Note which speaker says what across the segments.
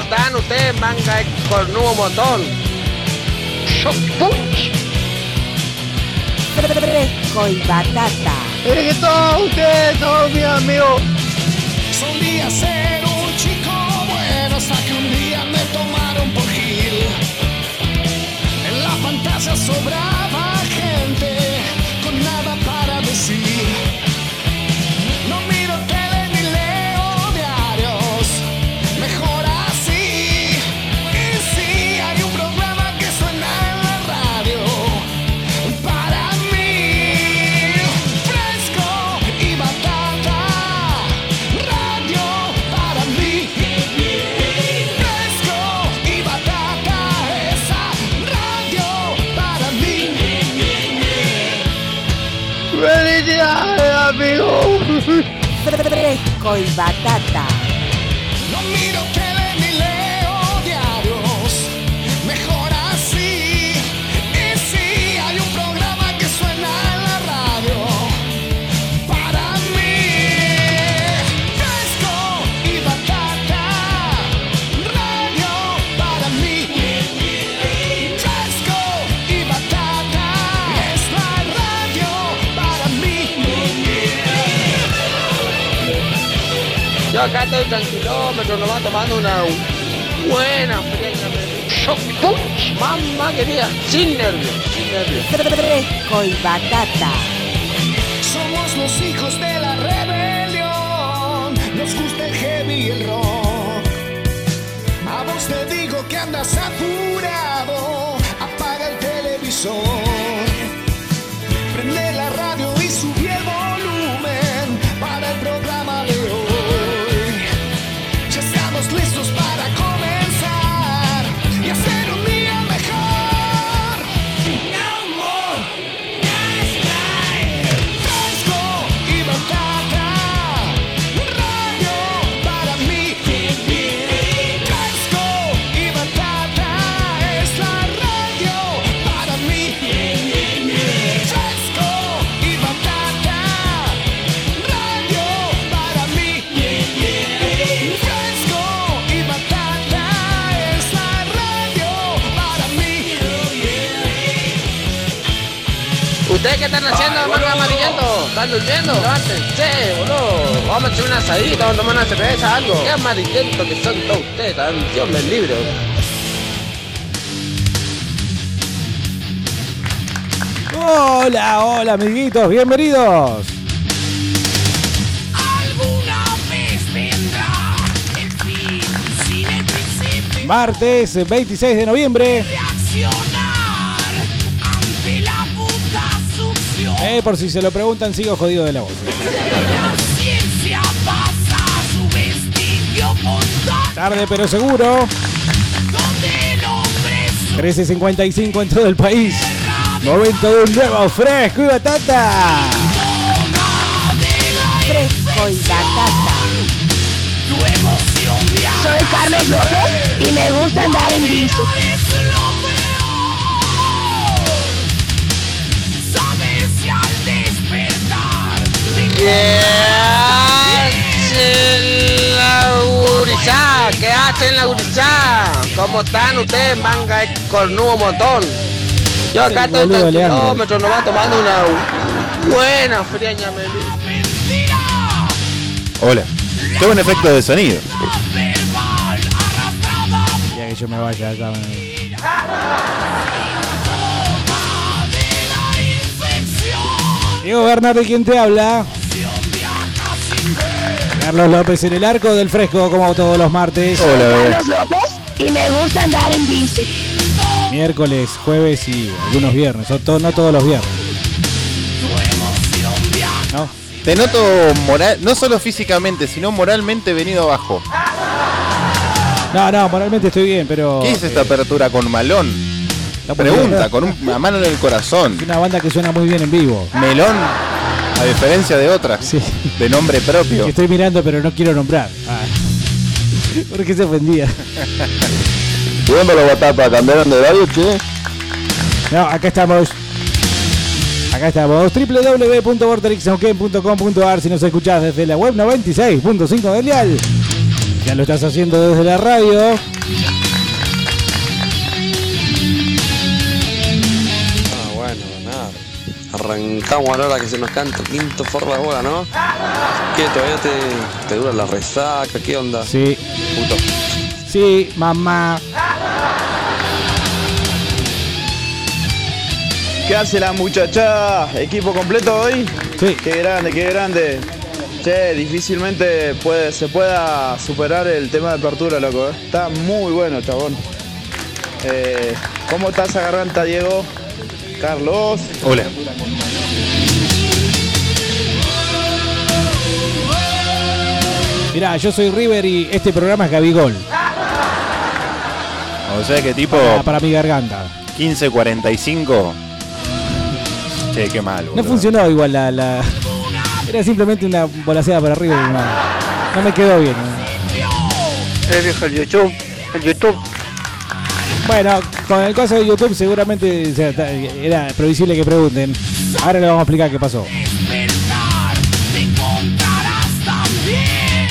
Speaker 1: están ustedes, manga de cornudo botón?
Speaker 2: Shock punch.
Speaker 3: Fresco y batata.
Speaker 1: Es que todos ustedes son mis amigos.
Speaker 4: Solía ser un chico bueno hasta que un día me tomaron por Gil. En la pantalla sobraba gente con nada para decir. No miro tele ni leo diarios, mejor así. Y si hay un programa que suena en la radio, para mí, fresco y batata. Radio para mí, fresco y batata. Esa radio para mí.
Speaker 1: ¡Felicidades, amigos!
Speaker 3: Fresco y batata.
Speaker 4: No miro tele ni leo diarios, mejor así. Y si hay un programa que suena en la radio, para mí, fresco y batata. Radio para mí, fresco y batata. Es la radio para mí.
Speaker 1: Yo acá estoy tranquilo, me nomás tomando una buena fresca.
Speaker 2: Shock punch.
Speaker 1: Mamá querida, sin nervios, sin nervios.
Speaker 3: Fresco y batata.
Speaker 4: Somos los hijos de la rebelión. Nos gusta el heavy y el rock. A vos te digo que andas apurado. Apaga el televisor. Prende la radio y subí el volumen para el programa de hoy. Ya estamos listos para comenzar y hacer un día mejor. No more nice guys. Fresco y batata. Radio para mí. Fresco y batata es la radio para mí. Fresco y batata. Radio para mí. Fresco y batata es la radio para mí.
Speaker 1: ¿Ustedes qué están haciendo, hermano amarillento? ¿Están durmiendo? Levántense, boludo. Vamos a hacer una asadita, vamos a tomar una cerveza, algo. Qué amarillento que son todos ustedes, tan- Dios me libre.
Speaker 5: Hola, hola amiguitos, bienvenidos.
Speaker 4: Alguna vez vendrá el fin sin el principio
Speaker 5: Martes 26 de noviembre.
Speaker 4: reaccionar ante la puta succión.
Speaker 5: Eh, por si se lo preguntan, sigo jodido de la voz.
Speaker 4: La ciencia pasa su vestigio mortal
Speaker 5: Tarde pero seguro.
Speaker 4: donde el hombre
Speaker 5: 13.55 en todo el país. Momento de un nuevo fresco y batata.
Speaker 4: suga de la
Speaker 3: Fresco y batata.
Speaker 4: tu emoción de
Speaker 2: Soy Carlos López y me gusta andar en bici.
Speaker 4: amar es lo peor. Sabes si al despertar te
Speaker 1: ¿Qué la gurizada? ¿Qué hacen la gurizada? ¿Cómo están ustedes, manga de cornudo montón? Yo acá
Speaker 5: El
Speaker 1: estoy
Speaker 5: boludo
Speaker 1: tan
Speaker 5: Leandro.
Speaker 1: kilómetros nomás tomando una buena friaña, me libre.
Speaker 4: mentira.
Speaker 6: Hola. Qué buen efecto de sonido.
Speaker 4: verbal arrastrada
Speaker 5: Ya que yo me vaya, ya me-
Speaker 4: toma de la infección.
Speaker 5: Diego Bernardo, ¿quién te habla? Carlos López en el arco del fresco, como todos los martes.
Speaker 6: Hola, bebé.
Speaker 2: Carlos López y me gusta andar en bici.
Speaker 5: Miércoles, jueves y algunos viernes. O to- no todos los viernes. No.
Speaker 6: Te noto moral, no solo físicamente, sino moralmente venido abajo.
Speaker 5: No, no, moralmente estoy bien, pero.
Speaker 6: ¿Qué es esta
Speaker 5: eh,
Speaker 6: apertura con malón?
Speaker 5: está por-
Speaker 6: Pregunta, con un- una mano en el corazón.
Speaker 5: Es una banda que suena muy bien en vivo.
Speaker 6: Melón, a diferencia de otras,
Speaker 5: Sí.
Speaker 6: de nombre propio.
Speaker 5: Que estoy mirando, pero no quiero nombrar. Ah. Porque se ofendía.
Speaker 7: Subiendo los batatas, cambiaron de horario, che.
Speaker 5: No, acá estamos. Acá estamos, www.vortexauquen.com.ar si nos escuchás desde la web 96.5 del dial Ya lo estás haciendo desde la radio.
Speaker 1: Ah, bueno, nada. Arrancamos a la hora que se nos canta el quinto for la bola, ¿no? ¿Qué? ¿Todavía te, te dura la resaca? ¿Qué onda?
Speaker 5: Sí,
Speaker 1: Puto.
Speaker 5: sí, mamá.
Speaker 8: ¿Qué hace la muchacha? ¿Equipo completo hoy?
Speaker 5: Sí,
Speaker 8: Qué grande, qué grande. Che, difícilmente puede, se pueda superar el tema de apertura, loco. eh. Está muy bueno, chabón. Eh, ¿Cómo estás agarranta, Diego? Carlos.
Speaker 6: Hola.
Speaker 5: mirá, yo soy River y este programa es Gabigol.
Speaker 6: O sea que tipo
Speaker 5: Para, para mi garganta.
Speaker 6: 15.45. Che, qué mal,
Speaker 5: No
Speaker 6: boludo.
Speaker 5: funcionó igual la. la- Era simplemente una bolaseada para River. y No, no me quedó bien. ¿eh? Bueno, con el caso de YouTube seguramente o sea, ta- era previsible que pregunten. Ahora le vamos a explicar qué pasó.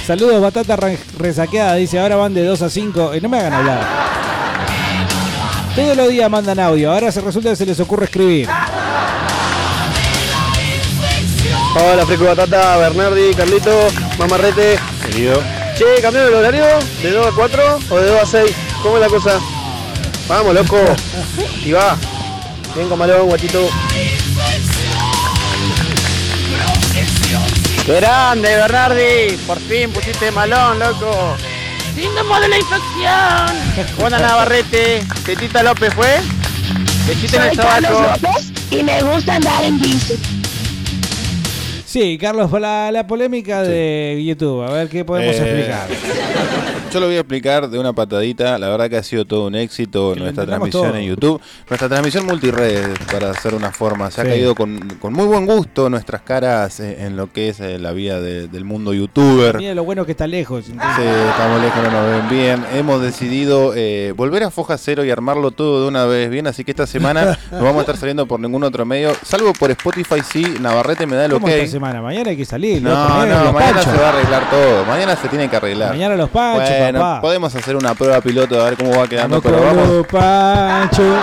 Speaker 5: Saludos, batata ran- resaqueada. Dice, ahora van de 2 a 5. Eh, no me hagan hablar. Todos los días mandan audio. Ahora se resulta que se les ocurre escribir.
Speaker 8: Hola, Frecu Batata, Bernardi, Carlito, Mamarrete.
Speaker 6: Querido.
Speaker 8: Che, cambió el horario de 2 a 4 o de 2 a 6. ¿Cómo es la cosa? Vamos, loco. Y va. Bien, comalón, guatito.
Speaker 9: Grande, Bernardi. Por fin pusiste malón, loco. Síndrome de la infección. Juana Navarrete. Tetita López fue. Te hiciste en el
Speaker 2: Soy Carlos
Speaker 9: sobaco.
Speaker 2: López y me gusta andar en bici.
Speaker 5: Sí, Carlos, la, la polémica de YouTube. A ver qué podemos
Speaker 6: Eh,
Speaker 5: explicar.
Speaker 6: Yo lo voy a explicar de una patadita. La verdad que ha sido todo un éxito
Speaker 5: Que lo
Speaker 6: nuestra
Speaker 5: entendamos
Speaker 6: transmisión
Speaker 5: todo.
Speaker 6: en YouTube. Nuestra transmisión multiredes, para hacer una forma.
Speaker 5: Sí.
Speaker 6: Se ha caído con, con muy buen gusto nuestras caras eh, en lo que es eh, la vida de- del mundo youtuber.
Speaker 5: Mira lo bueno que está lejos.
Speaker 6: Sí, estamos lejos, no nos ven bien. Hemos decidido eh, volver a Foja Cero y armarlo todo de una vez bien. Así que esta semana no vamos a estar saliendo por ningún otro medio, salvo por Spotify. Sí, Navarrete me da el ok.
Speaker 5: ¿Cómo esta semana? Mañana hay que salir.
Speaker 6: No,
Speaker 5: loco,
Speaker 6: no,
Speaker 5: los
Speaker 6: mañana
Speaker 5: panchos.
Speaker 6: se va a arreglar todo. Mañana se tiene que arreglar.
Speaker 5: Mañana los panchos,
Speaker 6: bueno,
Speaker 5: papá.
Speaker 6: podemos hacer una prueba piloto a ver cómo va quedando,
Speaker 5: Vamos
Speaker 6: pero
Speaker 5: con
Speaker 6: vamos.
Speaker 5: los panchos.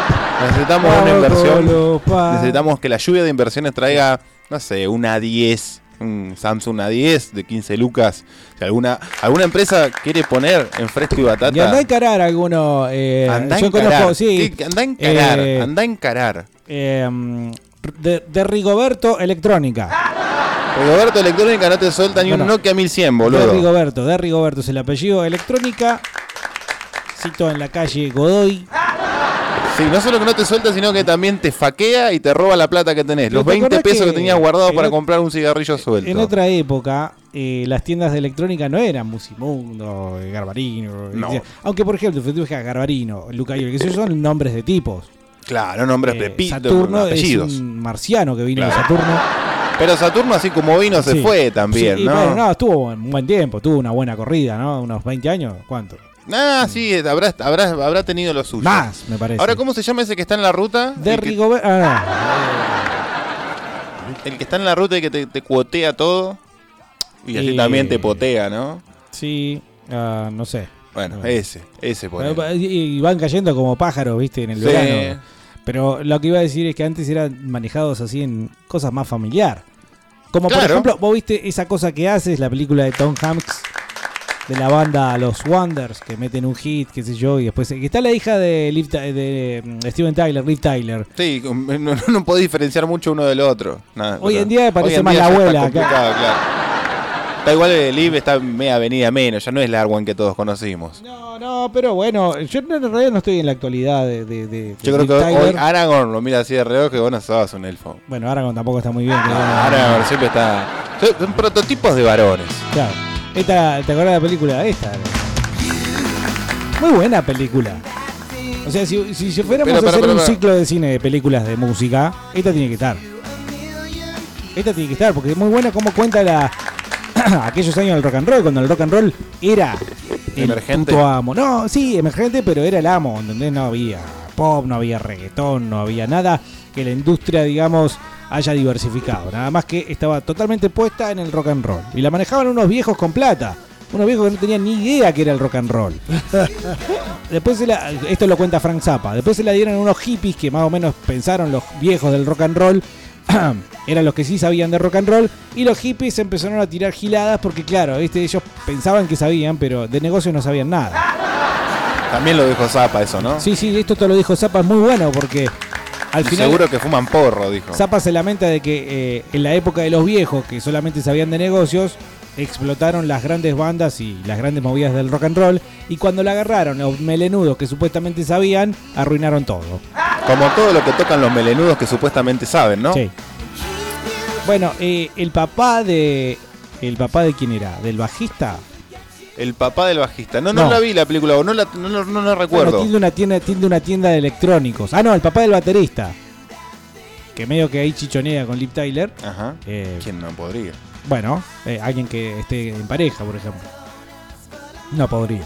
Speaker 6: Necesitamos
Speaker 5: Vamos
Speaker 6: una
Speaker 5: con
Speaker 6: inversión.
Speaker 5: los pa-
Speaker 6: Necesitamos que la lluvia de inversiones traiga, no sé, una 10. Un Samsung A10 de 15 lucas. Si alguna, alguna empresa quiere poner en fresco y batata.
Speaker 5: Y anda a encarar alguno. Eh,
Speaker 6: Andá a
Speaker 5: yo
Speaker 6: encarar.
Speaker 5: conozco, sí.
Speaker 6: ¿Qué? Andá a encarar.
Speaker 5: eh,
Speaker 6: andá a encarar.
Speaker 5: eh, mm, de, de Rigoberto Electrónica.
Speaker 6: Rigoberto Electrónica no te suelta ni
Speaker 5: Bueno,
Speaker 6: un Nokia 1100,
Speaker 5: De
Speaker 6: boludo.
Speaker 5: Rigoberto, de Rigoberto es el apellido. Electrónica. Cito en la calle Godoy.
Speaker 6: Sí, no solo que no te suelta, sino que también te faquea y te roba la plata que tenés.
Speaker 5: Pero
Speaker 6: Los
Speaker 5: ¿te
Speaker 6: 20
Speaker 5: acordás
Speaker 6: pesos que,
Speaker 5: que
Speaker 6: tenías guardados
Speaker 5: en
Speaker 6: para
Speaker 5: ot-
Speaker 6: comprar un cigarrillo suelto.
Speaker 5: En otra época, eh, las tiendas de electrónica no eran Musimundo, eh, Garbarino.
Speaker 6: No.
Speaker 5: eh, Aunque, por ejemplo, si tú dijeras Garbarino, Lucayo, que sé yo, son nombres de tipos.
Speaker 6: Claro, Ah, nombres
Speaker 5: Eh,
Speaker 6: pepitos,
Speaker 5: Saturno es
Speaker 6: apellidos.
Speaker 5: un marciano que vino de
Speaker 6: Claro.
Speaker 5: Saturno.
Speaker 6: Pero Saturno, así como vino, se
Speaker 5: Sí.
Speaker 6: fue también,
Speaker 5: Sí, y
Speaker 6: ¿no?
Speaker 5: bueno, no, estuvo un buen tiempo, tuvo una buena corrida, ¿no? Unos 20 años, ¿cuánto?
Speaker 6: Ah, sí, habrá, habrá, habrá tenido lo suyo.
Speaker 5: Más, me parece.
Speaker 6: Ahora, ¿cómo se llama ese que está en la ruta?
Speaker 5: De
Speaker 6: el, que,
Speaker 5: Rigoberto. Ah,
Speaker 6: el que está en la ruta y que te, te cuotea todo. Y así
Speaker 5: Eh.
Speaker 6: también te potea, ¿no?
Speaker 5: no, sí, ah, no sé.
Speaker 6: Bueno,
Speaker 5: Bueno.
Speaker 6: ese, ese por
Speaker 5: Bueno, Y y van cayendo como pájaros, viste, en el
Speaker 6: Sí.
Speaker 5: verano. Pero lo que iba a decir es que antes eran manejados así en cosas más familiar. Como por
Speaker 6: Claro.
Speaker 5: ejemplo, vos viste esa cosa que haces, la película de Tom Hanks, de la banda Los Wonders, que meten un hit, qué sé yo, y después... Que está la hija de, Liv Ty- de mm, Steven Tyler, Liv Tyler.
Speaker 6: Sí, no, no, no podés diferenciar mucho uno del otro. Nada,
Speaker 5: Hoy
Speaker 6: pero-
Speaker 5: en día me parece
Speaker 6: hoy en
Speaker 5: más
Speaker 6: día
Speaker 5: la
Speaker 6: ya
Speaker 5: abuela acá.
Speaker 6: Está, complicado, claro. Está igual el IB, está media avenida menos, ya no es la Arwan que todos conocimos.
Speaker 5: No, no, pero bueno, yo en realidad no estoy en la actualidad de, de, de-
Speaker 6: Yo
Speaker 5: de
Speaker 6: creo que
Speaker 5: Liv
Speaker 6: hoy
Speaker 5: Tyler.
Speaker 6: Aragorn lo mira así de reojo que vos no sos un elfo.
Speaker 5: Bueno, Aragorn tampoco está muy
Speaker 6: Ah,
Speaker 5: bien. que digamos.
Speaker 6: Aragorn siempre está... Son, son prototipos de varones.
Speaker 5: Claro. Esta, ¿Te acordás de la película? Esta. Muy buena película. O sea, Eh, si, si, si fuéramos
Speaker 6: Pero,
Speaker 5: a
Speaker 6: para,
Speaker 5: hacer
Speaker 6: para,
Speaker 5: un
Speaker 6: para.
Speaker 5: ciclo de cine de películas de música, esta tiene que estar. Esta tiene que estar, porque es muy buena como cuenta la aquellos años del rock and roll, cuando el rock and roll era el
Speaker 6: Emergente.
Speaker 5: puto amo. No, sí, emergente, pero era el amo, ¿entendés? No había pop, no había reggaetón, no había nada que la industria, digamos, haya diversificado. Nada más que estaba totalmente puesta en el rock and roll. Y la manejaban unos viejos con plata. unos viejos que no tenían ni idea que era el rock and roll. Después se la- esto lo cuenta Frank Zappa. Después se la dieron a unos hippies que más o menos pensaron los viejos del rock and roll. eran los que sí sabían de rock and roll. Y los hippies empezaron a tirar giladas porque, claro, ¿viste? ellos pensaban que sabían, pero de negocio no sabían nada.
Speaker 6: También lo dijo Zapa eso, ¿no?
Speaker 5: Sí, sí, esto te lo dijo Zappa, es muy bueno porque al
Speaker 6: Y
Speaker 5: final.
Speaker 6: Seguro que fuman porro, dijo.
Speaker 5: Zapa se lamenta de que eh, en la época de los viejos, que solamente sabían de negocios, explotaron las grandes bandas y las grandes movidas del rock and roll. Y cuando la agarraron, los melenudos que supuestamente sabían, arruinaron todo.
Speaker 6: Como todo lo que tocan los melenudos que supuestamente saben, ¿no?
Speaker 5: Sí. Bueno, eh, el papá de. ¿El papá de quién era? ¿Del bajista?
Speaker 6: El papá del bajista. No, no,
Speaker 5: No.
Speaker 6: la vi la película, o no la, no, no- no la recuerdo.
Speaker 5: Bueno, tiene una tienda, tiene una tienda de electrónicos. Ah, no, el papá del baterista. Que medio que ahí chichonea con Lip Tyler.
Speaker 6: Ajá.
Speaker 5: Eh,
Speaker 6: ¿Quién no podría?
Speaker 5: Bueno, eh, alguien que esté en pareja, por ejemplo. No podría.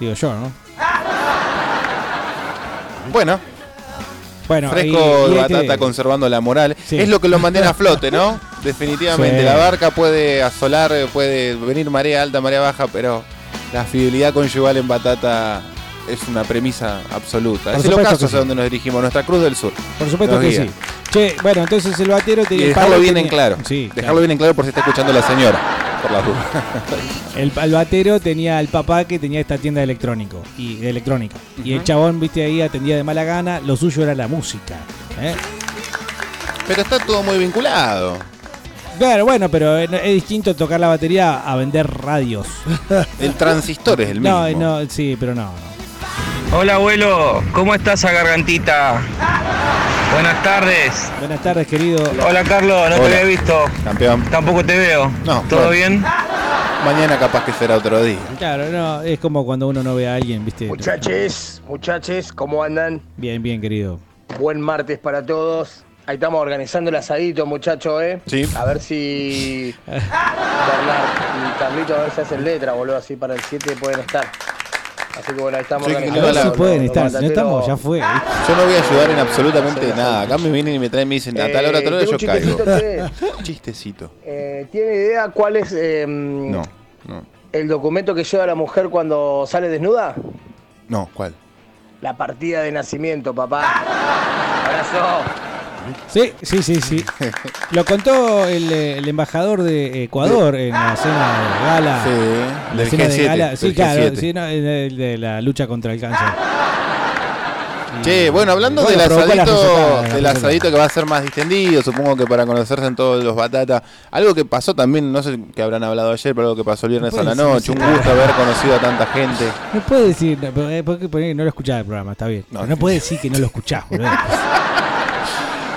Speaker 5: Digo yo, ¿no?
Speaker 6: Bueno,
Speaker 5: Bueno,
Speaker 6: fresco
Speaker 5: y- y
Speaker 6: de
Speaker 5: este-
Speaker 6: batata conservando la moral.
Speaker 5: Sí.
Speaker 6: Es lo que lo mantiene a flote, ¿no? Definitivamente.
Speaker 5: Sí.
Speaker 6: La barca puede asolar, eh, puede venir marea alta, marea baja, pero la fidelidad conyugal en batata es una premisa absoluta.
Speaker 5: Por
Speaker 6: es el
Speaker 5: supuesto
Speaker 6: ocaso
Speaker 5: que
Speaker 6: hacia
Speaker 5: sí.
Speaker 6: donde nos dirigimos, nuestra cruz del sur.
Speaker 5: Por supuesto
Speaker 6: Nos
Speaker 5: que
Speaker 6: guía.
Speaker 5: sí. Che, bueno, entonces el batero
Speaker 6: Y
Speaker 5: tenía.
Speaker 6: dejarlo
Speaker 5: padre
Speaker 6: bien en
Speaker 5: tenía-
Speaker 6: claro.
Speaker 5: Sí,
Speaker 6: dejarlo bien en claro por si está escuchando la señora, por las dudas.
Speaker 5: El, el batero tenía al papá que tenía esta tienda de electrónico y de electrónica. Y el chabón, viste, ahí atendía de mala gana, lo suyo era la música. ¿eh?
Speaker 6: Pero está todo muy vinculado.
Speaker 5: Claro, bueno, pero eh, no- es distinto tocar la batería a vender radios.
Speaker 6: El transistor es el mismo.
Speaker 5: No, eh, no, sí, pero no. no.
Speaker 10: Hola abuelo, ¿cómo estás a gargantita? Buenas tardes.
Speaker 5: Buenas tardes, querido.
Speaker 10: Hola Carlos, no
Speaker 6: Hola.
Speaker 10: te había visto.
Speaker 6: Campeón.
Speaker 10: Tampoco te veo.
Speaker 6: No,
Speaker 10: ¿Todo
Speaker 6: bueno.
Speaker 10: bien?
Speaker 6: Mañana capaz que será otro día.
Speaker 5: Claro, no, es como cuando uno no ve a alguien, viste.
Speaker 11: Muchachos, muchachos, ¿cómo andan?
Speaker 5: Bien, bien, querido.
Speaker 11: Buen martes para todos. Ahí estamos organizando el asadito, muchachos, ¿eh?
Speaker 6: Sí.
Speaker 11: A ver si. Bernard y Carlito, a ver si hacen letra, boludo, así para el 7 pueden estar. Así que bueno, ahí estamos
Speaker 6: Sí,
Speaker 5: A
Speaker 6: No,
Speaker 5: ver
Speaker 11: organizando.
Speaker 6: la-
Speaker 5: si
Speaker 11: los-
Speaker 5: pueden
Speaker 11: los
Speaker 5: estar, si no
Speaker 11: batateros.
Speaker 5: estamos, ya fue. ¿viste?
Speaker 6: Yo no voy a ayudar en absolutamente nada. Acá me vienen y me traen y me dicen, a tal hora, a tal hora,
Speaker 11: Eh,
Speaker 6: yo
Speaker 11: tengo un
Speaker 6: caigo.
Speaker 11: chistecito,
Speaker 6: Chistecito.
Speaker 11: che. Eh, ¿Tiene idea cuál es eh,
Speaker 6: No, no.
Speaker 11: el documento que lleva la mujer cuando sale desnuda?
Speaker 6: No, ¿cuál?
Speaker 11: La partida de nacimiento, papá.
Speaker 6: Ah.
Speaker 11: Abrazo.
Speaker 5: Sí, sí, sí, sí. Lo contó el, eh, el embajador de Ecuador en la cena de gala.
Speaker 6: Sí,
Speaker 5: en la
Speaker 6: del
Speaker 5: cena de
Speaker 6: G7,
Speaker 5: gala. Sí,
Speaker 6: del
Speaker 5: claro,
Speaker 6: G7.
Speaker 5: sí, no, en el de la lucha contra el cáncer.
Speaker 6: Che, bueno, hablando
Speaker 5: Bueno,
Speaker 6: del
Speaker 5: provocó la
Speaker 6: asadito,
Speaker 5: risotada, la
Speaker 6: del
Speaker 5: risotada.
Speaker 6: asadito que va a ser más distendido, supongo que para conocerse en todos los batatas. Algo que pasó también, no sé qué habrán hablado ayer, pero algo que pasó el viernes
Speaker 5: No
Speaker 6: a la
Speaker 5: puede
Speaker 6: noche.
Speaker 5: ser,
Speaker 6: Un
Speaker 5: sí.
Speaker 6: gusto haber conocido a tanta gente.
Speaker 5: No puede decir, no, pero, eh, porque, porque no lo escuchaba el programa, está bien.
Speaker 6: No,
Speaker 5: Pero No, puede decir que no lo escuchás, boludo.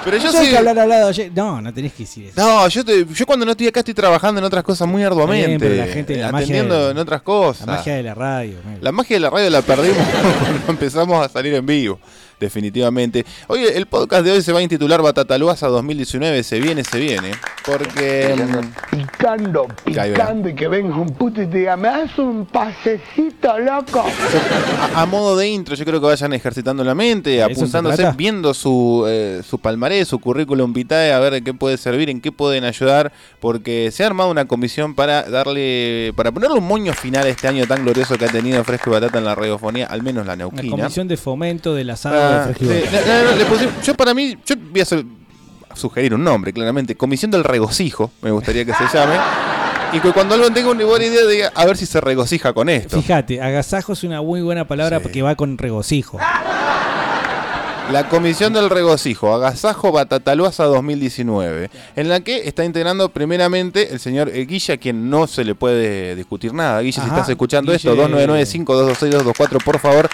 Speaker 6: Pero yo
Speaker 5: Yo sé
Speaker 6: sí.
Speaker 5: que hablar hablado ayer. No, no tenés que decir eso.
Speaker 6: No, yo, te- yo cuando no estoy acá estoy trabajando en otras cosas muy
Speaker 5: Bien,
Speaker 6: arduamente.
Speaker 5: pero la gente, la magia
Speaker 6: atendiendo
Speaker 5: de-
Speaker 6: en otras cosas.
Speaker 5: La magia de la radio. mira.
Speaker 6: La magia de la radio la perdimos cuando empezamos a salir en vivo, definitivamente. Hoy el podcast de hoy se va a intitular Batataluaza 2019, se viene, se viene, porque mm,
Speaker 4: Picando,
Speaker 6: picando
Speaker 4: y que venga un puto y te diga, me das un pasecito, loco.
Speaker 6: a, a modo de intro yo creo que vayan ejercitando la mente,
Speaker 5: eso se
Speaker 6: apuntándose,
Speaker 5: trata?
Speaker 6: viendo su, eh, su palmarés, su currículum vitae, a ver en qué puede servir, en qué pueden ayudar, porque se ha armado una comisión para darle, para ponerle un moño final a este año tan glorioso que ha tenido Fresco y Batata en la radiofonía, al menos la
Speaker 5: Una
Speaker 6: neuquina.
Speaker 5: comisión de fomento del asado
Speaker 6: Ah,
Speaker 5: de
Speaker 6: sí.
Speaker 5: Fresquibola.
Speaker 6: No, no, no, le puse- Pues yo para mí, yo voy a su- a sugerir un nombre, claramente. Comisión del regocijo, me gustaría que se llame. Y que cuando alguien tenga una buena idea, diga, a ver si se regocija con esto.
Speaker 5: Fíjate, agasajo es una muy buena palabra
Speaker 6: Sí.
Speaker 5: que va con regocijo.
Speaker 6: La Comisión del Regocijo, Agasajo Batataluaza 2019, en la que está integrando primeramente el señor eh, Guilla, quien no se le puede discutir nada. Guilla, si
Speaker 5: Ajá,
Speaker 6: estás escuchando
Speaker 5: Guille.
Speaker 6: esto, 299-5226224, por favor.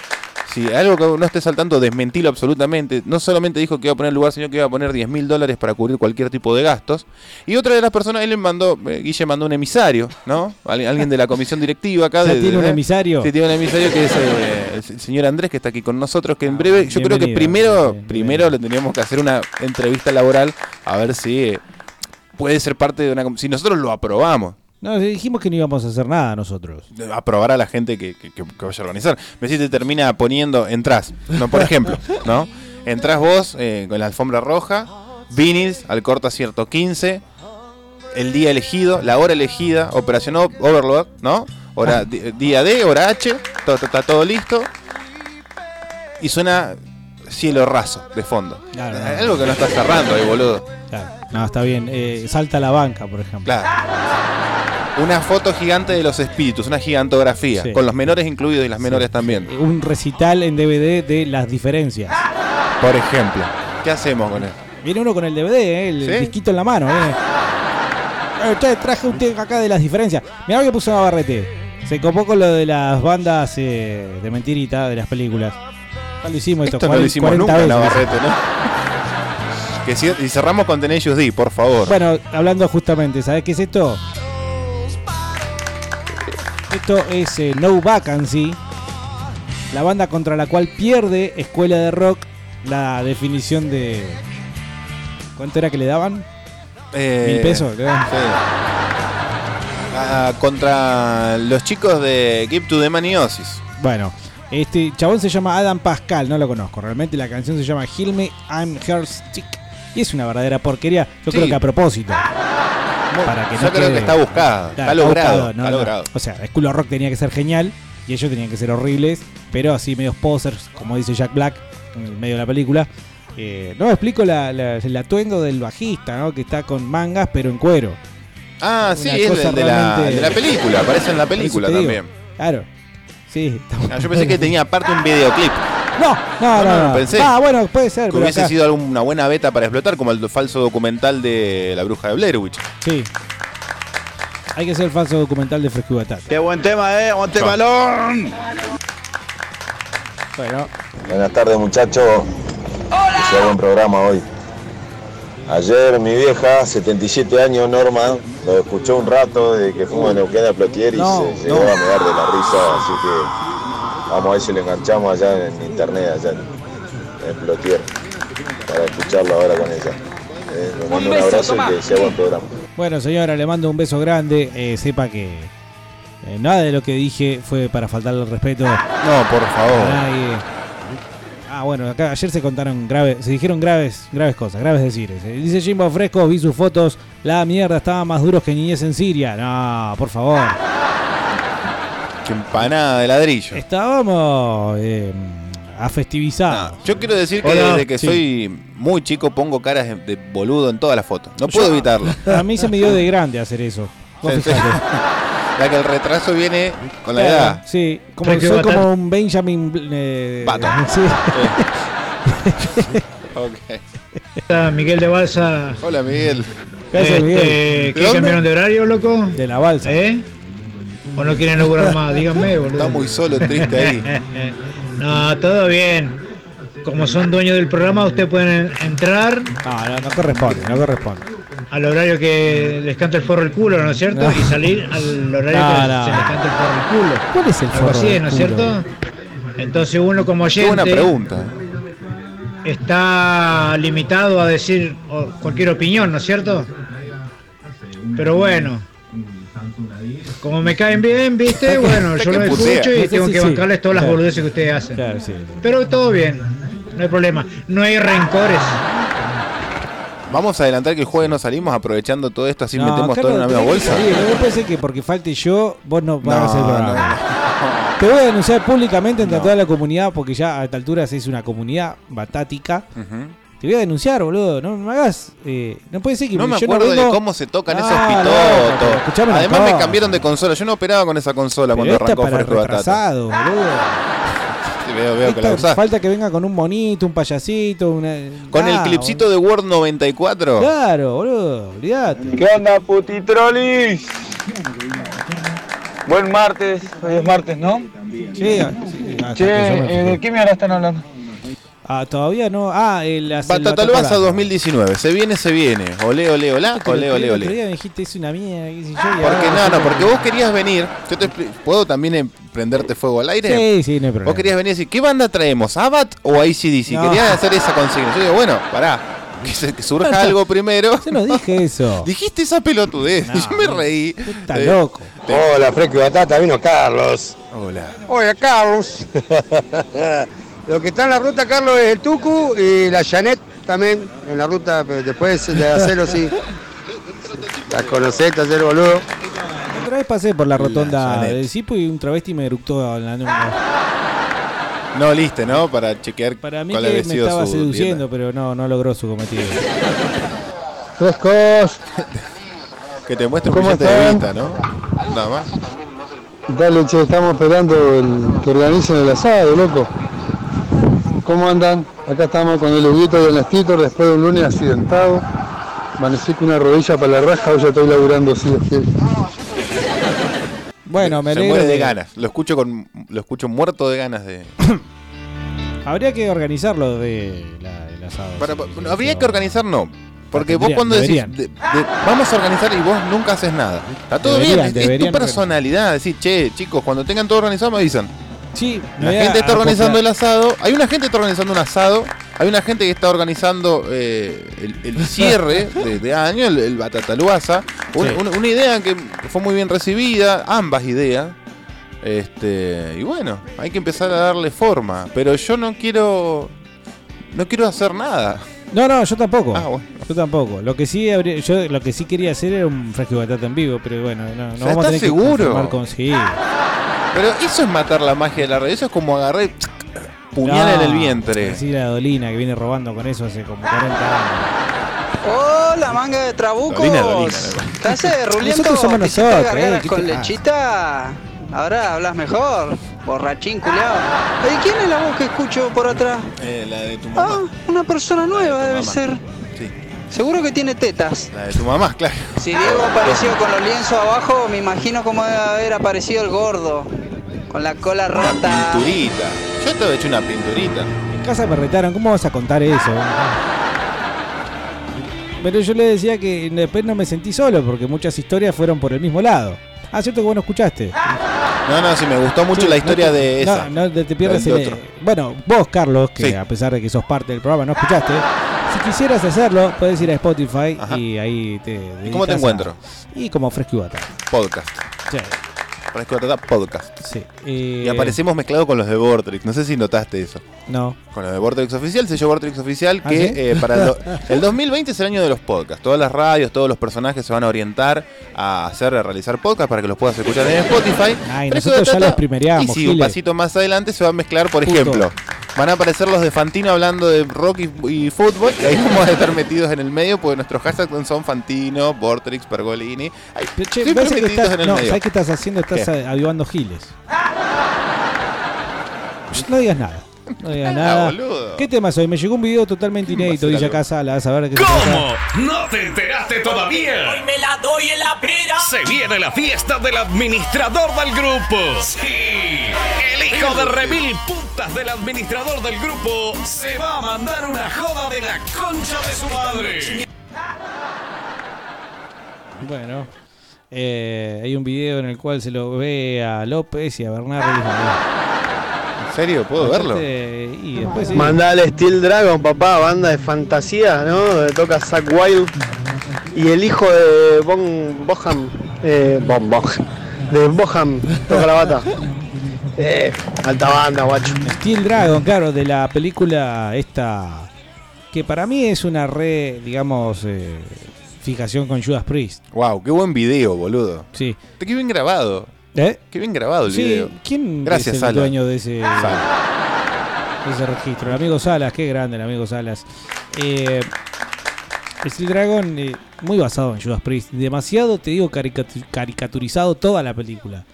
Speaker 6: Si hay algo que no estés al tanto, desmentilo absolutamente. No solamente dijo que iba a poner lugar, sino que iba a poner 10 mil dólares para cubrir cualquier tipo de gastos. Y otra de las personas, él le mandó, eh, Guille mandó un emisario, ¿no? Al- alguien de la comisión directiva acá.
Speaker 5: ¿Ya
Speaker 6: de-
Speaker 5: tiene
Speaker 6: de-
Speaker 5: un emisario?
Speaker 6: Sí, tiene un emisario que es eh, el se- el señor Andrés, que está aquí con nosotros, que en breve, yo creo que
Speaker 5: Ah, Bienvenido,
Speaker 6: primero,
Speaker 5: bienvenido.
Speaker 6: primero le tendríamos que hacer una entrevista laboral a ver si eh, puede ser parte de una... com- Si nosotros lo aprobamos,
Speaker 5: No, dijimos que no íbamos a hacer nada nosotros.
Speaker 6: de- aprobar a la gente que, que- que- que vaya a organizar. Me si te termina poniendo, entras, no, por ejemplo, ¿no? Entrás vos eh, con la alfombra roja, Vinis al corta cierto 15, el día elegido, la hora elegida, operación o- Overload, ¿no? Hora, di- Día D, hora H, todo, está todo listo. Y suena cielo raso de fondo.
Speaker 5: Claro.
Speaker 6: Algo que no está cerrando ahí, boludo.
Speaker 5: No, está bien. Eh, salta a la banca, por ejemplo.
Speaker 6: Una foto gigante de los espíritus, una gigantografía,
Speaker 5: Sí.
Speaker 6: con los menores incluidos y las menores también.
Speaker 5: Eh, Un recital en DVD de las diferencias.
Speaker 6: Por ejemplo, ¿qué hacemos con él?
Speaker 5: Viene uno con el DVD, eh, el
Speaker 6: ¿Sí?
Speaker 5: disquito en la mano. eh. Eh, che, traje un tema acá de las diferencias. Mirá lo que puso Navarrete. Se copó con lo de las bandas eh, de mentirita de las películas. Ya lo hicimos esto,
Speaker 6: Esto no lo hicimos
Speaker 5: 40
Speaker 6: nunca,
Speaker 5: veces.
Speaker 6: Navarrete, ¿no? que si- y cerramos con Tenacious D, por favor.
Speaker 5: Bueno, hablando justamente, ¿sabes qué es esto? Esto es eh, No Vacancy, la banda contra la cual pierde Escuela de Rock la definición de. ¿Cuánto era que le daban?
Speaker 6: Eh,
Speaker 5: Mil pesos,
Speaker 6: sí.
Speaker 5: le daban.
Speaker 6: Ah, contra los chicos de Keep to the Maniosis.
Speaker 5: Bueno, este chabón se llama Adam Pascal, no lo conozco. Realmente la canción se llama Heal Me, I'm Her Stick. Y es una verdadera porquería. Yo
Speaker 6: Sí.
Speaker 5: creo que a propósito. para que
Speaker 6: yo
Speaker 5: no
Speaker 6: creo
Speaker 5: quede-
Speaker 6: que está buscada, está logrado, está logrado.
Speaker 5: O sea, School of Rock tenía que ser genial y ellos tenían que ser horribles, pero así medios posers, como dice Jack Black en el medio de la película. Eh, no me explico la, la- el atuendo del bajista, ¿no? Que está con mangas pero en cuero.
Speaker 6: Ah, sí,
Speaker 5: Una
Speaker 6: es
Speaker 5: cosa
Speaker 6: el de, la,
Speaker 5: realmente-
Speaker 6: el de la película, aparece en la
Speaker 5: Por eso
Speaker 6: película
Speaker 5: te digo.
Speaker 6: también.
Speaker 5: Claro. Sí. está
Speaker 6: Ah, yo pensé que tenía aparte un videoclip.
Speaker 5: No, no, no.
Speaker 6: No, no,
Speaker 5: no,
Speaker 6: pensé.
Speaker 5: Ah, bueno, puede ser.
Speaker 6: Que
Speaker 5: pero
Speaker 6: hubiese
Speaker 5: acá-
Speaker 6: sido alguna buena beta para explotar, como el falso documental de la bruja de Blair Witch.
Speaker 5: Sí. Hay que hacer el falso documental de Fresco y Batata.
Speaker 8: Qué buen tema, eh, buen temalón.
Speaker 5: Bueno.
Speaker 7: Buenas tardes muchachos. Hicieron buen programa hoy. Ayer mi vieja, 77 años, Norma, lo escuchó un rato de que fuimos a Neuquén a Plotier y
Speaker 5: No,
Speaker 7: se llegó a mear de la risa, así que vamos a ver si lo enganchamos allá en internet, allá en, en Plotier, para escucharlo ahora con ella. Eh, les mando un
Speaker 5: beso,
Speaker 7: abrazo
Speaker 5: Tomás.
Speaker 7: y que sea buen programa.
Speaker 5: Bueno, señora, le mando un beso grande. Eh, sepa que eh, nada de lo que dije fue para faltarle el respeto.
Speaker 6: No, por favor.
Speaker 5: Ah, bueno, acá ayer se contaron graves, se dijeron graves, graves cosas, graves decires. Eh, Dice Jimbo Fresco, vi sus fotos, la mierda, estaba más duros que niñez en Siria. No, por favor.
Speaker 6: Que empanada de ladrillo.
Speaker 5: Estábamos eh, afestivizados.
Speaker 6: Ah, Yo quiero decir que
Speaker 5: Hola.
Speaker 6: desde que
Speaker 5: Sí.
Speaker 6: soy muy chico pongo caras de, de boludo en todas las fotos. No puedo
Speaker 5: Yo-
Speaker 6: evitarlo.
Speaker 5: A mí se me dio de grande hacer eso. Vos
Speaker 6: Sí, sí.
Speaker 5: fijate.
Speaker 6: Ya que el retraso viene con la
Speaker 5: Claro,
Speaker 6: edad.
Speaker 5: Sí, como
Speaker 6: Fresco y
Speaker 5: soy
Speaker 6: batata.
Speaker 5: como un Benjamin. Bl- eh,
Speaker 6: Pato.
Speaker 5: sí.
Speaker 12: Hola, Miguel de Balsa.
Speaker 6: Hola, Miguel.
Speaker 5: Gracias,
Speaker 12: Este,
Speaker 5: Miguel.
Speaker 12: ¿Qué
Speaker 5: ¿De dónde?
Speaker 12: cambiaron de horario, loco?
Speaker 5: De la balsa.
Speaker 12: ¿Eh? ¿O no quieren laburar más? Díganme, boludo. Está
Speaker 6: muy solo, triste ahí.
Speaker 12: no, todo bien. Como son dueños del programa, ustedes pueden entrar
Speaker 5: No, no, no corresponde, no corresponde.
Speaker 12: al horario que les canta el forro el culo, ¿no es cierto?
Speaker 5: No.
Speaker 12: Y salir al horario
Speaker 5: No,
Speaker 12: que
Speaker 5: no.
Speaker 12: se les canta el forro el culo.
Speaker 5: ¿Cuál es el
Speaker 12: Algo
Speaker 5: forro
Speaker 12: así
Speaker 5: del
Speaker 12: ¿no es
Speaker 5: culo?
Speaker 12: cierto? Entonces uno como
Speaker 6: Qué
Speaker 12: oyente
Speaker 6: buena pregunta.
Speaker 12: está limitado a decir o, cualquier opinión, ¿no es cierto? Pero bueno, como me caen bien, ¿viste? Bueno, yo lo escucho y
Speaker 5: Sí,
Speaker 12: tengo
Speaker 5: sí,
Speaker 12: que
Speaker 5: sí.
Speaker 12: bancarles todas las
Speaker 5: Claro.
Speaker 12: boludeces que ustedes hacen.
Speaker 5: Claro, sí.
Speaker 12: Pero todo bien, no hay problema. No hay rencores.
Speaker 6: Vamos a adelantar que el jueves no salimos aprovechando todo esto así
Speaker 5: No,
Speaker 6: metemos
Speaker 5: acá
Speaker 6: todo en
Speaker 5: no
Speaker 6: una misma
Speaker 5: tenés que
Speaker 6: bolsa.
Speaker 5: salir, no pensé que porque falte yo, vos no vas a hacer el
Speaker 6: No,
Speaker 5: programa. Te voy a denunciar públicamente ante toda la comunidad, porque ya a esta altura es una comunidad batática. Te voy a denunciar, boludo. No me hagas. eh, no puede ser que
Speaker 6: No me
Speaker 5: yo
Speaker 6: acuerdo
Speaker 5: vengo-
Speaker 6: de cómo se tocan
Speaker 5: Ah,
Speaker 6: esos
Speaker 5: loco, pero
Speaker 6: pitotos.
Speaker 5: escuchame una
Speaker 6: Además me
Speaker 5: cosa.
Speaker 6: cambiaron de consola. Yo no operaba con esa consola
Speaker 5: Pero
Speaker 6: cuando
Speaker 5: esta
Speaker 6: arrancó
Speaker 5: para
Speaker 6: Fresco Batata.
Speaker 5: retrasado, boludo.
Speaker 6: Sí, veo, veo que la
Speaker 5: Esta-
Speaker 6: usaste.
Speaker 5: falta que venga con un monito, un payasito, una.
Speaker 6: Con el
Speaker 5: Ah,
Speaker 6: clipcito de Word 94.
Speaker 5: boludo. Claro, boludo. Olvídate.
Speaker 13: ¿Qué onda, putitrolis? Buen martes, hoy es martes, ¿no?
Speaker 5: Sí, ah,
Speaker 13: Che,
Speaker 5: hasta que yo me
Speaker 13: eh,
Speaker 5: fijé.
Speaker 13: ¿de qué mierda están hablando?
Speaker 5: Ah, todavía no. Ah, el hace el
Speaker 6: Batatalbaza
Speaker 5: Batatabaza.
Speaker 6: 2019. Se viene, se viene. Olé, olé, olá.
Speaker 5: Te lo
Speaker 6: Olé,
Speaker 5: escribí
Speaker 6: olé,
Speaker 5: el otro
Speaker 6: olé.
Speaker 5: día, me dijiste, es una mierda, qué sé yo, y
Speaker 6: Porque
Speaker 5: ahora-
Speaker 6: no, no, porque vos querías venir. Yo te expli- ¿Puedo también em- prenderte fuego al aire?
Speaker 5: Sí, sí, no hay problema.
Speaker 6: Vos querías venir y decir, ¿qué banda traemos? ¿Abat o ACDC?
Speaker 5: No.
Speaker 6: Querías hacer esa consigna. Yo digo, bueno, pará, que, se- que surja algo primero.
Speaker 5: Yo no dije eso.
Speaker 6: Dijiste esa pelotudez. y yo me reí. Está
Speaker 5: loco.
Speaker 14: Hola, Fresco y Batata, vino Carlos.
Speaker 6: Hola.
Speaker 14: Hola, Carlos. Lo que está en la ruta, Carlos, es el Tucu y la Janet también en la ruta, pero después de acero sí.
Speaker 15: Las conocés, te hacer boludo.
Speaker 5: Otra vez pasé por la rotonda
Speaker 6: Janet.
Speaker 5: del Cipo y un travesti me eructó en la
Speaker 6: Ah,
Speaker 5: nuca.
Speaker 6: No, listo, ¿no? Para chequear
Speaker 5: Para mí
Speaker 6: cuál
Speaker 5: que
Speaker 6: había
Speaker 5: me
Speaker 6: sido
Speaker 5: estaba
Speaker 6: su dieta.
Speaker 5: seduciendo, pero no, no logró su cometido.
Speaker 15: Frescos.
Speaker 6: Que te muestre un
Speaker 15: ¿Cómo
Speaker 6: billete de
Speaker 15: están?
Speaker 6: vista, ¿no? Nada más.
Speaker 15: Dale, che, estamos esperando el- que organicen el asado, loco. ¿Cómo andan? Acá estamos con el Huguito y el Nastito después de un lunes accidentado. Amanecí con una rodilla para la raja, hoy ya estoy laburando, sí, es que-
Speaker 5: Bueno, me
Speaker 6: Se
Speaker 5: alegro
Speaker 6: muere de
Speaker 5: de-
Speaker 6: ganas. Lo escucho con lo escucho muerto de ganas de
Speaker 5: Habría que organizarlo de la, del asado.
Speaker 6: Para- bueno, habría que organizar no. Porque vos
Speaker 5: Tendría-
Speaker 6: cuando decís,
Speaker 5: deberían.
Speaker 6: de- de- vamos a organizar y vos nunca haces nada. Está todo
Speaker 5: Deberían,
Speaker 6: bien, es- es,
Speaker 5: deberían
Speaker 6: tu personalidad. Decís, che, chicos, cuando tengan todo organizado me avisan.
Speaker 5: Sí, me
Speaker 6: la
Speaker 5: voy a
Speaker 6: gente está
Speaker 5: apostar.
Speaker 6: organizando el asado. Hay una gente que está organizando un asado. Hay una gente que está organizando eh, el, el cierre de, de año, el, el Batataluasa. Un-
Speaker 5: Sí.
Speaker 6: un- una idea que fue muy bien recibida, ambas ideas. Este, y bueno, hay que empezar a darle forma. Pero yo no quiero. No quiero hacer nada.
Speaker 5: No, no, yo tampoco.
Speaker 6: Ah, bueno.
Speaker 5: Yo tampoco. Lo que sí habría- yo lo que sí quería hacer era un fresco de batata en vivo, pero bueno, no, no
Speaker 6: sea,
Speaker 5: vamos a tener
Speaker 6: ¿estás seguro?
Speaker 5: que
Speaker 6: Ah,
Speaker 5: confirmar con sí.
Speaker 6: Pero eso es matar la magia de la red. Eso es como agarrar y puñal
Speaker 5: No,
Speaker 6: en el vientre.
Speaker 5: Sí, la Dolina que viene robando con eso hace como 40 años.
Speaker 16: Hola, manga de trabucos.
Speaker 5: Dolina, Dolina,
Speaker 16: ¿Estás eh, ruliendo?
Speaker 5: Nosotros somos
Speaker 16: ¿Te hiciste
Speaker 5: nosotros,
Speaker 16: gargaras
Speaker 5: eh, ¿qué
Speaker 16: con
Speaker 5: te pasa?
Speaker 16: lechita? Ahora hablas mejor. Borrachín culeado. ¿Y quién es la voz que escucho por atrás?
Speaker 6: Eh, la de tu
Speaker 16: Ah, una persona nueva debe
Speaker 6: mamá.
Speaker 16: ser.
Speaker 6: Sí.
Speaker 16: Seguro que tiene tetas.
Speaker 6: La de tu mamá, claro.
Speaker 16: Si Diego apareció con los lienzos abajo, me imagino cómo debe haber aparecido el gordo. Con la cola rota.
Speaker 6: Pinturita. Yo te he hecho una pinturita.
Speaker 5: Oh, En casa me retaron, ¿cómo vas a contar eso? Pero yo le decía que después no me sentí solo, porque muchas historias fueron por el mismo lado. Ah, cierto que vos no escuchaste.
Speaker 6: No, no, sí, me gustó mucho
Speaker 5: Sí,
Speaker 6: la
Speaker 5: no
Speaker 6: historia
Speaker 5: te-
Speaker 6: de
Speaker 5: no,
Speaker 6: esa.
Speaker 5: No, te, te pierdas
Speaker 6: Del
Speaker 5: el-
Speaker 6: otro.
Speaker 5: Bueno, vos, Carlos, que
Speaker 6: Sí.
Speaker 5: a pesar de que sos parte del programa, no escuchaste. Si quisieras hacerlo, puedes ir a Spotify y ahí te.
Speaker 6: ¿Y cómo
Speaker 5: dedicas
Speaker 6: te
Speaker 5: a-
Speaker 6: encuentro?
Speaker 5: Y como Fresco y Batata.
Speaker 6: Podcast.
Speaker 5: Sí.
Speaker 6: Fresco Batata Podcast.
Speaker 5: Sí.
Speaker 6: Y aparecemos mezclados con los de Vortrix. No sé si notaste eso.
Speaker 5: No.
Speaker 6: Con los de Vortrix Oficial, sello Vortrix Oficial,
Speaker 5: ¿Ah,
Speaker 6: que
Speaker 5: sí?
Speaker 6: eh, para lo- el 2020 es el año de los podcasts. Todas las radios, todos los personajes se van a orientar a hacer, a realizar podcasts para que los puedas escuchar en Spotify.
Speaker 5: Ay,
Speaker 6: Fresco
Speaker 5: nosotros ya
Speaker 6: Batata,
Speaker 5: los primereamos.
Speaker 6: Y si un
Speaker 5: Gile.
Speaker 6: pasito más adelante se va a mezclar, por
Speaker 5: Justo.
Speaker 6: ejemplo, van a aparecer los de Fantino hablando de rock y, y fútbol. Y ahí vamos a estar metidos en el medio porque nuestros hashtags son Fantino, Vortrix, Pergolini. Ay,
Speaker 5: Che,
Speaker 6: siempre
Speaker 5: parece que
Speaker 6: metiditos
Speaker 5: estás-
Speaker 6: en el
Speaker 5: no,
Speaker 6: medio.
Speaker 5: ¿sabes qué estás haciendo? Estás
Speaker 6: ¿Qué?
Speaker 5: a- avivando giles. No digas nada. No
Speaker 6: Ah,
Speaker 5: digas
Speaker 17: Nada,
Speaker 5: nada.
Speaker 17: boludo.
Speaker 5: ¿Qué tema soy? Me llegó un video totalmente inédito.
Speaker 17: hacer
Speaker 5: Villa
Speaker 17: algo?
Speaker 5: Casa, la vas a ver de qué se trata.
Speaker 17: ¿Cómo? ¿No te enteraste todavía? Hoy me la doy en la pera. Se viene la fiesta del administrador del grupo. Sí. El hijo de Remil Puntas del administrador del grupo se va a mandar una joda de la concha de su madre.
Speaker 5: Bueno, eh, hay un video en el cual se lo ve a López y a Bernardo.
Speaker 6: ¿En serio? ¿Puedo verlo?
Speaker 5: Y después sí.
Speaker 18: Mandale Steel Dragon, papá, banda de fantasía, ¿no? Donde toca Zack Wild. Y el hijo de Bon Boham. Eh, bon Boham. De Boham, toca la bata. Eh, alta banda, guacho.
Speaker 5: Steel Dragon, claro, de la película esta, que para mí es una re, digamos, eh, fijación con Judas Priest.
Speaker 6: Wow, qué buen video, boludo.
Speaker 5: Sí.
Speaker 6: Qué bien grabado.
Speaker 5: ¿Eh?
Speaker 6: Qué bien grabado el
Speaker 5: Sí,
Speaker 6: video.
Speaker 5: ¿quién
Speaker 6: Gracias,
Speaker 5: es el
Speaker 6: Sala.
Speaker 5: dueño de ese,
Speaker 6: Sala.
Speaker 5: de ese registro? El amigo Salas, qué grande el amigo Salas. Eh, Steel Dragon, eh, muy basado en Judas Priest, demasiado, te digo, caricatu- caricaturizado toda la película.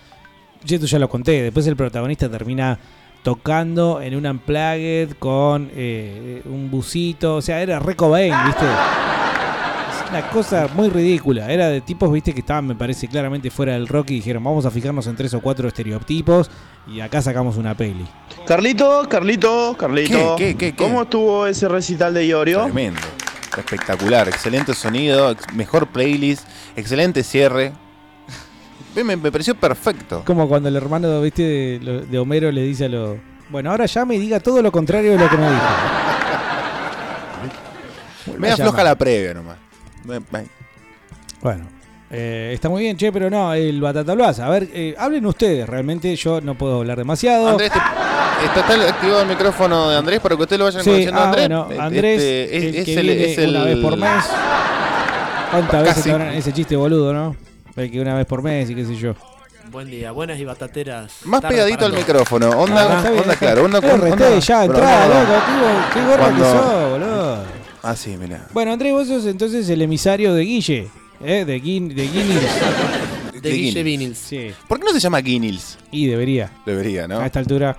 Speaker 5: Yo esto ya lo conté, después el protagonista termina tocando en un unplugged con eh, un busito, o sea, era re Cobain, ¿viste? Es Una cosa muy ridícula. Era de tipos, viste, que estaban, me parece, claramente fuera del rock y dijeron, vamos a fijarnos en tres o cuatro estereotipos y acá sacamos una peli.
Speaker 8: Carlito, Carlito, Carlito.
Speaker 6: ¿Qué? ¿Qué? ¿Qué? ¿Qué?
Speaker 8: ¿Cómo estuvo ese recital de Iorio?
Speaker 6: Tremendo. Espectacular. Excelente sonido. ex- mejor playlist. Excelente cierre. Me, me- me pareció perfecto.
Speaker 5: Como cuando el hermano, viste, de, lo- de Homero le dice a los... Bueno, ahora llame y diga todo lo contrario de lo que me dijo.
Speaker 6: Me afloja la previa nomás. Me- me-
Speaker 5: Bueno, eh, está muy bien, che, pero no, el Batata Bluasa. A ver, eh, hablen ustedes, realmente yo no puedo hablar demasiado.
Speaker 6: Andrés, te- está, está activado el micrófono de Andrés para que ustedes lo vayan este,
Speaker 5: Sí,
Speaker 6: conociendo.
Speaker 5: ah,
Speaker 6: Andrés,
Speaker 5: bueno,
Speaker 6: Eh,
Speaker 5: Andrés,
Speaker 6: este,
Speaker 5: el que viene una vez por mes. ¿Cuántas veces
Speaker 19: Casi.
Speaker 5: te habrán- ese chiste boludo, no? El que una vez por mes y qué sé yo.
Speaker 19: Buen día, buenas y batateras.
Speaker 6: Más
Speaker 19: tardes
Speaker 6: pegadito
Speaker 19: para
Speaker 6: al
Speaker 19: todos.
Speaker 6: micrófono, onda,
Speaker 5: Ah, está bien,
Speaker 6: onda
Speaker 5: está
Speaker 6: claro, onda
Speaker 5: bien. Eh, resté, ya, entrá, loco, qué- qué gordo que sos, boludo.
Speaker 6: Ah, sí, mirá.
Speaker 5: Bueno, Andrés, vos sos entonces el emisario de Guille, ¿eh? De, Guin, de Guinness.
Speaker 6: De De Guille Guinness. Vinils.
Speaker 5: Sí.
Speaker 6: ¿Por qué no se llama Guinness?
Speaker 5: Y debería.
Speaker 6: Debería, ¿no?
Speaker 5: A esta altura.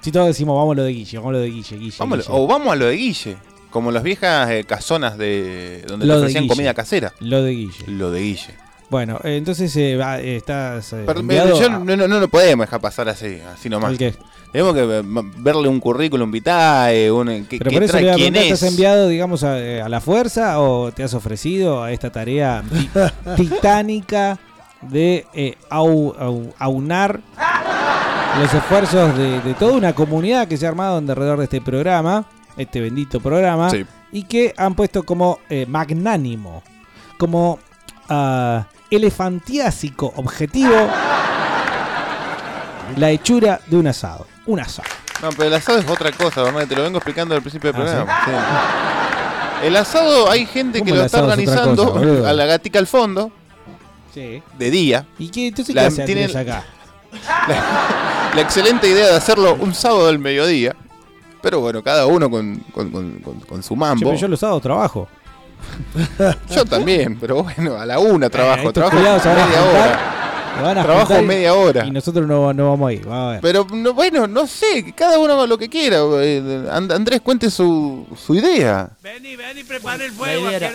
Speaker 5: Si todos decimos, vamos a lo de Guille, vamos a lo de Guille, Guille.
Speaker 6: Vamos-
Speaker 5: Guille.
Speaker 6: o vamos a lo de Guille, como las viejas eh, casonas de donde
Speaker 5: Lo
Speaker 6: te
Speaker 5: de
Speaker 6: ofrecían
Speaker 5: Guille.
Speaker 6: comida casera.
Speaker 5: Lo de Guille.
Speaker 6: Lo de Guille.
Speaker 5: Bueno, eh, entonces eh, va- eh, estás. eh,
Speaker 6: Perdón,
Speaker 5: enviado
Speaker 6: yo
Speaker 5: a-
Speaker 6: no, no, no lo podemos dejar pasar así, así nomás.
Speaker 5: ¿El qué?
Speaker 6: Tenemos que eh, ma- verle un currículum vitae, un, eh, que,
Speaker 5: Pero
Speaker 6: que
Speaker 5: por eso
Speaker 6: trae
Speaker 5: le voy a
Speaker 6: quién
Speaker 5: preguntar,
Speaker 6: es.
Speaker 5: ¿estás enviado, digamos, a, eh, a la fuerza o te has ofrecido a esta tarea ti- titánica de eh, au- au- aunar los esfuerzos de, de toda una comunidad que se ha armado en alrededor de este programa, este bendito programa,
Speaker 6: Sí.
Speaker 5: y que han puesto como eh, magnánimo, como ah, elefantiásico objetivo la hechura de un asado. Un asado.
Speaker 6: No, pero el asado es otra cosa, Bernardo, te lo vengo explicando al principio del programa. Sí. El asado hay gente que
Speaker 5: Ah, ¿Cómo el
Speaker 6: lo está
Speaker 5: asado es otra
Speaker 6: organizando
Speaker 5: cosa, boludo?
Speaker 6: a la gatica al fondo,
Speaker 5: Sí.
Speaker 6: de día.
Speaker 5: ¿Y qué, entonces
Speaker 6: La-
Speaker 5: qué hace
Speaker 6: tiene-
Speaker 5: Andrés acá?
Speaker 6: La excelente idea de hacerlo un sábado al mediodía. Pero bueno, cada uno con, con- con- con- con su
Speaker 5: Che,
Speaker 6: mambo.
Speaker 5: pero yo los sábados trabajo.
Speaker 6: Yo también, pero bueno, a la una trabajo.
Speaker 5: Eh, estos
Speaker 6: trabajo
Speaker 5: culiados se van a
Speaker 6: media
Speaker 5: juntar,
Speaker 6: hora.
Speaker 5: Me van a
Speaker 6: trabajo
Speaker 5: juntar y-
Speaker 6: media hora.
Speaker 5: Y nosotros no, no vamos a ir. va a ver.
Speaker 6: Pero no, bueno, no sé, que cada uno haga lo que quiera. eh, And- Andrés, cuente su, su idea.
Speaker 19: La idea era-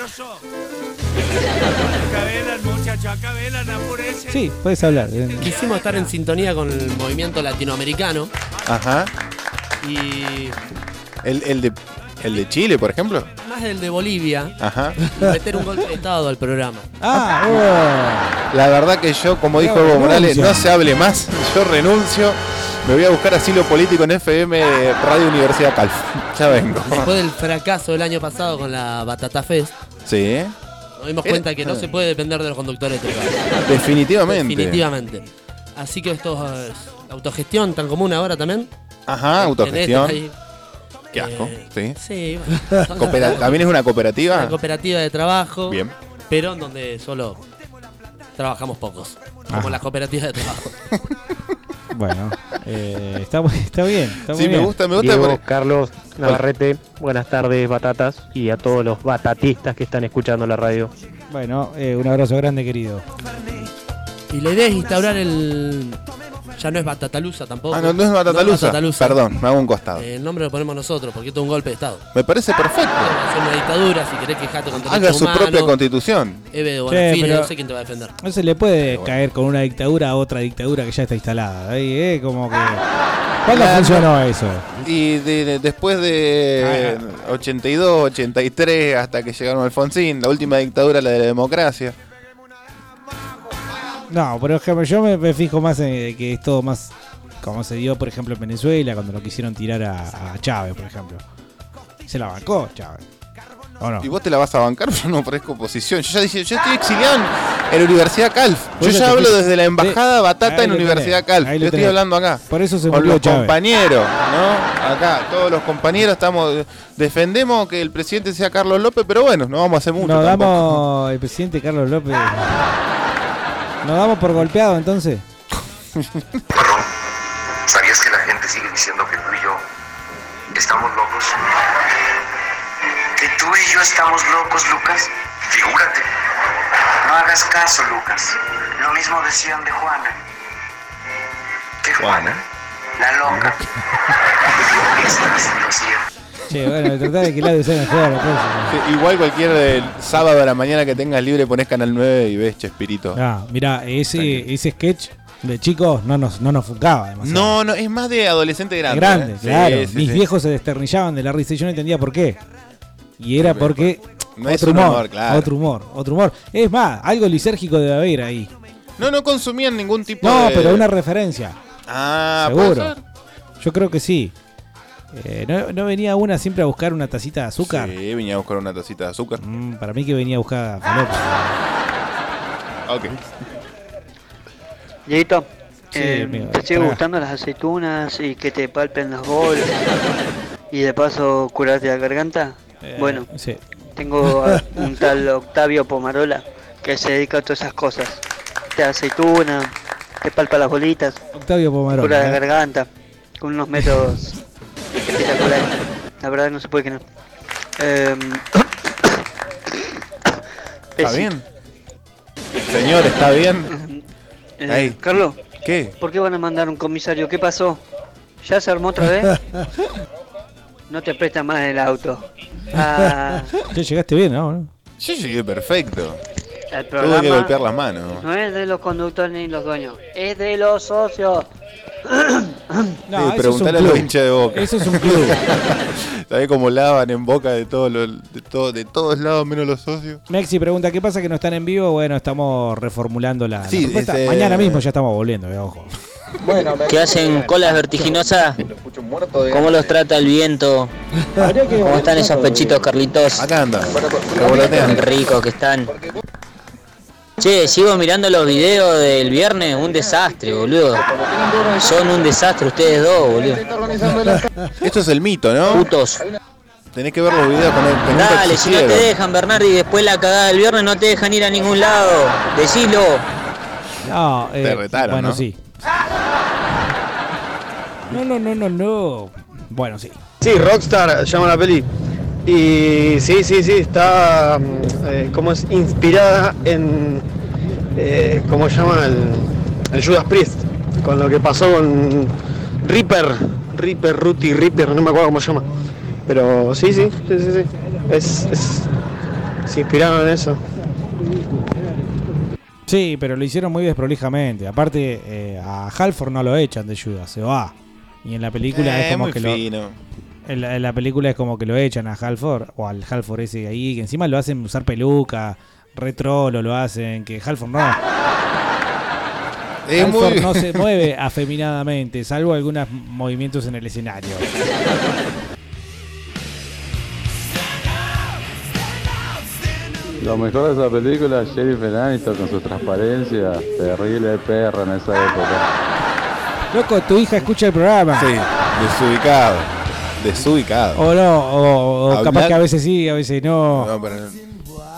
Speaker 5: Sí, puedes hablar. eh,
Speaker 19: Quisimos estar en sintonía con el movimiento latinoamericano
Speaker 6: Ajá.
Speaker 19: y
Speaker 6: El, el de, el de Chile, por ejemplo.
Speaker 19: más del de Bolivia,
Speaker 6: Ajá.
Speaker 5: Ah.
Speaker 19: meter un golpe de Estado al programa.
Speaker 6: La verdad que yo, como dijo
Speaker 19: Yo
Speaker 6: Evo Morales,
Speaker 19: renuncio.
Speaker 6: no se hable más. Yo renuncio. Me voy a buscar asilo político en FM Radio Universidad Calf. Ya vengo.
Speaker 19: Después del fracaso del año pasado con la Batata Fest,
Speaker 6: Sí,
Speaker 19: nos dimos
Speaker 6: Era-
Speaker 19: cuenta que no se puede depender de los conductores de lugar.
Speaker 6: definitivamente.
Speaker 19: Definitivamente. Así que esto es autogestión tan común ahora también.
Speaker 6: Ajá, autogestión.
Speaker 19: Tenés ahí, Eh,
Speaker 6: Qué asco. Sí.
Speaker 19: Sí, bueno.
Speaker 6: Coopera- ¿También es una cooperativa?
Speaker 19: Una cooperativa de trabajo.
Speaker 6: Bien.
Speaker 19: Pero en donde solo trabajamos pocos. Como
Speaker 5: Ah.
Speaker 19: las cooperativas de trabajo.
Speaker 5: Bueno, eh, está, bu- está bien. Está muy bien.
Speaker 20: Diego, Carlos Navarrete, buenas tardes, batatas, y a todos los batatistas que están escuchando la radio.
Speaker 5: Bueno, eh, un abrazo grande, querido.
Speaker 19: Y la idea es instaurar el. Ya no es Batatalusa tampoco.
Speaker 6: Ah, no, no es Batatalusa. Perdón, me hago un costado.
Speaker 19: Eh, El nombre lo ponemos nosotros porque esto es un golpe de Estado.
Speaker 6: Me parece perfecto.
Speaker 19: Es una dictadura, si querés quejarte con
Speaker 6: Haga su propia constitución.
Speaker 19: Eve de
Speaker 5: Che,
Speaker 19: Bonafide,
Speaker 5: pero
Speaker 19: no sé quién te va a defender.
Speaker 5: No se le puede caer con una dictadura a otra dictadura que ya está instalada. Ahí, eh, como que.
Speaker 6: Ah,
Speaker 5: ¿Cuándo
Speaker 6: La-
Speaker 5: funcionó eso?
Speaker 6: Y de- de- después de 82, 83, hasta que llegaron Alfonsín, la última dictadura, la de la democracia.
Speaker 5: No, por ejemplo, yo me, me fijo más en que es todo más. Como se dio, por ejemplo, en Venezuela, cuando lo quisieron tirar a, a Chávez, por ejemplo. Se la bancó Chávez. ¿O no?
Speaker 6: ¿Y vos te la vas a bancar? Yo no ofrezco oposición. Yo ya dije, yo estoy exiliado en- en la Universidad Calf. Yo
Speaker 5: Vos te
Speaker 6: ya hablo
Speaker 5: fuiste-
Speaker 6: desde la Embajada
Speaker 5: Sí.
Speaker 6: Batata
Speaker 5: Ahí
Speaker 6: en
Speaker 5: lo tenés,
Speaker 6: Universidad Calf.
Speaker 5: ahí
Speaker 6: Yo
Speaker 5: lo
Speaker 6: estoy
Speaker 5: tenés.
Speaker 6: hablando acá.
Speaker 5: Por eso se
Speaker 6: con
Speaker 5: murió
Speaker 6: los
Speaker 5: Chávez.
Speaker 6: compañeros, ¿no? Acá, todos los compañeros estamos. eh, Defendemos que el presidente sea Carlos López, pero bueno, no vamos a hacer mucho.
Speaker 5: Nos
Speaker 6: tampoco.
Speaker 5: damos el presidente Carlos López. Nos damos por golpeado entonces.
Speaker 21: ¿Sabías que la gente sigue diciendo que tú y yo estamos locos? Que tú y yo estamos locos, Lucas. Figúrate. No hagas caso, Lucas. Lo mismo decían de Juana. Que Juana,
Speaker 6: ¿eh?
Speaker 21: la loca. Estás en lo cierto.
Speaker 5: Che, bueno, tratar de que la sea mejor entonces.
Speaker 6: Sí, Igual cualquier eh, sábado a la mañana que tengas libre pones Canal 9 y ves Chespirito.
Speaker 5: Ah, mirá, ese, ese sketch de chicos no nos, no nos fugaba demasiado.
Speaker 6: No, no, es más de adolescente grande.
Speaker 5: Grande,
Speaker 6: ¿eh? Sí,
Speaker 5: claro.
Speaker 6: sí,
Speaker 5: Mis
Speaker 6: sí.
Speaker 5: viejos se desternillaban de la risa y yo no entendía por qué. Y era
Speaker 6: Sí,
Speaker 5: porque.
Speaker 6: no es
Speaker 5: otro
Speaker 6: un
Speaker 5: humor,
Speaker 6: humor, claro.
Speaker 5: otro humor, otro humor. Es más, algo lisérgico debe haber ahí.
Speaker 6: No, no consumían ningún tipo
Speaker 5: No,
Speaker 6: de.
Speaker 5: pero una referencia.
Speaker 6: Ah, ¿puede
Speaker 5: Seguro.
Speaker 6: ser?
Speaker 5: Yo creo que sí. Eh, ¿no, no venía una siempre a buscar una tacita de azúcar? Mm,
Speaker 6: Sí, venía a buscar una tacita de azúcar.
Speaker 5: Para mí que venía a buscar falopa.
Speaker 6: Ok.
Speaker 22: Dieguito,
Speaker 5: Sí,
Speaker 22: eh,
Speaker 5: amigo,
Speaker 22: te sigue
Speaker 5: pará.
Speaker 22: gustando las aceitunas y que te palpen los goles y de paso curarte la garganta. bueno,
Speaker 5: Sí.
Speaker 22: Tengo a un tal Octavio Pomarola que se dedica a todas esas cosas. Te aceituna, te palpa las bolitas,
Speaker 5: Octavio
Speaker 22: te
Speaker 5: Pomarón.
Speaker 22: cura la
Speaker 5: ¿eh?
Speaker 22: garganta, con unos métodos espectaculares. La verdad no se puede que no. Em,
Speaker 6: ¿Está
Speaker 22: Bessie.
Speaker 6: bien? Señor, ¿está bien?
Speaker 22: Eh,
Speaker 6: Ahí.
Speaker 22: Carlos,
Speaker 6: ¿Qué?
Speaker 22: ¿por qué van a mandar un comisario? ¿Qué pasó? ¿Ya se armó otra vez? No te presta más el auto. Ah,
Speaker 5: Ya llegaste bien, ¿no?
Speaker 6: Yo llegué perfecto.
Speaker 22: el
Speaker 6: Tuve que
Speaker 22: programa
Speaker 6: golpear las manos.
Speaker 22: no es de los conductores ni los dueños, es de los socios.
Speaker 6: Sí, preguntale a los hinchas de boca.
Speaker 5: Eso es un club.
Speaker 6: ¿Sabés cómo lavan en boca de, todo lo- de, todo- de todos lados menos los socios?
Speaker 5: Mexi pregunta, ¿qué pasa que no están en vivo? Bueno, estamos reformulando la, la
Speaker 6: Sí, este-
Speaker 5: propuesta.
Speaker 6: ese-
Speaker 5: Mañana mismo ya estamos volviendo, eh, ojo.
Speaker 1: que hacen colas vertiginosas. ¿Cómo los trata el viento? ¿Cómo están esos pechitos, Carlitos?
Speaker 6: Acá anda.
Speaker 1: Tan ricos que están. Che, sigo mirando los videos del viernes. Un desastre, boludo. Son un desastre ustedes dos, boludo.
Speaker 6: Esto es el mito, ¿no?
Speaker 1: Putos.
Speaker 6: Tenés que ver los videos con el con el
Speaker 1: Dale, si no te
Speaker 6: noticiero.
Speaker 1: dejan, Bernardi, después la cagada del viernes no te dejan ir a ningún lado. Decilo.
Speaker 5: No, eh,
Speaker 6: Te retaron,
Speaker 5: bueno,
Speaker 6: ¿no?
Speaker 5: sí. No, no, no, no, no. Bueno, sí.
Speaker 18: Sí, Rockstar llama la peli. Y sí, sí, sí, está mm, eh, como es inspirada en eh, cómo llama el, el Judas Priest, con lo que pasó con Reaper, Reaper, Ruti, Reaper, no me acuerdo cómo se llama. Pero sí, sí, sí, sí, sí. Es, es- se inspiraron en eso.
Speaker 5: Sí, pero lo hicieron muy desprolijamente. Aparte, eh, a Halford no lo echan de Judas, se va. Y en la película
Speaker 6: Eh,
Speaker 5: es como
Speaker 6: muy
Speaker 5: que lo.
Speaker 6: fino.
Speaker 5: En la, en la película es como que lo echan a Halford, o al Halford ese de ahí, que encima lo hacen usar peluca, retrolo lo hacen, que Halford no.
Speaker 6: Es
Speaker 5: Halford
Speaker 6: muy-
Speaker 5: no se mueve afeminadamente, salvo algunos movimientos en el escenario.
Speaker 3: Lo mejor de esa película es Sheriff Aniston con su transparencia. Terrible perra en esa época.
Speaker 5: Loco, tu hija escucha el programa.
Speaker 6: Sí, desubicado. Desubicado.
Speaker 5: O no, o, o
Speaker 6: Hablar-
Speaker 5: capaz que a veces sí, a veces no.
Speaker 6: Oh, No, pero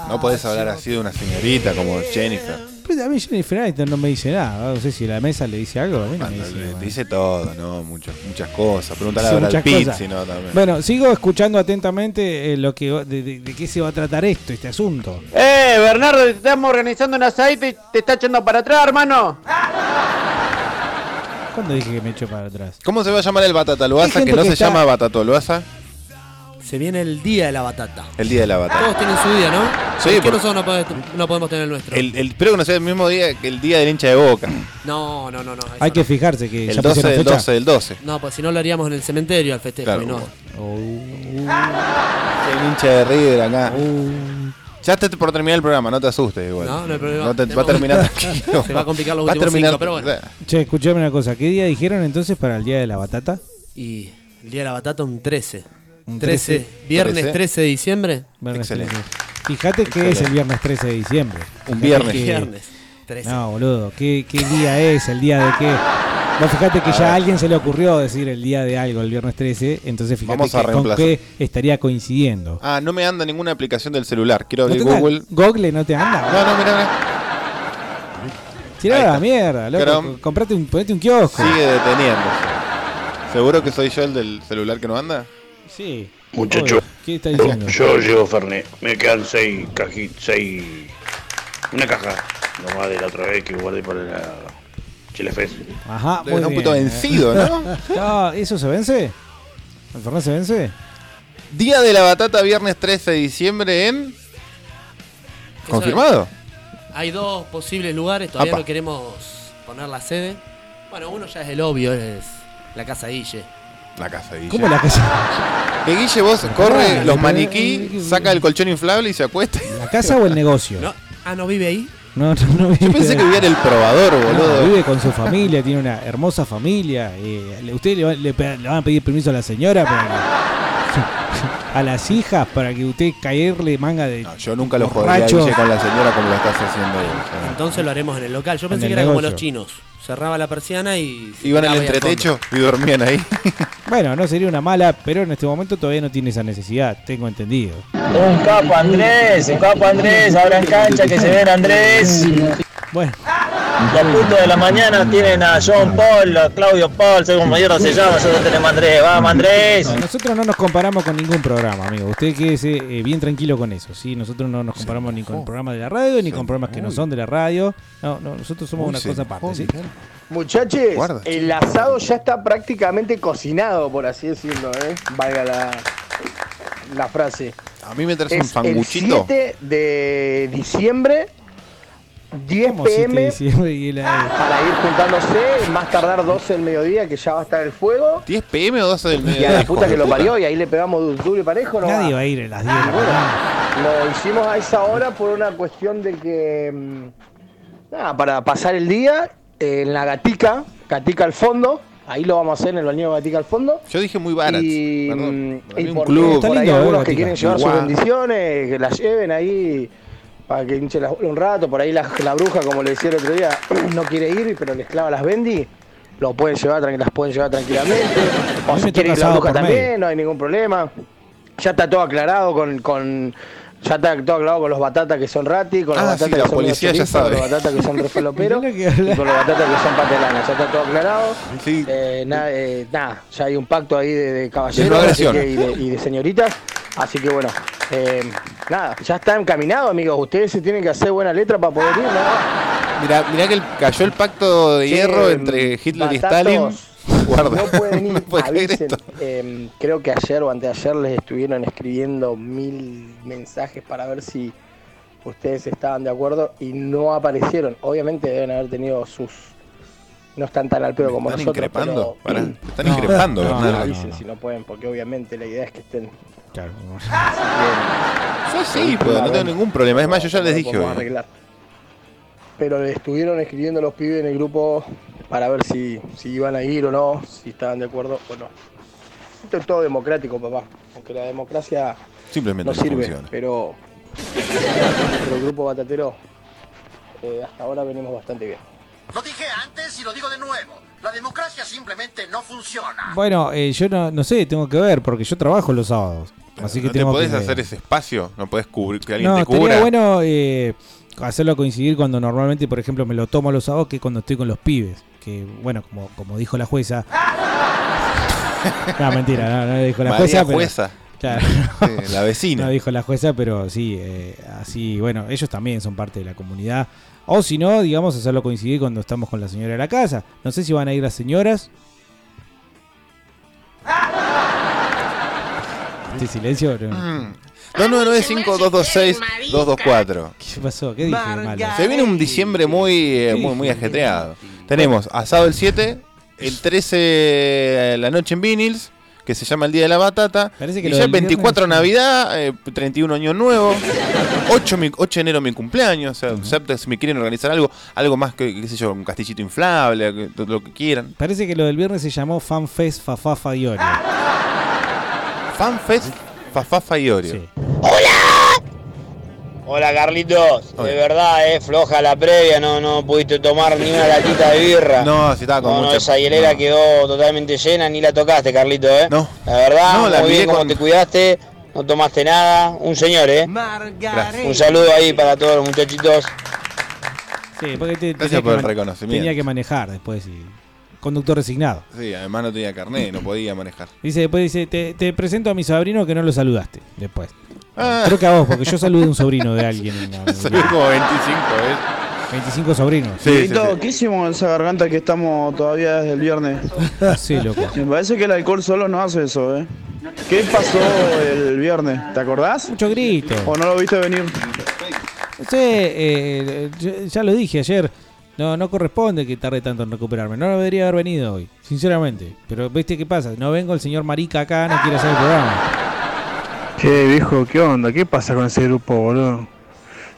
Speaker 6: no podés hablar así de una señorita como Jennifer.
Speaker 5: Pero a mí Jennifer Aniston no me dice nada. No sé si la mesa le dice algo. A mí no me
Speaker 6: Bueno,
Speaker 5: dice
Speaker 6: le-
Speaker 5: nada.
Speaker 6: te dice todo, ¿no? Muchas, muchas cosas. Pregúntale
Speaker 5: Sí,
Speaker 6: a Brad
Speaker 5: muchas
Speaker 6: Pitt,
Speaker 5: cosas.
Speaker 6: si no, también.
Speaker 5: Bueno, sigo escuchando atentamente eh, lo que de, de- de qué se va a tratar esto, este asunto.
Speaker 9: Eh, Bernardo, te estamos organizando un asadito y te está echando para atrás, hermano.
Speaker 5: ¿Cuándo dije que me echo para atrás?
Speaker 6: ¿Cómo se va a llamar el
Speaker 5: Hay
Speaker 6: batataloaza
Speaker 5: gente
Speaker 6: que no
Speaker 5: que
Speaker 6: se
Speaker 5: está-
Speaker 6: llama batataloaza?
Speaker 19: Se viene el día de la batata.
Speaker 6: El día de la batata.
Speaker 19: Todos tienen su día, ¿no?
Speaker 6: Sí,
Speaker 19: ¿Por qué
Speaker 6: por-
Speaker 19: nosotros no, pod- no podemos tener el nuestro?
Speaker 6: El, el- espero que no sea el mismo día que el día del hincha de boca.
Speaker 19: Mm, No, no, no, no.
Speaker 5: Hay que fijarse que
Speaker 6: El
Speaker 5: ya pusieron
Speaker 6: 12 del
Speaker 5: fecha.
Speaker 6: 12 del 12.
Speaker 19: No, pues si no lo haríamos en el cementerio al festejo
Speaker 6: Claro.
Speaker 19: y no.
Speaker 6: El hincha de River acá. Ya está por terminar el programa, no te asustes igual.
Speaker 19: Uh. No, no hay problema.
Speaker 6: te- va a
Speaker 19: Tenemos-
Speaker 6: terminar tranquilo.
Speaker 19: Se va a complicar los
Speaker 6: Va a
Speaker 19: últimos
Speaker 6: terminar-
Speaker 19: cinco, pero bueno.
Speaker 5: Che, escuchame una cosa. ¿Qué día dijeron entonces para el día de la batata?
Speaker 19: Y el día de la batata un 13.
Speaker 5: Un
Speaker 19: 13,
Speaker 5: 13.
Speaker 19: viernes
Speaker 5: 13.
Speaker 19: 13 de diciembre.
Speaker 5: Viernes 13. Fíjate que es el viernes 13 de diciembre.
Speaker 6: Un viernes.
Speaker 5: Que-
Speaker 6: Viernes
Speaker 19: 13.
Speaker 5: No, boludo. ¿qué, ¿Qué día es? ¿El día de qué? Vos fijate que
Speaker 6: A
Speaker 5: ya
Speaker 6: ver.
Speaker 5: a alguien se le ocurrió decir el día de algo, el viernes 13. Entonces fíjate
Speaker 6: Vamos a
Speaker 5: que- con
Speaker 6: reemplazar.
Speaker 5: qué estaría coincidiendo.
Speaker 6: Ah, no me anda ninguna aplicación del celular. Quiero
Speaker 5: ¿No
Speaker 6: abrir
Speaker 5: te anda-
Speaker 6: Google.
Speaker 5: Google no te anda.
Speaker 6: No, no, mirá, mirá.
Speaker 5: Tirá la mierda, Ah, loco.
Speaker 6: Chrome.
Speaker 5: Comprate un, ponete un kiosco.
Speaker 6: Sigue deteniéndose. ¿Seguro que soy yo el del celular que no anda?
Speaker 5: Sí.
Speaker 23: Muchacho.
Speaker 5: ¿Qué está diciendo?
Speaker 23: Yo llevo Fernet. Me quedan seis cajitas, seis. Una caja. Nomás de la otra vez que guardé para la Chile Fest.
Speaker 5: Ajá,
Speaker 23: Debe
Speaker 5: muy
Speaker 23: ser un
Speaker 5: bien.
Speaker 23: puto vencido, ¿no?
Speaker 5: No, ¿Eso se vence? ¿El Fernet se vence?
Speaker 6: Día de la batata, viernes 13 de diciembre en. ¿Confirmado?
Speaker 19: Hay dos posibles lugares, todavía
Speaker 6: Apa.
Speaker 19: no queremos poner la sede. Bueno, uno ya es el obvio, es la casa Guille.
Speaker 6: La casa Guille.
Speaker 5: ¿Cómo la casa?
Speaker 6: Que Guille vos corre
Speaker 5: pará,
Speaker 6: los
Speaker 5: pará,
Speaker 6: maniquí, saca el colchón inflable y se acuesta.
Speaker 5: ¿La casa o el negocio?
Speaker 19: No. Ah, ¿no vive ahí?
Speaker 5: No, no, no vive.
Speaker 6: Yo pensé que viviera el probador, boludo.
Speaker 5: vive con su familia, tiene una hermosa familia. eh, le- ustedes le, va- le pe- le van a pedir permiso a la señora para que- a las hijas para que usted caerle manga de.
Speaker 6: Yo nunca lo jodería a
Speaker 5: Borracho.
Speaker 6: Guille con la señora como lo estás haciendo vos.
Speaker 19: Entonces lo haremos en el local. Yo
Speaker 5: En
Speaker 19: pensé
Speaker 5: el
Speaker 19: que era como
Speaker 5: negocio.
Speaker 19: los chinos. Cerraba la persiana y.
Speaker 6: Iban al
Speaker 19: ahí al
Speaker 6: entretecho
Speaker 19: fondo.
Speaker 6: y dormían ahí.
Speaker 5: Bueno, no sería una mala, pero en este momento todavía no tiene esa necesidad, tengo entendido.
Speaker 2: Un capo Andrés, un capo Andrés, ahora en cancha que se ven Andrés.
Speaker 5: Bueno.
Speaker 2: Los putos de la mañana tienen a John Paul, a Claudio Paul, según mierda se llama, nosotros tenemos a Andrés, vamos Andrés.
Speaker 5: Nosotros no nos comparamos con ningún programa, amigo. Usted quédese eh, bien tranquilo con eso, ¿sí? Nosotros no nos comparamos ni con programas de la radio, ni con programas que no son de la radio. No, no, nosotros somos
Speaker 6: Uy,
Speaker 5: una
Speaker 6: se
Speaker 5: cosa
Speaker 6: enojó,
Speaker 5: aparte, ¿sí?
Speaker 18: Muchachos,
Speaker 5: Guarda, che.
Speaker 18: el asado ya está prácticamente cocinado, por así decirlo, ¿eh? Valga la, la frase.
Speaker 6: A mí me traes un
Speaker 18: Es
Speaker 6: sanguchito.
Speaker 18: El 7 de diciembre, 10
Speaker 5: Como si te
Speaker 18: pm,
Speaker 5: diciembre y la-
Speaker 18: para ir juntándose, más tardar 12 del mediodía, que ya va a estar el fuego.
Speaker 6: ¿10 pm o 12 del
Speaker 18: Y a
Speaker 6: mediodía?
Speaker 18: la puta que lo parió, y ahí le pegamos du- duro y parejo, ¿no?
Speaker 5: Nadie
Speaker 18: va.
Speaker 5: va a ir a las 10 de la
Speaker 18: Bueno,
Speaker 5: mañana.
Speaker 18: lo hicimos a esa hora por una cuestión de que. mm, Nada, para pasar el día eh, en la gatica, gatica al fondo. Ahí lo vamos a hacer en el baño de gatica al fondo.
Speaker 6: Yo dije muy barato.
Speaker 18: Y, mm,
Speaker 6: Perdón.
Speaker 18: y
Speaker 6: un
Speaker 18: por-
Speaker 6: club.
Speaker 18: por
Speaker 6: Está
Speaker 18: ahí
Speaker 6: lindo, eh,
Speaker 18: algunos que
Speaker 6: Gatica.
Speaker 18: quieren llevar sus
Speaker 6: Guau.
Speaker 18: bendiciones, que las lleven ahí para que hinche la bola un rato. Por ahí la, la bruja, como le decía el otro día, no quiere ir, pero les clava las bendi. Lo pueden llevar, tranqui- las pueden llevar tranquilamente.
Speaker 5: A
Speaker 18: O
Speaker 5: mí
Speaker 18: si
Speaker 5: me
Speaker 18: quiere
Speaker 5: toca
Speaker 18: ir la
Speaker 5: sábado
Speaker 18: bruja
Speaker 5: por
Speaker 18: también, no hay ningún problema. Ya está todo aclarado con, con ya está todo aclarado con los batatas que son rati, con los
Speaker 6: Ah,
Speaker 18: batatas
Speaker 6: sí,
Speaker 18: que
Speaker 6: la
Speaker 18: son medio
Speaker 6: policía ya
Speaker 18: chorizos,
Speaker 6: sabe.
Speaker 18: con los batatas que son refaloperos y con los batatas que son patelanas, ya está todo aclarado. Eh, na- eh, nada, ya hay un pacto ahí de, de caballeros así
Speaker 6: agresión.
Speaker 18: que- y, de, y de señoritas, así que bueno, eh, nada, ya está encaminado amigos, ustedes se tienen que hacer buena letra para poder ir, nada.
Speaker 6: Mirá, mirá que el- cayó el pacto de
Speaker 18: Che,
Speaker 6: hierro
Speaker 18: em,
Speaker 6: entre Hitler
Speaker 18: batatos,
Speaker 6: y Stalin. Guarda.
Speaker 18: No pueden ir,
Speaker 6: puede creer
Speaker 18: avisen. Eh, creo que ayer o anteayer les estuvieron escribiendo mil mensajes para ver si ustedes estaban de acuerdo y no aparecieron. Obviamente deben haber tenido sus... No están tan al pedo como
Speaker 6: Están
Speaker 18: nosotros,
Speaker 6: increpando.
Speaker 18: pero
Speaker 6: Pará, te Están increpando,
Speaker 18: no,
Speaker 6: Bernardo.
Speaker 18: no, avisen si no pueden, porque obviamente la idea es que estén...
Speaker 5: Claro.
Speaker 6: Yo sí, puedo, no tengo ningún problema. Es más, yo ya les dije.
Speaker 18: Podemos
Speaker 6: hoy.
Speaker 18: arreglar. Pero le estuvieron escribiendo a los pibes en el grupo para ver si, si iban a ir o no, si estaban de acuerdo o no. Esto es todo democrático, papá. Aunque la democracia
Speaker 6: Simplemente
Speaker 18: no
Speaker 6: no
Speaker 18: sirve,
Speaker 6: funciona.
Speaker 18: pero, pero el grupo batatero eh, hasta ahora venimos bastante bien.
Speaker 10: Lo dije antes y lo digo de nuevo. La democracia simplemente no funciona.
Speaker 5: Bueno, eh, yo no, no sé, tengo que ver, porque yo trabajo los sábados. Así que
Speaker 6: ¿No te
Speaker 5: tengo
Speaker 6: podés
Speaker 5: que
Speaker 6: hacer ese espacio? ¿No podés cubrir que alguien
Speaker 5: No,
Speaker 6: te
Speaker 5: estaría
Speaker 6: cubra?
Speaker 5: bueno eh, hacerlo coincidir cuando normalmente, por ejemplo, me lo tomo los sábados que cuando estoy con los pibes. Que, bueno, como, como dijo la jueza. no, mentira, no, no dijo la
Speaker 6: María
Speaker 5: jueza. pero-
Speaker 6: jueza.
Speaker 5: Claro.
Speaker 6: Sí, la vecina.
Speaker 5: No dijo la jueza, pero sí, eh, así, bueno, ellos también son parte de la comunidad. O si no, digamos, hacerlo coincidir cuando estamos con la señora de la casa. No sé si van a ir las señoras. Este silencio, no.
Speaker 6: Mm. No, no, no es 5226 224.
Speaker 5: ¿Qué pasó? ¿Qué dije? de malo?
Speaker 6: Se viene un diciembre muy, eh, muy, muy ajetreado. Tenemos asado el 7, el 13 eh, la noche en vinils, que se llama el Día de la Batata.
Speaker 5: que
Speaker 6: y
Speaker 5: lo
Speaker 6: ya
Speaker 5: del
Speaker 6: el 24 Navidad, eh, 31 Año Nuevo, 8, mi- 8 de enero mi cumpleaños. O sea, excepto si me quieren organizar algo, algo más que, qué sé yo, un castillito inflable, que- todo lo que quieran.
Speaker 5: Parece que lo del viernes se llamó FanFest Fafafa y Oreo.
Speaker 6: FanFest Fafafa y Oreo.
Speaker 2: Hola Carlitos, de verdad, eh, floja la previa, no, no pudiste tomar ni una latita de birra.
Speaker 6: No, si estaba con
Speaker 2: No, no,
Speaker 6: mucha-
Speaker 2: esa hielera
Speaker 6: no.
Speaker 2: quedó totalmente llena, ni la tocaste, Carlito, ¿eh? No. La verdad,
Speaker 6: No, la
Speaker 2: muy
Speaker 6: miré
Speaker 2: bien como
Speaker 6: con-
Speaker 2: te cuidaste, no tomaste nada. Un señor, ¿eh? Un saludo ahí para todos los muchachitos.
Speaker 5: Sí, porque te- tenía
Speaker 6: Gracias
Speaker 5: que
Speaker 6: por el
Speaker 5: man-
Speaker 6: reconocimiento.
Speaker 5: Tenía que manejar después. Y... Conductor resignado.
Speaker 6: Sí, además no tenía carnet, no podía manejar.
Speaker 5: Dice, después dice, te, te presento a mi sobrino que no lo saludaste. Después.
Speaker 6: Ah.
Speaker 5: Creo que a vos, porque yo saludé a un sobrino de alguien.
Speaker 6: Salí como 25, ¿eh?
Speaker 5: 25 sobrinos.
Speaker 18: Chiquito, ¿qué hicimos en esa garganta que estamos todavía desde el viernes?
Speaker 5: Sí, loco.
Speaker 18: Me parece que el alcohol solo no hace eso, ¿eh? ¿Qué pasó el viernes? ¿Te acordás?
Speaker 5: Mucho grito.
Speaker 18: ¿O no lo viste venir?
Speaker 5: Sí, eh, yo- ya lo dije ayer. No, no corresponde que tarde tanto en recuperarme. No debería haber venido hoy, sinceramente. Pero viste qué pasa. No vengo el señor Marica acá, no quiere hacer el programa.
Speaker 11: Che, viejo, ¿qué onda? ¿Qué pasa con ese grupo, boludo?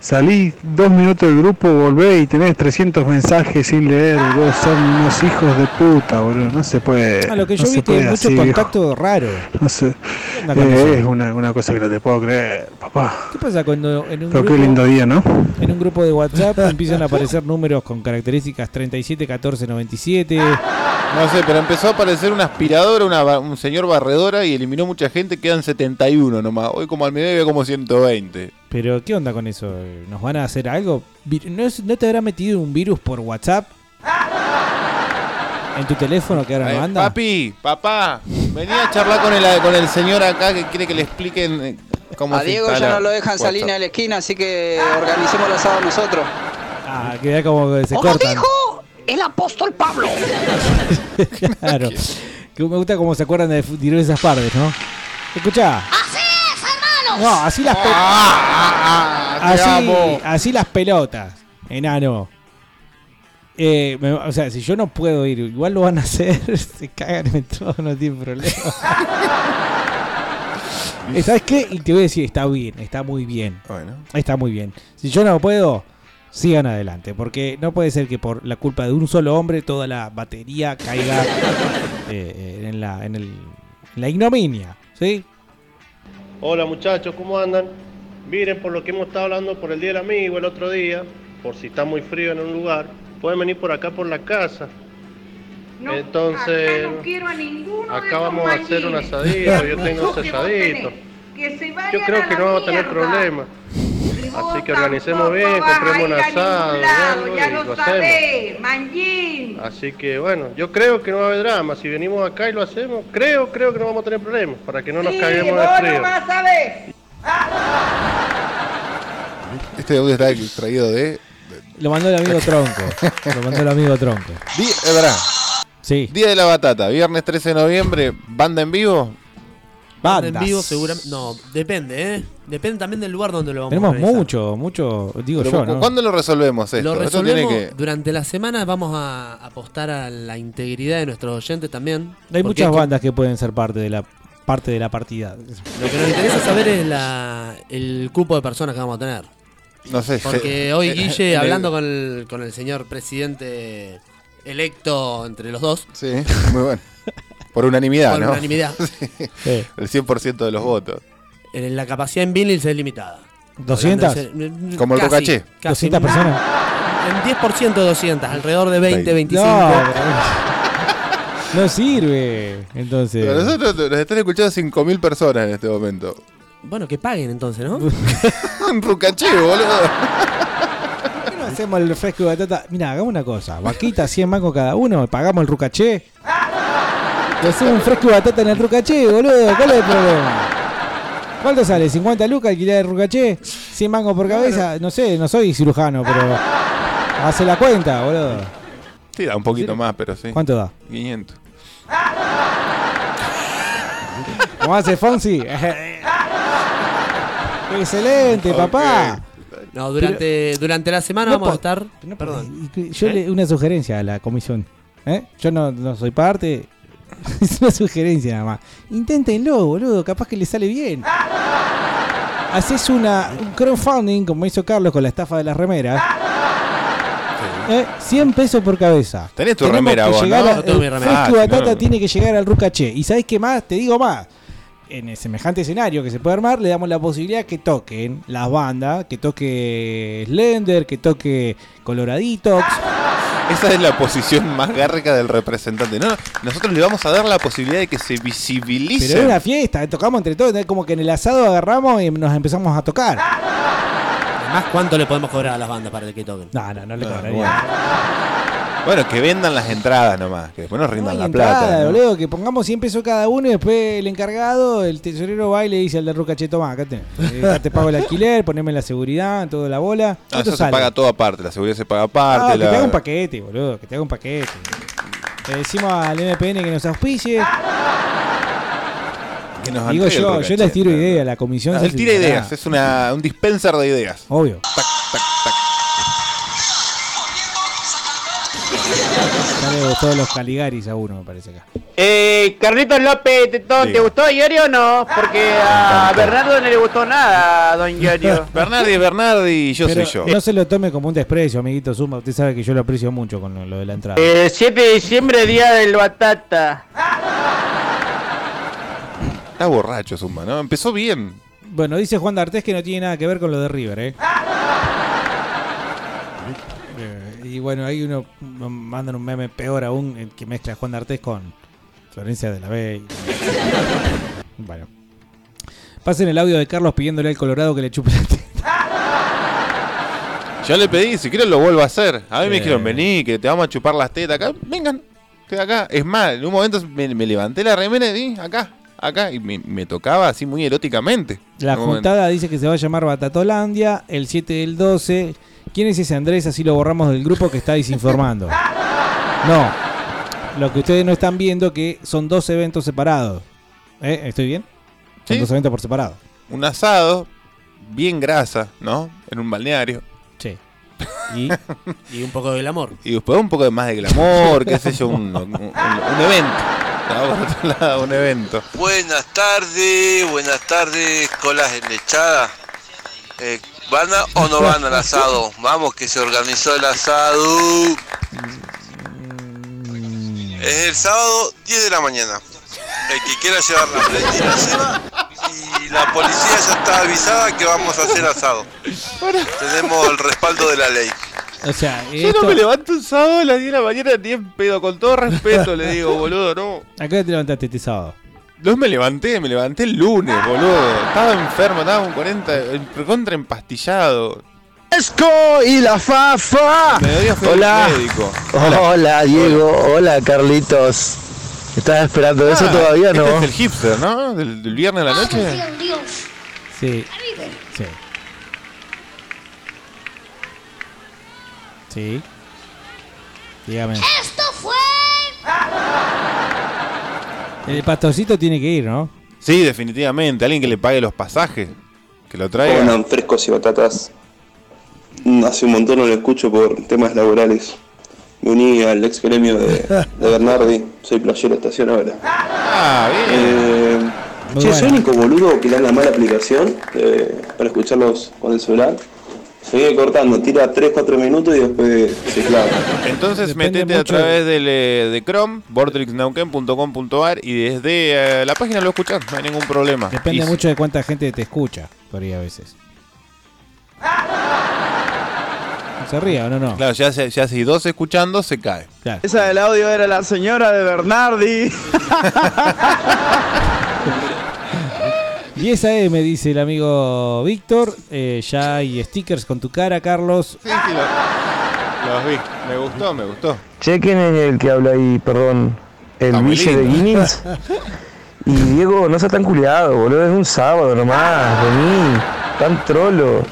Speaker 4: Salís dos minutos del grupo, volvés y tenés 300 mensajes sin leer. Vos son unos hijos de puta, boludo. No se puede.
Speaker 5: A lo que yo
Speaker 4: Eh, no se
Speaker 5: vi
Speaker 4: puede
Speaker 5: tiene mucho
Speaker 4: así, viejo.
Speaker 5: contacto raro.
Speaker 4: No sé.
Speaker 5: Una
Speaker 4: Eh,
Speaker 5: camiseta.
Speaker 4: es una, una cosa que no te puedo creer, papá.
Speaker 5: ¿Qué pasa cuando en un,
Speaker 4: Pero
Speaker 5: grupo,
Speaker 4: qué lindo día, ¿no?
Speaker 5: en un grupo de WhatsApp empiezan a aparecer números con características 37, 14, 97?
Speaker 6: No sé, pero empezó a aparecer una aspiradora, una ba- un señor barredora y eliminó mucha gente. Quedan 71 nomás. Hoy como al medio había como 120.
Speaker 5: Pero, ¿qué onda con eso? ¿Nos van a hacer algo? Vi- ¿No, es- no te habrá metido un virus por WhatsApp? ¿En tu teléfono que ahora
Speaker 6: Ay,
Speaker 5: no anda?
Speaker 6: Papi, papá, venía a charlar con el, con el señor acá que quiere que le expliquen eh, cómo
Speaker 16: A
Speaker 6: se
Speaker 16: Diego ya
Speaker 6: instala
Speaker 16: no lo dejan
Speaker 6: WhatsApp.
Speaker 16: salir a la esquina, así que organicemos el asado nosotros.
Speaker 5: Ah, queda como que se
Speaker 16: Como
Speaker 5: cortan.
Speaker 16: dijo el apóstol Pablo.
Speaker 5: claro. Que me gusta cómo se acuerdan de diversas partes, ¿no? Escuchá.
Speaker 10: ¡Así es, hermanos!
Speaker 5: No, así las pe- ah,
Speaker 10: te
Speaker 5: así,
Speaker 10: amo.
Speaker 5: así las pelotas, enano. Eh, me- o sea, si yo no puedo ir, igual lo van a hacer. Se cagan en todo, no tienen problema. Eh, ¿Sabes qué? Y te voy a decir, está bien, está muy bien. Está muy bien. Si yo no puedo, sigan adelante. Porque no puede ser que por la culpa de un solo hombre toda la batería caiga eh, eh, en, la, en, el, en la ignominia. ¿Sí?
Speaker 7: Hola muchachos, ¿cómo andan? Miren, por lo que hemos estado hablando por el Día del Amigo el otro día, por si está muy frío en un lugar, pueden venir por acá por la casa. Entonces, acá,
Speaker 11: quiero a ninguno
Speaker 7: vamos a hacer un asadito, yo tengo un asadito.
Speaker 11: Que se vayan
Speaker 7: Yo creo
Speaker 11: a
Speaker 7: que
Speaker 11: la
Speaker 7: no vamos a tener
Speaker 11: mierda.
Speaker 7: problemas. Así que organicemos
Speaker 11: Tampoco
Speaker 7: bien,
Speaker 11: vas a
Speaker 7: compremos un
Speaker 11: ir a ningún
Speaker 7: asado,
Speaker 11: lado,
Speaker 7: algo,
Speaker 11: Ya
Speaker 7: y
Speaker 11: lo
Speaker 7: lo hacemos.
Speaker 11: sabés, Manjín.
Speaker 7: Así que bueno, yo creo que no va a haber drama. Si venimos acá y lo hacemos, creo, creo que no vamos a tener problemas para que no nos
Speaker 11: Sí,
Speaker 7: caguemos de
Speaker 11: vos
Speaker 7: frío.
Speaker 11: no vas a ver.
Speaker 6: Este audio está extraído de.
Speaker 5: Lo mandó el amigo Tronco. Lo mandó el amigo Tronco.
Speaker 6: Di- eh, pará. Día de la Batata, viernes 13 de noviembre, banda en vivo.
Speaker 19: En vivo seguramente. No, depende, ¿eh? Depende también del lugar donde lo vamos
Speaker 5: Tenemos
Speaker 19: a realizar.
Speaker 5: mucho, mucho, digo
Speaker 6: Pero
Speaker 5: yo,
Speaker 6: cu-
Speaker 5: ¿no?
Speaker 6: ¿Cuándo lo resolvemos esto?
Speaker 19: Lo
Speaker 6: Esto
Speaker 19: resolvemos.
Speaker 6: tiene que-
Speaker 19: Durante la semana vamos a apostar a la integridad de nuestros oyentes también.
Speaker 5: Hay
Speaker 19: porque
Speaker 5: muchas
Speaker 19: esto-
Speaker 5: bandas que pueden ser parte de la parte de la partida.
Speaker 19: Lo que nos interesa saber es la, el cupo de personas que vamos a tener.
Speaker 6: No sé.
Speaker 19: Porque
Speaker 6: se-
Speaker 19: hoy
Speaker 6: eh,
Speaker 19: Guille,
Speaker 6: eh,
Speaker 19: hablando con el, con el señor presidente electo entre los dos,
Speaker 6: Sí, muy bueno. Por unanimidad,
Speaker 19: Por
Speaker 6: ¿no?
Speaker 19: unanimidad.
Speaker 6: Sí.
Speaker 19: Sí.
Speaker 6: El 100% de los votos.
Speaker 19: en la capacidad en Vinils es limitada.
Speaker 5: 200?
Speaker 19: Hablando en serio,
Speaker 6: Como el
Speaker 19: casi,
Speaker 6: Bocaché.
Speaker 19: casi.
Speaker 5: 200 personas.
Speaker 19: En 10% 200, alrededor de 20, 25.
Speaker 5: No, No sirve. Entonces.
Speaker 6: Pero nosotros nos están escuchando 5.000 personas en este momento.
Speaker 19: Bueno, que paguen entonces, ¿no?
Speaker 6: Un rucaché, boludo.
Speaker 5: ¿Por qué no hacemos el refresco de batata? Mira, hagamos una cosa. Vaquita, 100 mangos cada uno, pagamos el rucaché. Y hacemos un fresco de batata en el rucaché, boludo. ¿Cuál es el problema? ¿Cuánto sale? ¿50 lucas alquilar el rucaché? ¿100 mangos por cabeza? No sé, no soy cirujano, pero. Hace la cuenta, boludo.
Speaker 6: Sí, da un poquito más, pero sí.
Speaker 5: ¿Cuánto da?
Speaker 6: 500.
Speaker 5: ¿Cómo hace Fonsi? Excelente, papá.
Speaker 19: No, durante, durante la semana
Speaker 5: No
Speaker 19: vamos a
Speaker 5: po-
Speaker 19: estar.
Speaker 5: Y
Speaker 19: perdón.
Speaker 5: que- Yo
Speaker 19: ¿Eh?
Speaker 5: le una sugerencia a la comisión. ¿eh? Yo no, no soy parte. es una sugerencia nada más. Inténtenlo, boludo. Capaz que le sale bien. Haces una, un crowdfunding, como hizo Carlos con la estafa de las remeras. ¿Eh? 100 pesos por cabeza.
Speaker 6: Tenés tu
Speaker 5: Tenemos
Speaker 6: remera
Speaker 5: que
Speaker 6: vos,
Speaker 5: llegar
Speaker 6: ¿no?
Speaker 5: a-
Speaker 6: Yo tengo mi
Speaker 5: el
Speaker 6: remera.
Speaker 5: Fresco
Speaker 6: Ah,
Speaker 5: Batata
Speaker 6: claro.
Speaker 5: tiene que llegar al Rucaché. ¿Y sabés qué más? Te digo más. En el semejante escenario que se puede armar, le damos la posibilidad que toquen las bandas, que toque Slender, que toque Coloraditox.
Speaker 6: Esa es la posición más garca del representante. No, nosotros le vamos a dar la posibilidad de que se visibilice.
Speaker 5: Pero es una fiesta, tocamos entre todos, ¿entendés? como que en el asado agarramos y nos empezamos a tocar.
Speaker 19: Además, ¿cuánto le podemos cobrar a las bandas para que toquen?
Speaker 5: No, no, no le
Speaker 6: Bueno, que vendan las entradas nomás, que después nos rindan la
Speaker 5: Entrada,
Speaker 6: plata. ¿no?
Speaker 5: boludo, que pongamos 100 pesos cada uno y después el encargado, el tesorero va y le dice al de Rucaché, toma, acá tenés. Eh, acá te pago el alquiler, poneme la seguridad, toda la bola.
Speaker 6: No,
Speaker 5: ¿Cuánto
Speaker 6: Ah, eso se
Speaker 5: sale?
Speaker 6: paga todo aparte, la seguridad se paga
Speaker 5: Ah,
Speaker 6: aparte.
Speaker 5: que
Speaker 6: la-
Speaker 5: te haga un paquete, boludo, que te haga un paquete. Le decimos al MPN que nos auspicie.
Speaker 6: que nos
Speaker 5: Digo
Speaker 6: entregue el
Speaker 5: yo, yo
Speaker 6: Rucaché.
Speaker 5: les tiro ideas, la comisión.
Speaker 6: Ah,
Speaker 5: se
Speaker 6: él tira
Speaker 5: fijará.
Speaker 6: ideas, es una, un dispenser de ideas.
Speaker 5: Obvio.
Speaker 6: Tac, tac, tac.
Speaker 5: Ya le gustó los Caligaris a uno, me parece acá.
Speaker 9: Eh, Carlitos López, Tetón, ¿te
Speaker 5: Sí.
Speaker 9: gustó Iorio o no? Porque a Bernardo no le gustó nada, don Iorio.
Speaker 6: Bernardi es Bernardi y yo
Speaker 5: Pero
Speaker 6: soy yo.
Speaker 5: No se lo tome como un desprecio, amiguito Zumba. Usted sabe que yo lo aprecio mucho con lo- lo de la entrada.
Speaker 9: Eh, 7 de diciembre, día del batata.
Speaker 6: Está borracho Zumba, ¿no? Empezó bien.
Speaker 5: Bueno, dice Juan de Artés que no tiene nada que ver con lo de River, ¿eh? Eh, y bueno, ahí uno m- mandan un meme peor aún eh, que mezcla a Juan de Artés con Florencia de la B. bueno. Pasen el audio de Carlos pidiéndole al Colorado que le chupe la teta.
Speaker 6: Yo le pedí, si quieren lo vuelvo a hacer. A mí me
Speaker 5: Sí.
Speaker 6: dijeron, vení, que te vamos a chupar las tetas acá. Vengan, estoy acá. Es más, en un momento me, me levanté la remera y di, acá, acá. Y me, me tocaba así muy eróticamente.
Speaker 5: La
Speaker 6: En un momento.
Speaker 5: juntada dice que se va a llamar Batatolandia el 7 del 12. ¿Quién es ese Andrés? Así lo borramos del grupo que está desinformando. No. Lo que ustedes no están viendo que son dos eventos separados. ¿Eh? ¿Estoy bien? Son dos eventos por separado.
Speaker 6: Un asado, bien grasa, ¿no? En un balneario.
Speaker 5: Sí. Y,
Speaker 19: y un poco del amor.
Speaker 6: Y después un poco más de glamour, qué sé yo, un, un- un- un evento. Estaba por otro lado, un evento.
Speaker 12: Buenas tardes, buenas tardes, colas enlechadas. Eh, ¿Van a o no van al asado? Vamos, que se organizó el asado. Es el sábado, 10 de la mañana. El que quiera llevar la prendida lleva y la policía ya está avisada que vamos a hacer asado. Tenemos el respaldo de la ley.
Speaker 5: O sea,
Speaker 6: Yo no me levanto un sábado a las 10 de la mañana ni en pedo, con todo respeto le digo, boludo, no.
Speaker 5: ¿a qué hora te levantaste este sábado?
Speaker 6: No me levanté, me levanté el lunes, boludo. Estaba enfermo, estaba un 40, en- contra empastillado.
Speaker 13: Esco y la Fafa.
Speaker 6: Mediodía fui al
Speaker 13: Hola.
Speaker 6: médico.
Speaker 13: Hola. Diego. Hola Carlitos. ¿Estás esperando eso
Speaker 6: Ah,
Speaker 13: todavía
Speaker 6: este
Speaker 13: no?
Speaker 6: es el hipster, ¿no? Del, del viernes a la noche.
Speaker 5: Sí. Sí. Sí. Dígame.
Speaker 14: Esto fue.
Speaker 5: El pastorcito tiene que ir, ¿no?
Speaker 6: Sí, definitivamente. Alguien que le pague los pasajes. Que lo traiga.
Speaker 24: Hola, frescos y batatas. Mm, Hace un montón no lo escucho por temas laborales. Me uní al ex gremio de, de Bernardi. Soy playero estación ahora.
Speaker 6: Ah,
Speaker 24: bien.
Speaker 5: Muy
Speaker 24: che,
Speaker 5: bueno.
Speaker 24: soy el único boludo que le da la mala aplicación eh, para escucharlos con el celular. Sigue cortando, tira 3-4 minutos y después se clava.
Speaker 6: Entonces metete a través del, eh, de Chrome, vortexnauken.com.ar y desde eh, la página lo escuchás, no hay ningún problema.
Speaker 5: Depende
Speaker 6: Y-
Speaker 5: mucho de cuánta gente te escucha, por ahí a veces. ¿Se ríe o no? no?
Speaker 6: Claro, ya, se- ya si dos escuchando, se cae.
Speaker 8: Esa del audio era la señora de Bernardi.
Speaker 5: 10 AM, dice el amigo Víctor. Eh, ya hay stickers con tu cara, Carlos.
Speaker 6: Sí, sí, lo- los vi. Me gustó, me gustó.
Speaker 13: Che, ¿quién es el que habla ahí? Perdón. El vice
Speaker 6: ¿eh?
Speaker 13: de Guinness. Y Diego, no seas tan culiado, boludo. Es un sábado nomás. Vení. Tan trolo.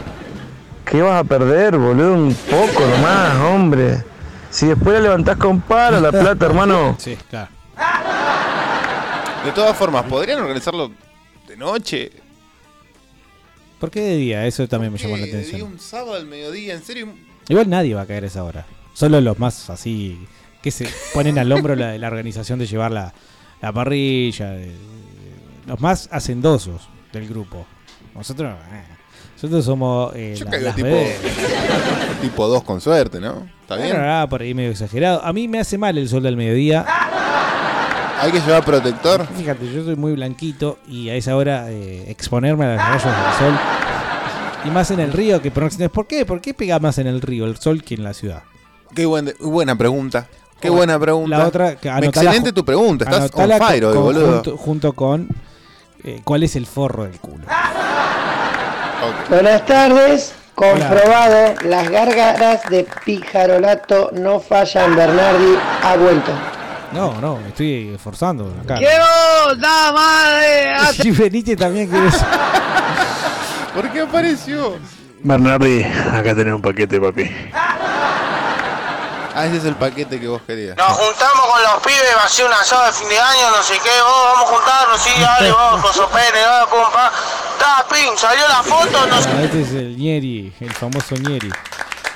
Speaker 13: ¿Qué vas a perder, boludo? Un poco nomás, hombre. Si después la levantás con palo la plata, hermano.
Speaker 5: Sí, claro.
Speaker 6: De todas formas, ¿podrían organizarlo de noche?
Speaker 5: ¿Por qué de día? Eso también me llamó la
Speaker 6: Di
Speaker 5: atención.
Speaker 6: Eh, un sábado al mediodía, en serio.
Speaker 5: Igual nadie va a caer a esa hora. Solo los más así que se ponen al hombro la, la organización de llevar la, la parrilla. de- de- los más hacendosos del grupo. Nosotros, eh, nosotros somos eh,
Speaker 6: Yo
Speaker 5: la-
Speaker 6: caigo
Speaker 5: las
Speaker 6: tipo,
Speaker 5: vedettes.
Speaker 6: tipo dos con suerte, ¿no? ¿Está bien?
Speaker 5: Bueno, nada, por ahí medio exagerado. A mí me hace mal el sol del mediodía.
Speaker 6: Hay que llevar protector.
Speaker 5: Fíjate, yo soy muy blanquito y a esa hora eh, exponerme a los rayos del sol. Y más en el río que pronostican. ¿Por qué? ¿Por qué pega más en el río el sol que en la ciudad?
Speaker 6: Qué buen- buena pregunta. Qué buena pregunta.
Speaker 5: La otra, que anotala
Speaker 6: Excelente
Speaker 5: ju-
Speaker 6: tu pregunta. Estás on
Speaker 5: anotala
Speaker 6: fire hoy,
Speaker 5: con-
Speaker 6: boludo.
Speaker 5: Junto, junto con eh, cuál es el forro del culo.
Speaker 25: Buenas tardes. Comprobado, las gárgaras de pijarolato no fallan. Bernardi ha vuelto.
Speaker 5: No, no, me estoy esforzando acá.
Speaker 25: ¡Diego! ¡Da madre!
Speaker 5: Y Benítez también quiere ser-
Speaker 6: ¿Por qué apareció?
Speaker 13: Bernardi, acá tenés un paquete, papi.
Speaker 6: Ah, ese es el paquete que vos querías.
Speaker 10: Nos juntamos con los pibes, va a ser un asado de fin de año, no sé qué, vos vamos a juntarnos, sí, dale vos, coso pene, dale, pum, pa. Ta, pin, salió la foto, no sé.
Speaker 5: Ah, este es el Nieri, el famoso Nieri.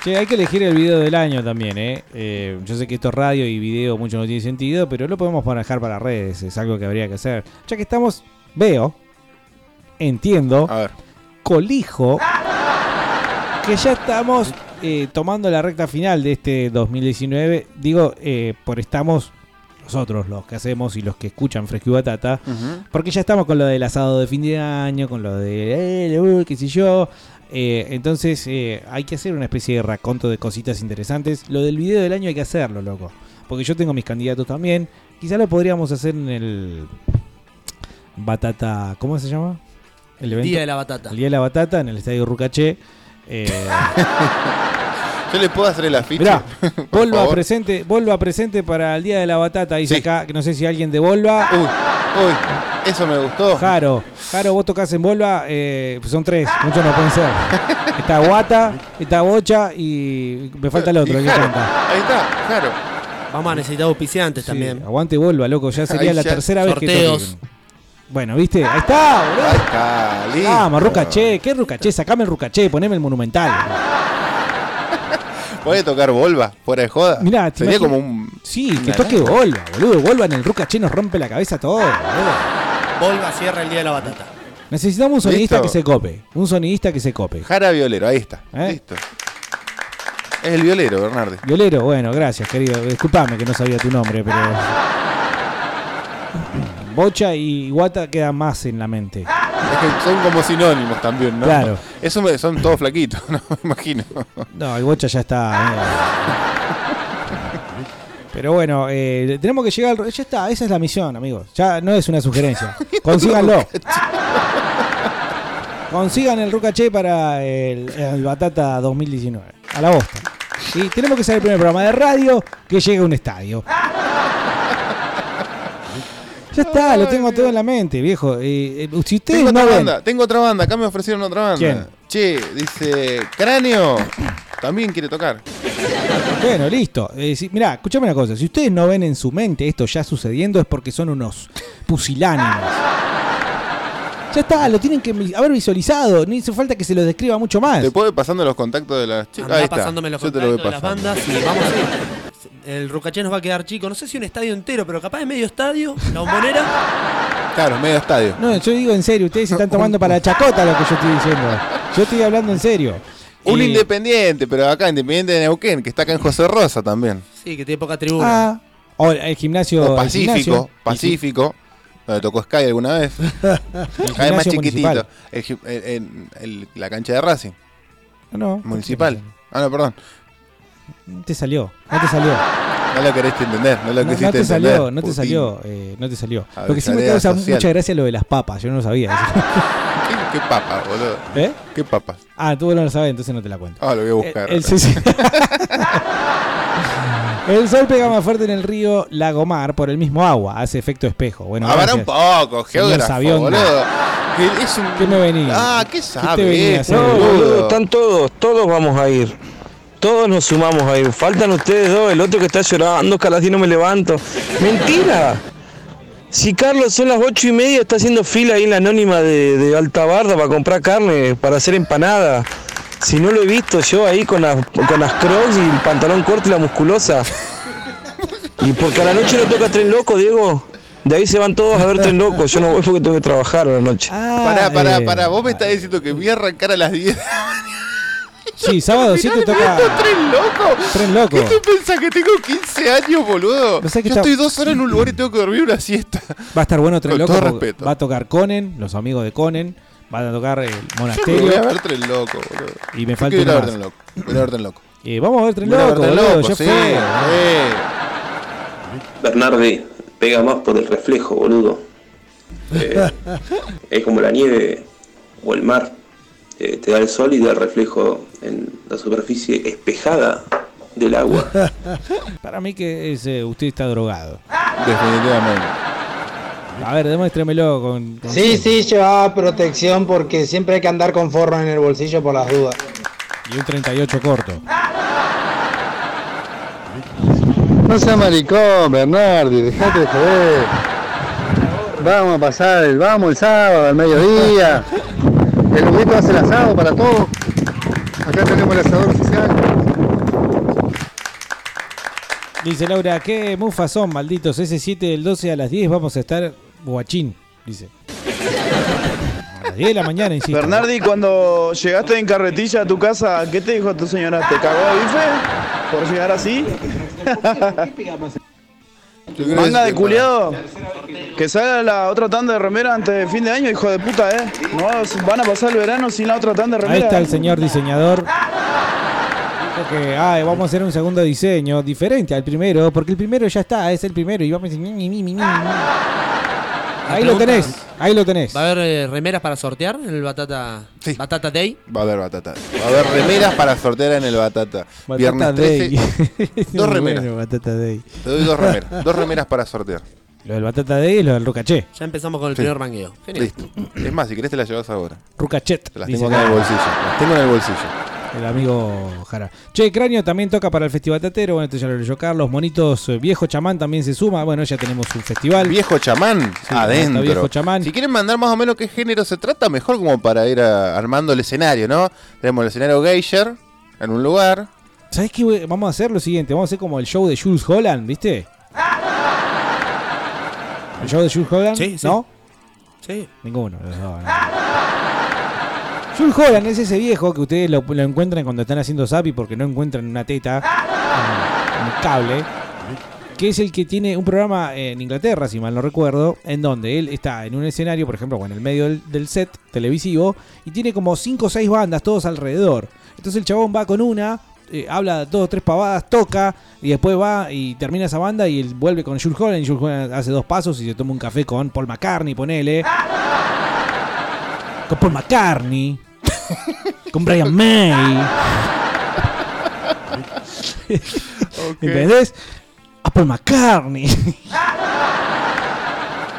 Speaker 5: Che, hay que elegir el video del año también, ¿eh? Eh, Yo sé que esto es radio y video mucho no tiene sentido, pero lo podemos manejar para redes, es algo que habría que hacer. Ya que estamos, veo, entiendo, colijo, que ya estamos eh, tomando la recta final de este 2019. Digo, eh, por estamos nosotros los que hacemos y los que escuchan Fresco y Batata, porque ya estamos con lo del asado de fin de año, con lo de eh, uy, qué sé yo. Eh, entonces eh, hay que hacer una especie de raconto de cositas interesantes. Lo del video del año hay que hacerlo, loco. Porque yo tengo mis candidatos también. Quizá lo podríamos hacer en el Batata. ¿Cómo se llama? El
Speaker 19: Día de la Batata.
Speaker 5: El Día de la Batata en el Estadio Rucaché. Eh,
Speaker 6: Yo le puedo hacer el afiche.
Speaker 5: Mirá,
Speaker 6: Por
Speaker 5: Volva
Speaker 6: favor.
Speaker 5: presente, Volva presente para el Día de la Batata, dice acá, que no sé si alguien de Volva.
Speaker 6: Uy, uy, eso me gustó.
Speaker 5: Jaro, Jaro, vos tocás en Volva, eh, son tres, muchos no pueden ser. Está Guata, está Bocha y me falta el otro,
Speaker 19: Y
Speaker 5: el que
Speaker 19: Jaro.
Speaker 5: canta.
Speaker 6: Ahí está, claro.
Speaker 19: Vamos a necesitar auspiciantes
Speaker 5: Sí,
Speaker 19: también.
Speaker 5: aguante Volva, loco, ya sería
Speaker 19: Ahí
Speaker 5: la
Speaker 19: ya-
Speaker 5: tercera vez que
Speaker 19: sorteos.
Speaker 5: toquen. Bueno, ¿viste? Ahí está, boludo.
Speaker 6: Ahí está, listo.
Speaker 5: Vamos, Rucaché, ¿qué Rucaché? Sacame el Rucaché, poneme el Monumental.
Speaker 6: Puede tocar Volva, fuera de joda.
Speaker 5: Mirá, te
Speaker 6: Sería
Speaker 5: imagino-
Speaker 6: como un.
Speaker 5: Sí, que
Speaker 6: una
Speaker 5: toque
Speaker 6: lanza.
Speaker 5: Volva, boludo. Volva en el Rucaché nos rompe la cabeza todo, boludo.
Speaker 19: Volva cierra el día de la batata.
Speaker 5: Necesitamos un sonidista
Speaker 6: Listo.
Speaker 5: que se cope. Un sonidista que se cope.
Speaker 6: Jara Violero, ahí está.
Speaker 5: ¿Eh?
Speaker 6: Listo. Es el violero, Bernardi.
Speaker 5: Violero, bueno, gracias, querido. Disculpame que no sabía tu nombre, pero. Bocha y Guata quedan más en la mente.
Speaker 6: Es que son como sinónimos también, ¿no?
Speaker 5: Claro.
Speaker 6: Eso me- son todos flaquitos, ¿no? Me imagino.
Speaker 5: No, el Bocha ya está. eh. Pero bueno, eh, tenemos que llegar. al- Ya está, esa es la misión, amigos. Ya no es una sugerencia. Consíganlo. Consigan el Rucaché para el, el Batata 2019. A la bosta. Y tenemos que ser el primer programa de radio que llegue a un estadio. Ya está, lo tengo todo en la mente, viejo. Eh, eh, si ustedes
Speaker 6: Tengo
Speaker 5: no
Speaker 6: otra
Speaker 5: ven,
Speaker 6: banda, tengo otra banda. Acá me ofrecieron otra banda.
Speaker 5: ¿Quién?
Speaker 6: Che, dice. Cráneo. También quiere tocar.
Speaker 5: Bueno, listo. Eh, si- mirá, escuchame una cosa. Si ustedes no ven en su mente esto ya sucediendo es porque son unos pusilánimes. Ya está, lo tienen que vi- haber visualizado. Ni hace falta que se lo describa mucho más.
Speaker 6: Te puedo ir pasando los contactos de las chicas.
Speaker 19: Andá
Speaker 6: Ahí está.
Speaker 19: pasándome los
Speaker 6: Yo te lo voy
Speaker 19: contactos de las
Speaker 6: pasando.
Speaker 19: bandas y vamos a ir. El Rucaché nos va a quedar chico. No sé si un estadio entero, pero capaz de medio estadio, la bombonera.
Speaker 6: Claro, medio estadio.
Speaker 5: No, yo digo en serio. Ustedes se están tomando para la chacota lo que yo estoy diciendo. Yo estoy hablando en serio.
Speaker 6: Un
Speaker 5: Y-
Speaker 6: independiente, pero acá, independiente de Neuquén, que está acá en José Rosa también.
Speaker 19: Sí, que tiene poca tribuna.
Speaker 5: Ah, o el gimnasio.
Speaker 6: O
Speaker 5: el gimnasio.
Speaker 6: Pacífico, Pacífico, donde tocó Sky alguna vez. Acá es más
Speaker 5: gimnasio
Speaker 6: chiquitito.
Speaker 5: municipal.
Speaker 6: El gi- el- el- el- la cancha de Racing,
Speaker 5: No,
Speaker 6: municipal. Ah, no, perdón.
Speaker 5: no te salió. No te salió.
Speaker 6: No lo querés entender, no lo
Speaker 5: No,
Speaker 6: quisiste
Speaker 5: no te
Speaker 6: entender.
Speaker 5: salió, no te
Speaker 6: Putin.
Speaker 5: salió, eh, no te salió.
Speaker 6: A
Speaker 5: Lo que sí me
Speaker 6: ver,
Speaker 5: causa
Speaker 6: social.
Speaker 5: mucha gracia es lo de las papas, yo no lo sabía.
Speaker 6: ¿Qué, qué papas, boludo?
Speaker 5: ¿Eh?
Speaker 6: ¿Qué papas?
Speaker 5: Ah, tú no lo sabes, entonces no te la cuento. Eh,
Speaker 6: Ah, lo voy a buscar.
Speaker 5: El, el- sí, sí. El sol pega más fuerte en el río Lagomar por el mismo agua, hace efecto espejo. Bueno,
Speaker 6: Habrá
Speaker 5: gracias.
Speaker 6: un poco,
Speaker 5: Señor
Speaker 6: geógrafo,
Speaker 5: Sabiondo.
Speaker 6: boludo. Que es un...
Speaker 5: ¿Qué me venía?
Speaker 6: Ah, ¿qué sabe?
Speaker 5: venía a
Speaker 6: este,
Speaker 5: hacer?
Speaker 13: No,
Speaker 6: boludo?
Speaker 13: boludo, están todos, todos vamos a ir. Todos nos sumamos a ir. Faltan ustedes dos, el otro que está llorando, Calati no me levanto. ¡Mentira! Si Carlos son las ocho y media, está haciendo fila ahí en la anónima de, de Altabarda para comprar carne, para hacer empanada. Si no lo he visto yo ahí con las, con las crocs y el pantalón corto y la musculosa. Y porque a la noche no toca tren loco, Diego. De ahí se van todos a ver tren loco. Yo no voy porque tengo que trabajar a la noche.
Speaker 5: Ah,
Speaker 6: Pará, pará,
Speaker 5: eh,
Speaker 6: pará. Vos me estás diciendo que voy a arrancar a las 10.
Speaker 5: Sí, sábado 7 toca.
Speaker 6: Finalmente, tren loco.
Speaker 5: Tren loco.
Speaker 6: ¿Qué te pensás que tengo 15 años, boludo?
Speaker 5: Pensá que
Speaker 6: Yo
Speaker 5: ya-
Speaker 6: estoy dos horas en un lugar y tengo que dormir una siesta.
Speaker 5: Va a estar bueno Tren
Speaker 6: Con
Speaker 5: Loco.
Speaker 6: todo
Speaker 5: porque
Speaker 6: respeto.
Speaker 5: Va a tocar Conen, los amigos de Conen. Van a tocar el
Speaker 6: Yo voy a
Speaker 5: monasterio.
Speaker 6: ver Tren Loco, boludo.
Speaker 5: Y me
Speaker 6: Yo
Speaker 5: falta
Speaker 6: quiero ir a
Speaker 5: uno
Speaker 6: ver
Speaker 5: más.
Speaker 6: Tren Loco. Voy a ver Tren Loco.
Speaker 5: Eh, vamos a ver Tren
Speaker 6: Voy a ver
Speaker 5: Loco,
Speaker 6: Tren
Speaker 5: boludo,
Speaker 6: Loco,
Speaker 5: ya
Speaker 6: sí, Eh,
Speaker 5: fue.
Speaker 6: sí.
Speaker 24: Bernardi pega más por el reflejo, boludo. Eh, es como la nieve o el mar. Eh, te da el sol y te da el reflejo en la superficie espejada del agua.
Speaker 5: Para mí que es, eh, usted está drogado.
Speaker 6: Definitivamente.
Speaker 5: A ver, demuéstremelo con. con-
Speaker 14: Sí, sí, llevaba protección porque siempre hay que andar con forro en el bolsillo por las dudas.
Speaker 5: Y un 38 corto.
Speaker 15: No seas maricón, Bernardi, dejate de joder. Vamos a pasar, el, vamos el sábado al mediodía. El luguito hace el asado para todos. Acá tenemos el asador oficial.
Speaker 5: Dice Laura, qué mufas son, malditos. Ese 7 del 12 a las 10 vamos a estar guachín, dice. A las 10 de la mañana, insisto.
Speaker 8: Bernardi, cuando llegaste en carretilla a tu casa, ¿qué te dijo tu señora? ¿Te cagó de bife? ¿Por llegar así?
Speaker 6: creo
Speaker 8: Manga
Speaker 6: que-
Speaker 8: de culiado. Que salga la otra tanda de remera antes de fin de año, hijo de puta, eh. No van a pasar el verano sin la otra tanda de remera.
Speaker 5: Ahí está el señor diseñador. Dijo que "Ay, vamos a hacer un segundo diseño diferente al primero, porque el primero ya está, es el primero. Y vamos a decir, "Ni, ni, ni, ni, ni". Ahí lo
Speaker 19: pregunta-
Speaker 5: tenés, ahí lo tenés.
Speaker 19: ¿Va a haber eh, remeras para sortear en el Batata, batata Day?
Speaker 6: Va a haber batata. Va a haber remeras para sortear en el batata. Viernes 13.
Speaker 5: Muy
Speaker 6: Dos remeras.
Speaker 5: bueno, Batata Day.
Speaker 6: Te doy dos remeras. Dos remeras para sortear.
Speaker 5: Lo del Batata Day y lo del Rucaché.
Speaker 19: Ya empezamos con el
Speaker 6: Sí.
Speaker 19: primer mangueo. Genial.
Speaker 6: Listo. Es más, si querés te las llevas ahora.
Speaker 5: Rucachet.
Speaker 6: Te las
Speaker 5: dice
Speaker 6: tengo acá en el bolsillo. Las tengo en el bolsillo.
Speaker 5: El amigo Jara. Che, Cráneo también toca para el Festival Tatero. Bueno, esto ya lo leyó Carlos. Monitos, eh, Viejo Chamán también se suma. Bueno, ya tenemos un festival.
Speaker 6: Viejo Chamán, adentro.
Speaker 5: Viejo Chamán.
Speaker 6: Si quieren mandar más o menos qué género se trata, mejor como para ir a- armando el escenario, ¿no? Tenemos el escenario Geyser en un lugar.
Speaker 5: ¿Sabes qué? we- Vamos a hacer lo siguiente. Vamos a hacer como el show de Jules Holland, ¿viste? ¿El show de Jules Holland?
Speaker 19: Sí, sí.
Speaker 5: ¿No?
Speaker 19: Sí.
Speaker 5: Ninguno. de los dos, ¿eh? ¿no? Jules Holland es ese viejo que ustedes lo, lo encuentran cuando están haciendo zapi porque no encuentran una teta, un un cable, que es el que tiene un programa en Inglaterra, si mal no recuerdo, en donde él está en un escenario, por ejemplo, o en el medio del, del set televisivo, y tiene como 5 o 6 bandas todos alrededor. Entonces el chabón va con una, eh, habla dos o tres pavadas, toca, y después va y termina esa banda y él vuelve con Jules Holland, y Jules Holland hace dos pasos y se toma un café con Paul McCartney, ponele. Con Paul McCartney. con Brian May. ¿Entendés? A Paul McCartney.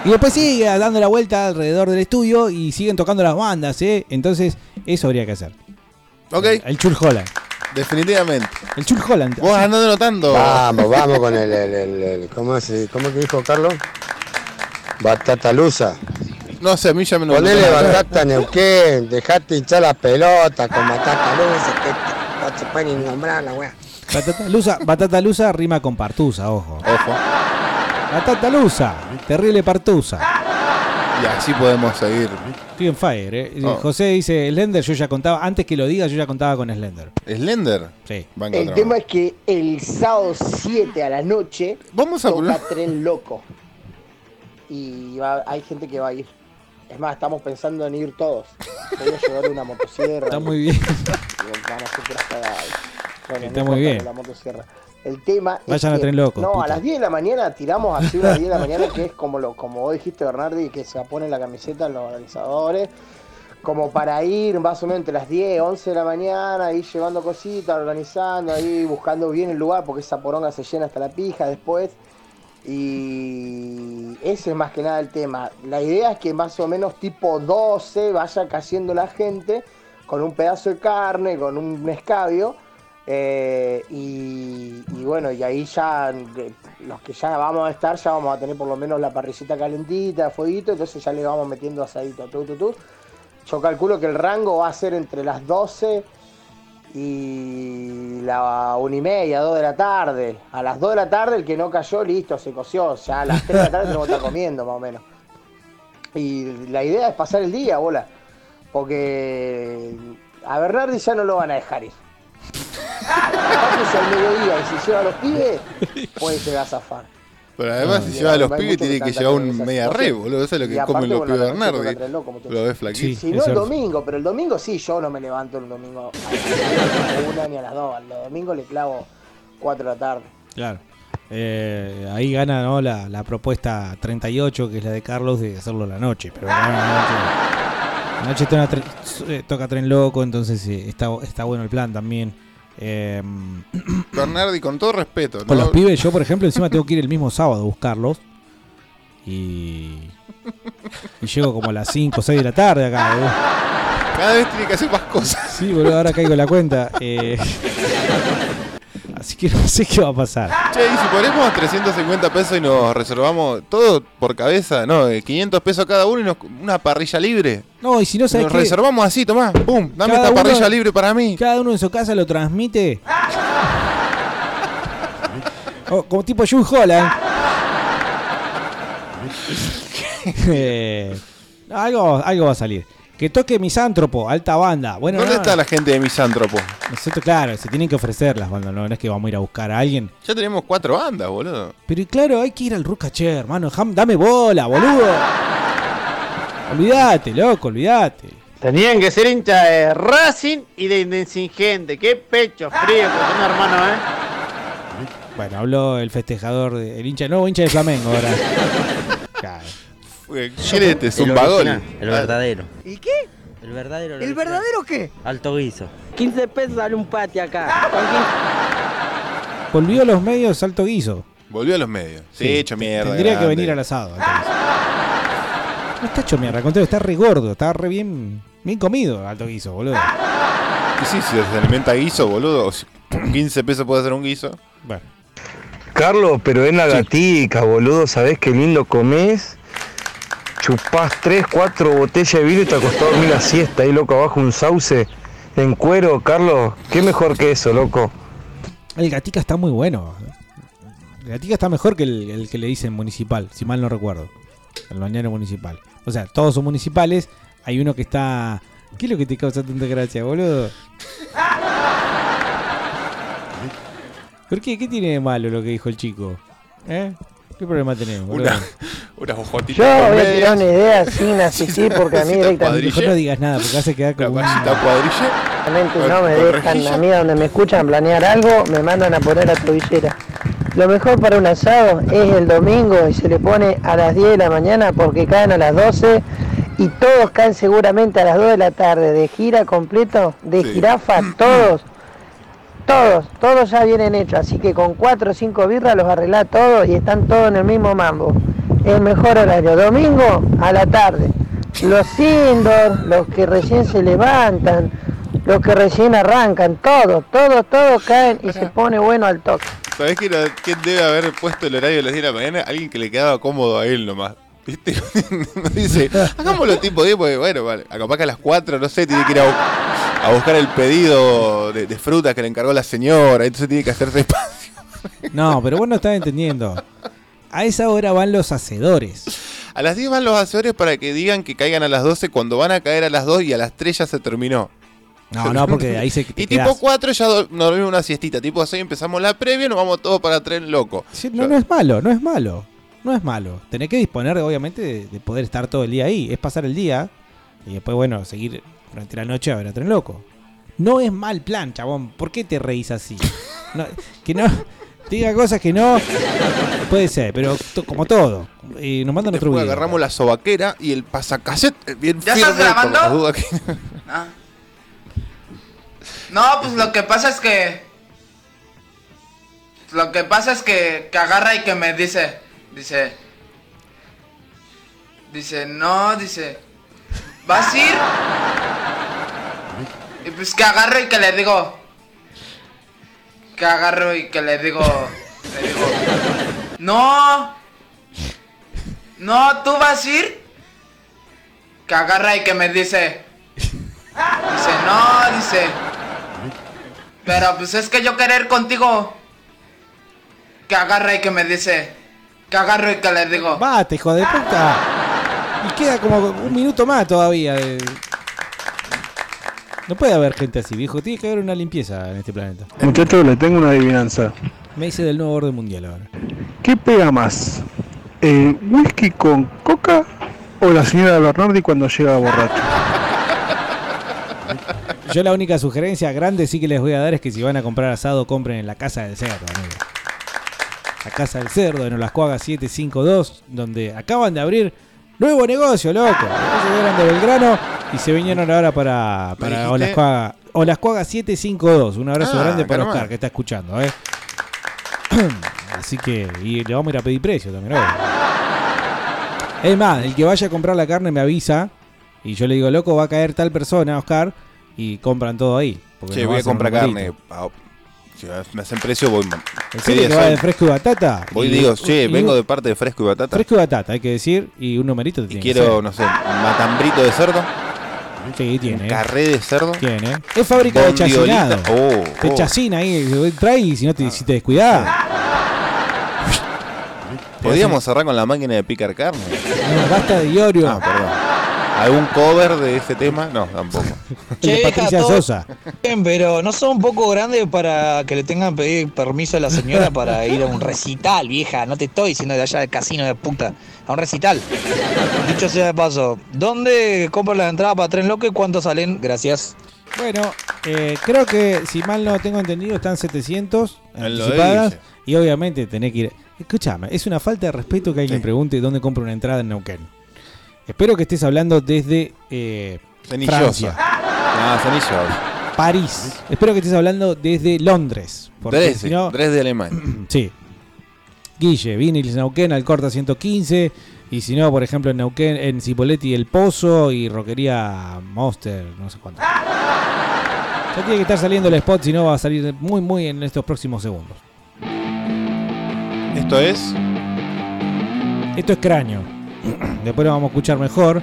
Speaker 5: y después sigue dando la vuelta alrededor del estudio y siguen tocando las bandas, ¿eh? Entonces, eso habría que hacer.
Speaker 6: Ok.
Speaker 5: El Chul Holland.
Speaker 6: Definitivamente.
Speaker 5: El Chul Holland.
Speaker 6: Vos andando notando.
Speaker 26: Vamos, vamos con el, el, el- el- ¿cómo, se- cómo que dijo Carlos? Batatalusa.
Speaker 6: No sé, a mí ya me
Speaker 26: Ponele
Speaker 6: no-
Speaker 26: batata Neuquén, dejate hinchar la pelota con batatalusa, que te- no se puede ni nombrar la wea.
Speaker 5: Batata lusa, batata lusa rima con partusa, ojo.
Speaker 6: Ojo.
Speaker 5: Batata lusa, terrible partusa.
Speaker 6: Y así podemos seguir.
Speaker 5: Estoy en fire, eh.
Speaker 6: Oh.
Speaker 5: José dice, Slender, yo ya contaba, antes que lo diga, yo ya contaba con Slender.
Speaker 6: ¿Slender?
Speaker 5: Sí.
Speaker 6: Banca
Speaker 5: El
Speaker 6: otra
Speaker 5: tema
Speaker 6: más.
Speaker 18: es que el sábado 7 a la noche
Speaker 6: Vamos a
Speaker 18: toca
Speaker 6: poner-
Speaker 18: Tren Loco. Y va- hay gente que va a ir. Es más, estamos pensando en ir todos. Voy a llevar una motosierra.
Speaker 5: Está muy bien.
Speaker 18: Y van a hacer puras cagadas. Bueno,
Speaker 5: Está
Speaker 18: no
Speaker 5: muy
Speaker 18: importa
Speaker 5: bien.
Speaker 18: con la motosierra. El tema es
Speaker 5: Vayan a
Speaker 18: que-
Speaker 5: Tren Loco,
Speaker 18: No,
Speaker 5: puta.
Speaker 18: a las 10 de la mañana tiramos así unas 10 de la mañana que es como lo como vos dijiste Bernardi que se pone la camiseta en los organizadores como para ir más o menos entre las 10, 11 de la mañana, ir llevando cositas, organizando, ahí buscando bien el lugar, porque esa poronga se llena hasta la pija después. Y ese es más que nada el tema. La idea es que más o menos tipo 12 vaya cayendo la gente con un pedazo de carne, con un escabio. eh, y, y bueno, y ahí ya eh, los que ya vamos a estar, ya vamos a tener por lo menos la parrillita calentita, fueguito, entonces ya le vamos metiendo asadito, tu, tu, tu. Yo calculo que el rango va a ser entre las 12 y la 1 y media, 2 de la tarde. A las 2 de la tarde el que no cayó, listo, se coció. Ya a las 3 de la tarde tenemos que estar comiendo más o menos. Y la idea es pasar el día, bola. Porque a Bernardi ya no lo van a dejar ir. Capaz que si al mediodía y si lleva a los pibes, puede llegar a zafar.
Speaker 6: Pero además, si
Speaker 18: Y
Speaker 6: lleva a los
Speaker 18: hay
Speaker 6: pibes,
Speaker 18: muchos
Speaker 6: tiene que
Speaker 18: están
Speaker 6: llevar
Speaker 18: también en
Speaker 6: un
Speaker 18: esa
Speaker 6: media
Speaker 18: situación.
Speaker 6: re, boludo. Eso es lo
Speaker 18: Y
Speaker 6: que comen
Speaker 18: aparte,
Speaker 6: los
Speaker 18: bueno,
Speaker 6: pibes de
Speaker 18: la noche toca
Speaker 6: Bernardi.
Speaker 18: Tren Loco, muchachos.
Speaker 6: Lo ves flaquito.
Speaker 18: Si no el domingo, pero el domingo sí, yo no me levanto el domingo a la una ni a las dos. El domingo le clavo 4 de la tarde.
Speaker 5: Claro. Eh, ahí gana ¿no? la, la propuesta 38, que es la de Carlos, de hacerlo la noche. Pero bueno, la noche, la noche toca, tren- eh, toca tren loco, entonces eh, está, está bueno el plan también. Eh,
Speaker 6: Bernardi, con todo respeto.
Speaker 5: con
Speaker 6: ¿no?
Speaker 5: los pibes, yo por ejemplo, encima tengo que ir el mismo sábado a buscarlos. Y, y llego como a las 5 o 6 de la tarde acá. boludo.
Speaker 6: Cada vez tiene que hacer más cosas.
Speaker 5: Sí, boludo, ahora caigo en la cuenta. Eh, así que no sé qué va a pasar.
Speaker 6: Che, y si ponemos 350 pesos y nos reservamos todo por cabeza, no, eh, 500 pesos cada uno y nos- una parrilla libre.
Speaker 5: No, y si no sabes
Speaker 6: nos reservamos así, tomá, pum, dame
Speaker 5: Cada
Speaker 6: esta
Speaker 5: uno-
Speaker 6: parrilla libre para mí.
Speaker 5: Cada uno en su casa lo transmite. O Oh, como tipo Jules Holland. Eh, algo, algo va a salir. Que toque Misántropo, alta banda. Bueno,
Speaker 6: ¿Dónde
Speaker 5: no,
Speaker 6: está la gente de Misántropo?
Speaker 5: Nosotros, claro, se tienen que ofrecer las bandas, no, no es que vamos a ir a buscar a alguien.
Speaker 6: Ya tenemos cuatro bandas, boludo.
Speaker 5: Pero y claro, hay que ir al Rucaché, hermano. Ham, dame bola, boludo. olvídate, loco, olvídate.
Speaker 9: Tenían que ser hincha de Racing y de Indesingente. Qué pecho frío que son, hermano, ¿eh?
Speaker 5: Bueno, habló el festejador, de- el hincha, no, hincha de Flamengo ahora. Claro.
Speaker 6: Chilete,
Speaker 3: El
Speaker 6: Zumbagol.
Speaker 3: original, El verdadero.
Speaker 17: ¿Y qué?
Speaker 3: El verdadero.
Speaker 17: ¿El verdadero qué?
Speaker 3: Alto guiso.
Speaker 17: 15 pesos sale un pati acá. Con 15
Speaker 5: Volvió a los medios alto guiso.
Speaker 6: Volvió a los medios. Sí,
Speaker 5: Sí,
Speaker 6: hecho mierda.
Speaker 5: Tendría que
Speaker 6: grande.
Speaker 5: venir al asado. entonces. No está hecho mierda, al contrario, está re gordo, está re bien, bien comido alto guiso, boludo.
Speaker 6: Y Sí, si se alimenta guiso, boludo. o si- 15 pesos puede hacer un guiso.
Speaker 5: Bueno.
Speaker 13: Carlos, pero en la gatica, boludo, ¿sabés qué lindo comés? Chupás 3, 4 botellas de vino y te acostás a dormir la siesta, ahí loco, abajo un sauce, en cuero, Carlos, qué mejor que eso, loco.
Speaker 5: El gatica está muy bueno. El gatica está mejor que el, el que le dicen municipal, si mal no recuerdo. El bañero municipal. O sea, todos son municipales. Hay uno que está. ¿Qué es lo que te causa tanta gracia, boludo? ¿Por qué? ¿Qué tiene de malo lo que dijo el chico? ¿Eh? ¿Qué problema tenemos? boludo?
Speaker 6: Una, unas
Speaker 25: Yo voy a
Speaker 6: hojotitas medias.
Speaker 25: tirar una idea sin asistir porque a mí directamente.
Speaker 5: Mejor no digas nada, porque vas a quedar como.
Speaker 6: un-
Speaker 25: Realmente no me dejan a mí a donde me escuchan planear algo, me mandan a poner a tobillera. Lo mejor para un asado es el domingo y se le pone a las 10 de la mañana porque caen a las 12 y todos caen seguramente a las 2 de la tarde, de gira completo, de jirafa, todos, todos, todos ya vienen hechos, así que con 4 o 5 birras los arreglá todos y están todos en el mismo mambo. El mejor horario, domingo a la tarde. Los indoor, los que recién se levantan, los que recién arrancan, todos, todos, todos caen y se pone bueno al toque.
Speaker 6: ¿Sabés quién, quién debe haber puesto el horario de las 10 de la mañana? Alguien que le quedaba cómodo a él nomás. ¿Viste? Nos dice, hagámoslo tipo 10, porque bueno, vale. A capaz que a las 4, no sé, tiene que ir a, bu- a buscar el pedido de, de frutas que le encargó la señora. Entonces tiene que hacerse espacio.
Speaker 5: No, pero vos no estás entendiendo. A esa hora van los hacedores.
Speaker 6: A las 10 van los hacedores para que digan que caigan a las 12 cuando van a caer a las 2 y a las 3 ya se terminó.
Speaker 5: No, no, porque ahí se. te
Speaker 6: Y
Speaker 5: quedás.
Speaker 6: tipo 4 ya do- nos dormimos una siestita. Tipo 6 empezamos la previa, nos vamos todos para tren loco.
Speaker 5: Sí, no, no es malo, no es malo. No es malo. Tenés que disponer, obviamente, de, de poder estar todo el día ahí. Es pasar el día y después, bueno, seguir durante la noche a ver a Tren Loco. No es mal plan, chabón. ¿Por qué te reís así? No, que no. Te diga cosas que no. Puede ser, pero to- como todo. Y nos mandan otro
Speaker 6: Después
Speaker 5: video.
Speaker 6: agarramos la sobaquera y el pasacassette bien
Speaker 20: ¿Ya
Speaker 6: firme.
Speaker 20: estás grabando?
Speaker 6: por las dudas que-
Speaker 20: Ah. No, pues lo que pasa es que. Lo que pasa es que, que agarra y que me dice. Dice. Dice, no, dice. ¿Vas a ir? Y pues que agarro y que le digo. Que agarro y que le digo. Le digo. No. No, tú vas a ir. Que agarra y que me dice. Dice, no, dice. Pero pues es que yo querer contigo. Que agarra y que me dice. Que agarro y que le digo.
Speaker 5: Bate, hijo de puta. Y queda como un minuto más todavía. de- No puede haber gente así, viejo. Tiene que haber una limpieza en este planeta.
Speaker 4: Muchachos, le tengo una adivinanza.
Speaker 5: Me hice del nuevo orden mundial ahora.
Speaker 4: ¿Qué pega más? ¿El whisky con coca o la señora Bernardi cuando llega borracho?
Speaker 5: Yo la única sugerencia grande sí que les voy a dar es que si van a comprar asado, compren en la Casa del Cerdo, amigo. La Casa del Cerdo en Olascuaga 752, donde acaban de abrir nuevo negocio, loco. Ellos llegaron de Belgrano y se vinieron ahora para, para
Speaker 2: dijiste?
Speaker 5: Olascuaga. Olascuaga 752. Un abrazo
Speaker 2: Ah,
Speaker 5: grande
Speaker 2: acá
Speaker 5: para
Speaker 2: nomás.
Speaker 5: Oscar que está escuchando, ¿eh? Así que, y le vamos a ir a pedir precio también, obvio. Es más, el que vaya a comprar la carne me avisa y yo le digo, loco, va a caer tal persona, Oscar, y compran todo ahí. porque
Speaker 6: Che,
Speaker 5: nos va
Speaker 6: voy a
Speaker 5: hacer un
Speaker 6: comprar carne.
Speaker 5: numerito.
Speaker 6: Ah, si me hacen precio, voy. man.
Speaker 5: ¿En
Speaker 6: ¿Qué
Speaker 5: serio
Speaker 6: día
Speaker 5: que va
Speaker 6: soy?
Speaker 5: de fresco y batata?
Speaker 6: Voy
Speaker 5: Y-
Speaker 6: y digo, che,
Speaker 5: y-
Speaker 6: vengo de parte de Fresco y Batata.
Speaker 5: Fresco y batata, hay que decir, y un numerito te tiene que
Speaker 6: Quiero,
Speaker 5: ser.
Speaker 6: no sé, matambrito de cerdo.
Speaker 5: Sí, tiene.
Speaker 6: Carré de cerdo.
Speaker 5: Tiene. Es fábrica de
Speaker 6: Bondiolita.
Speaker 5: chacinado.
Speaker 6: Oh,
Speaker 5: Te
Speaker 6: oh.
Speaker 5: chacina ahí, trae y si no te, si te descuidás.
Speaker 6: Podríamos cerrar con la máquina de picar carne.
Speaker 5: No, basta de Iorio.
Speaker 6: Ah, perdón. ¿Algún cover de ese tema? No, tampoco.
Speaker 5: Che, Patricia
Speaker 16: todo
Speaker 5: Sosa.
Speaker 16: bien, pero ¿no son un poco grandes para que le tengan que pedir permiso a la señora para ir a un recital, vieja? No te estoy diciendo de allá del casino de puta. A un recital. Dicho sea de paso, ¿dónde compro las entradas para Tren Loco y cuánto salen? Gracias.
Speaker 5: Bueno, eh, creo que si mal no tengo entendido, están 700
Speaker 16: Él Ah, lo
Speaker 5: anticipadas.
Speaker 16: dice.
Speaker 5: Y obviamente tenés que ir. Escúchame, es una falta de respeto que alguien pregunte dónde compra una entrada en Neuquén. Espero que estés hablando desde eh,
Speaker 6: Cenillosa.
Speaker 5: Francia,
Speaker 6: Ah, Cenillosa.
Speaker 5: París. Espero que estés hablando desde Londres. Porque si
Speaker 6: Dresde,
Speaker 5: no,
Speaker 6: Dresde, Alemania.
Speaker 5: sí. Guille, Vinyls Neuquén, Alcorta 115. Y si no, por ejemplo, en Neuquén, en Cipoletti El Pozo y Roquería Monster, no sé cuánto. Ya tiene que estar saliendo el spot, si no va a salir muy, muy en estos próximos segundos.
Speaker 6: Esto es.
Speaker 5: Esto es Cráneo. Después lo vamos a escuchar mejor.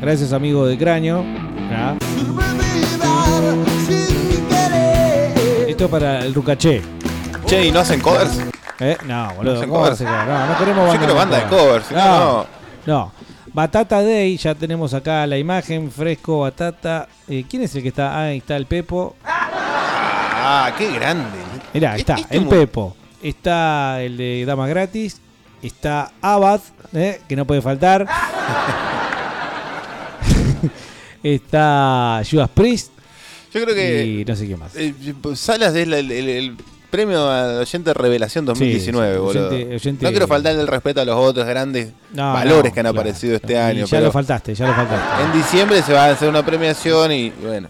Speaker 5: Gracias, amigo de Cráneo. Ya. Esto es para el Rucaché.
Speaker 6: Che, ¿y no hacen covers?
Speaker 5: Eh, no, boludo.
Speaker 6: No hacen
Speaker 5: ¿cómo
Speaker 6: covers.
Speaker 5: se cobra? No, no queremos
Speaker 6: Yo
Speaker 5: bandas
Speaker 6: quiero banda de covers, si no,
Speaker 5: No, no. Batata Day, ya tenemos acá la imagen, fresco, batata. Eh, ¿Quién es el que está? Ah, ahí está el Pepo.
Speaker 6: Ah, qué grande.
Speaker 5: Mirá, está
Speaker 6: Este
Speaker 5: el
Speaker 6: mu-
Speaker 5: Pepo, está el de Dama Gratis, está Abad, eh, que no puede faltar. está Judas Priest.
Speaker 6: Yo creo que-
Speaker 5: Y no sé qué más.
Speaker 6: Eh, Salas es la- el, el- el premio al oyente revelación 2019,
Speaker 5: Sí, sí,
Speaker 6: boludo.
Speaker 5: oyente- oyente-
Speaker 6: No quiero faltar el respeto a los otros grandes
Speaker 5: No,
Speaker 6: valores
Speaker 5: no,
Speaker 6: que han
Speaker 5: claro.
Speaker 6: aparecido este
Speaker 5: Y
Speaker 6: año.
Speaker 5: ya
Speaker 6: pero
Speaker 5: lo faltaste, ya lo faltaste.
Speaker 6: En diciembre se va a hacer una premiación y bueno.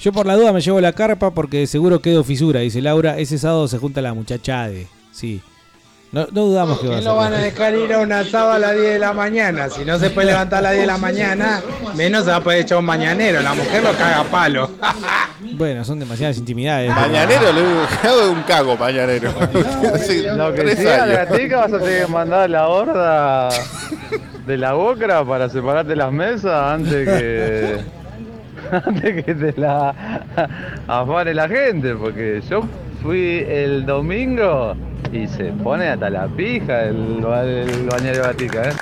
Speaker 5: Yo por la duda me llevo la carpa porque de seguro quedo fisura, dice Laura. Ese sábado se junta la muchachade. Sí. No, no dudamos que va a
Speaker 14: No van a
Speaker 5: ser.
Speaker 14: dejar ir a una sábado a las 10 de la mañana. Si no se puede levantar a las 10 de la mañana, menos se va a poder echar un mañanero. La mujer lo caga a palo.
Speaker 5: Bueno, son demasiadas intimidades. pero-
Speaker 6: Mañanero, le hago un cago, mañanero. Hace
Speaker 18: Lo que
Speaker 6: tres
Speaker 18: sea,
Speaker 6: años.
Speaker 18: la gatica vas a tener que mandar la horda de la ocra para separarte las mesas antes que. antes que te la afane la gente, porque yo fui el domingo y se pone hasta la pija el, ba- el bañero de Gatica, ¿eh?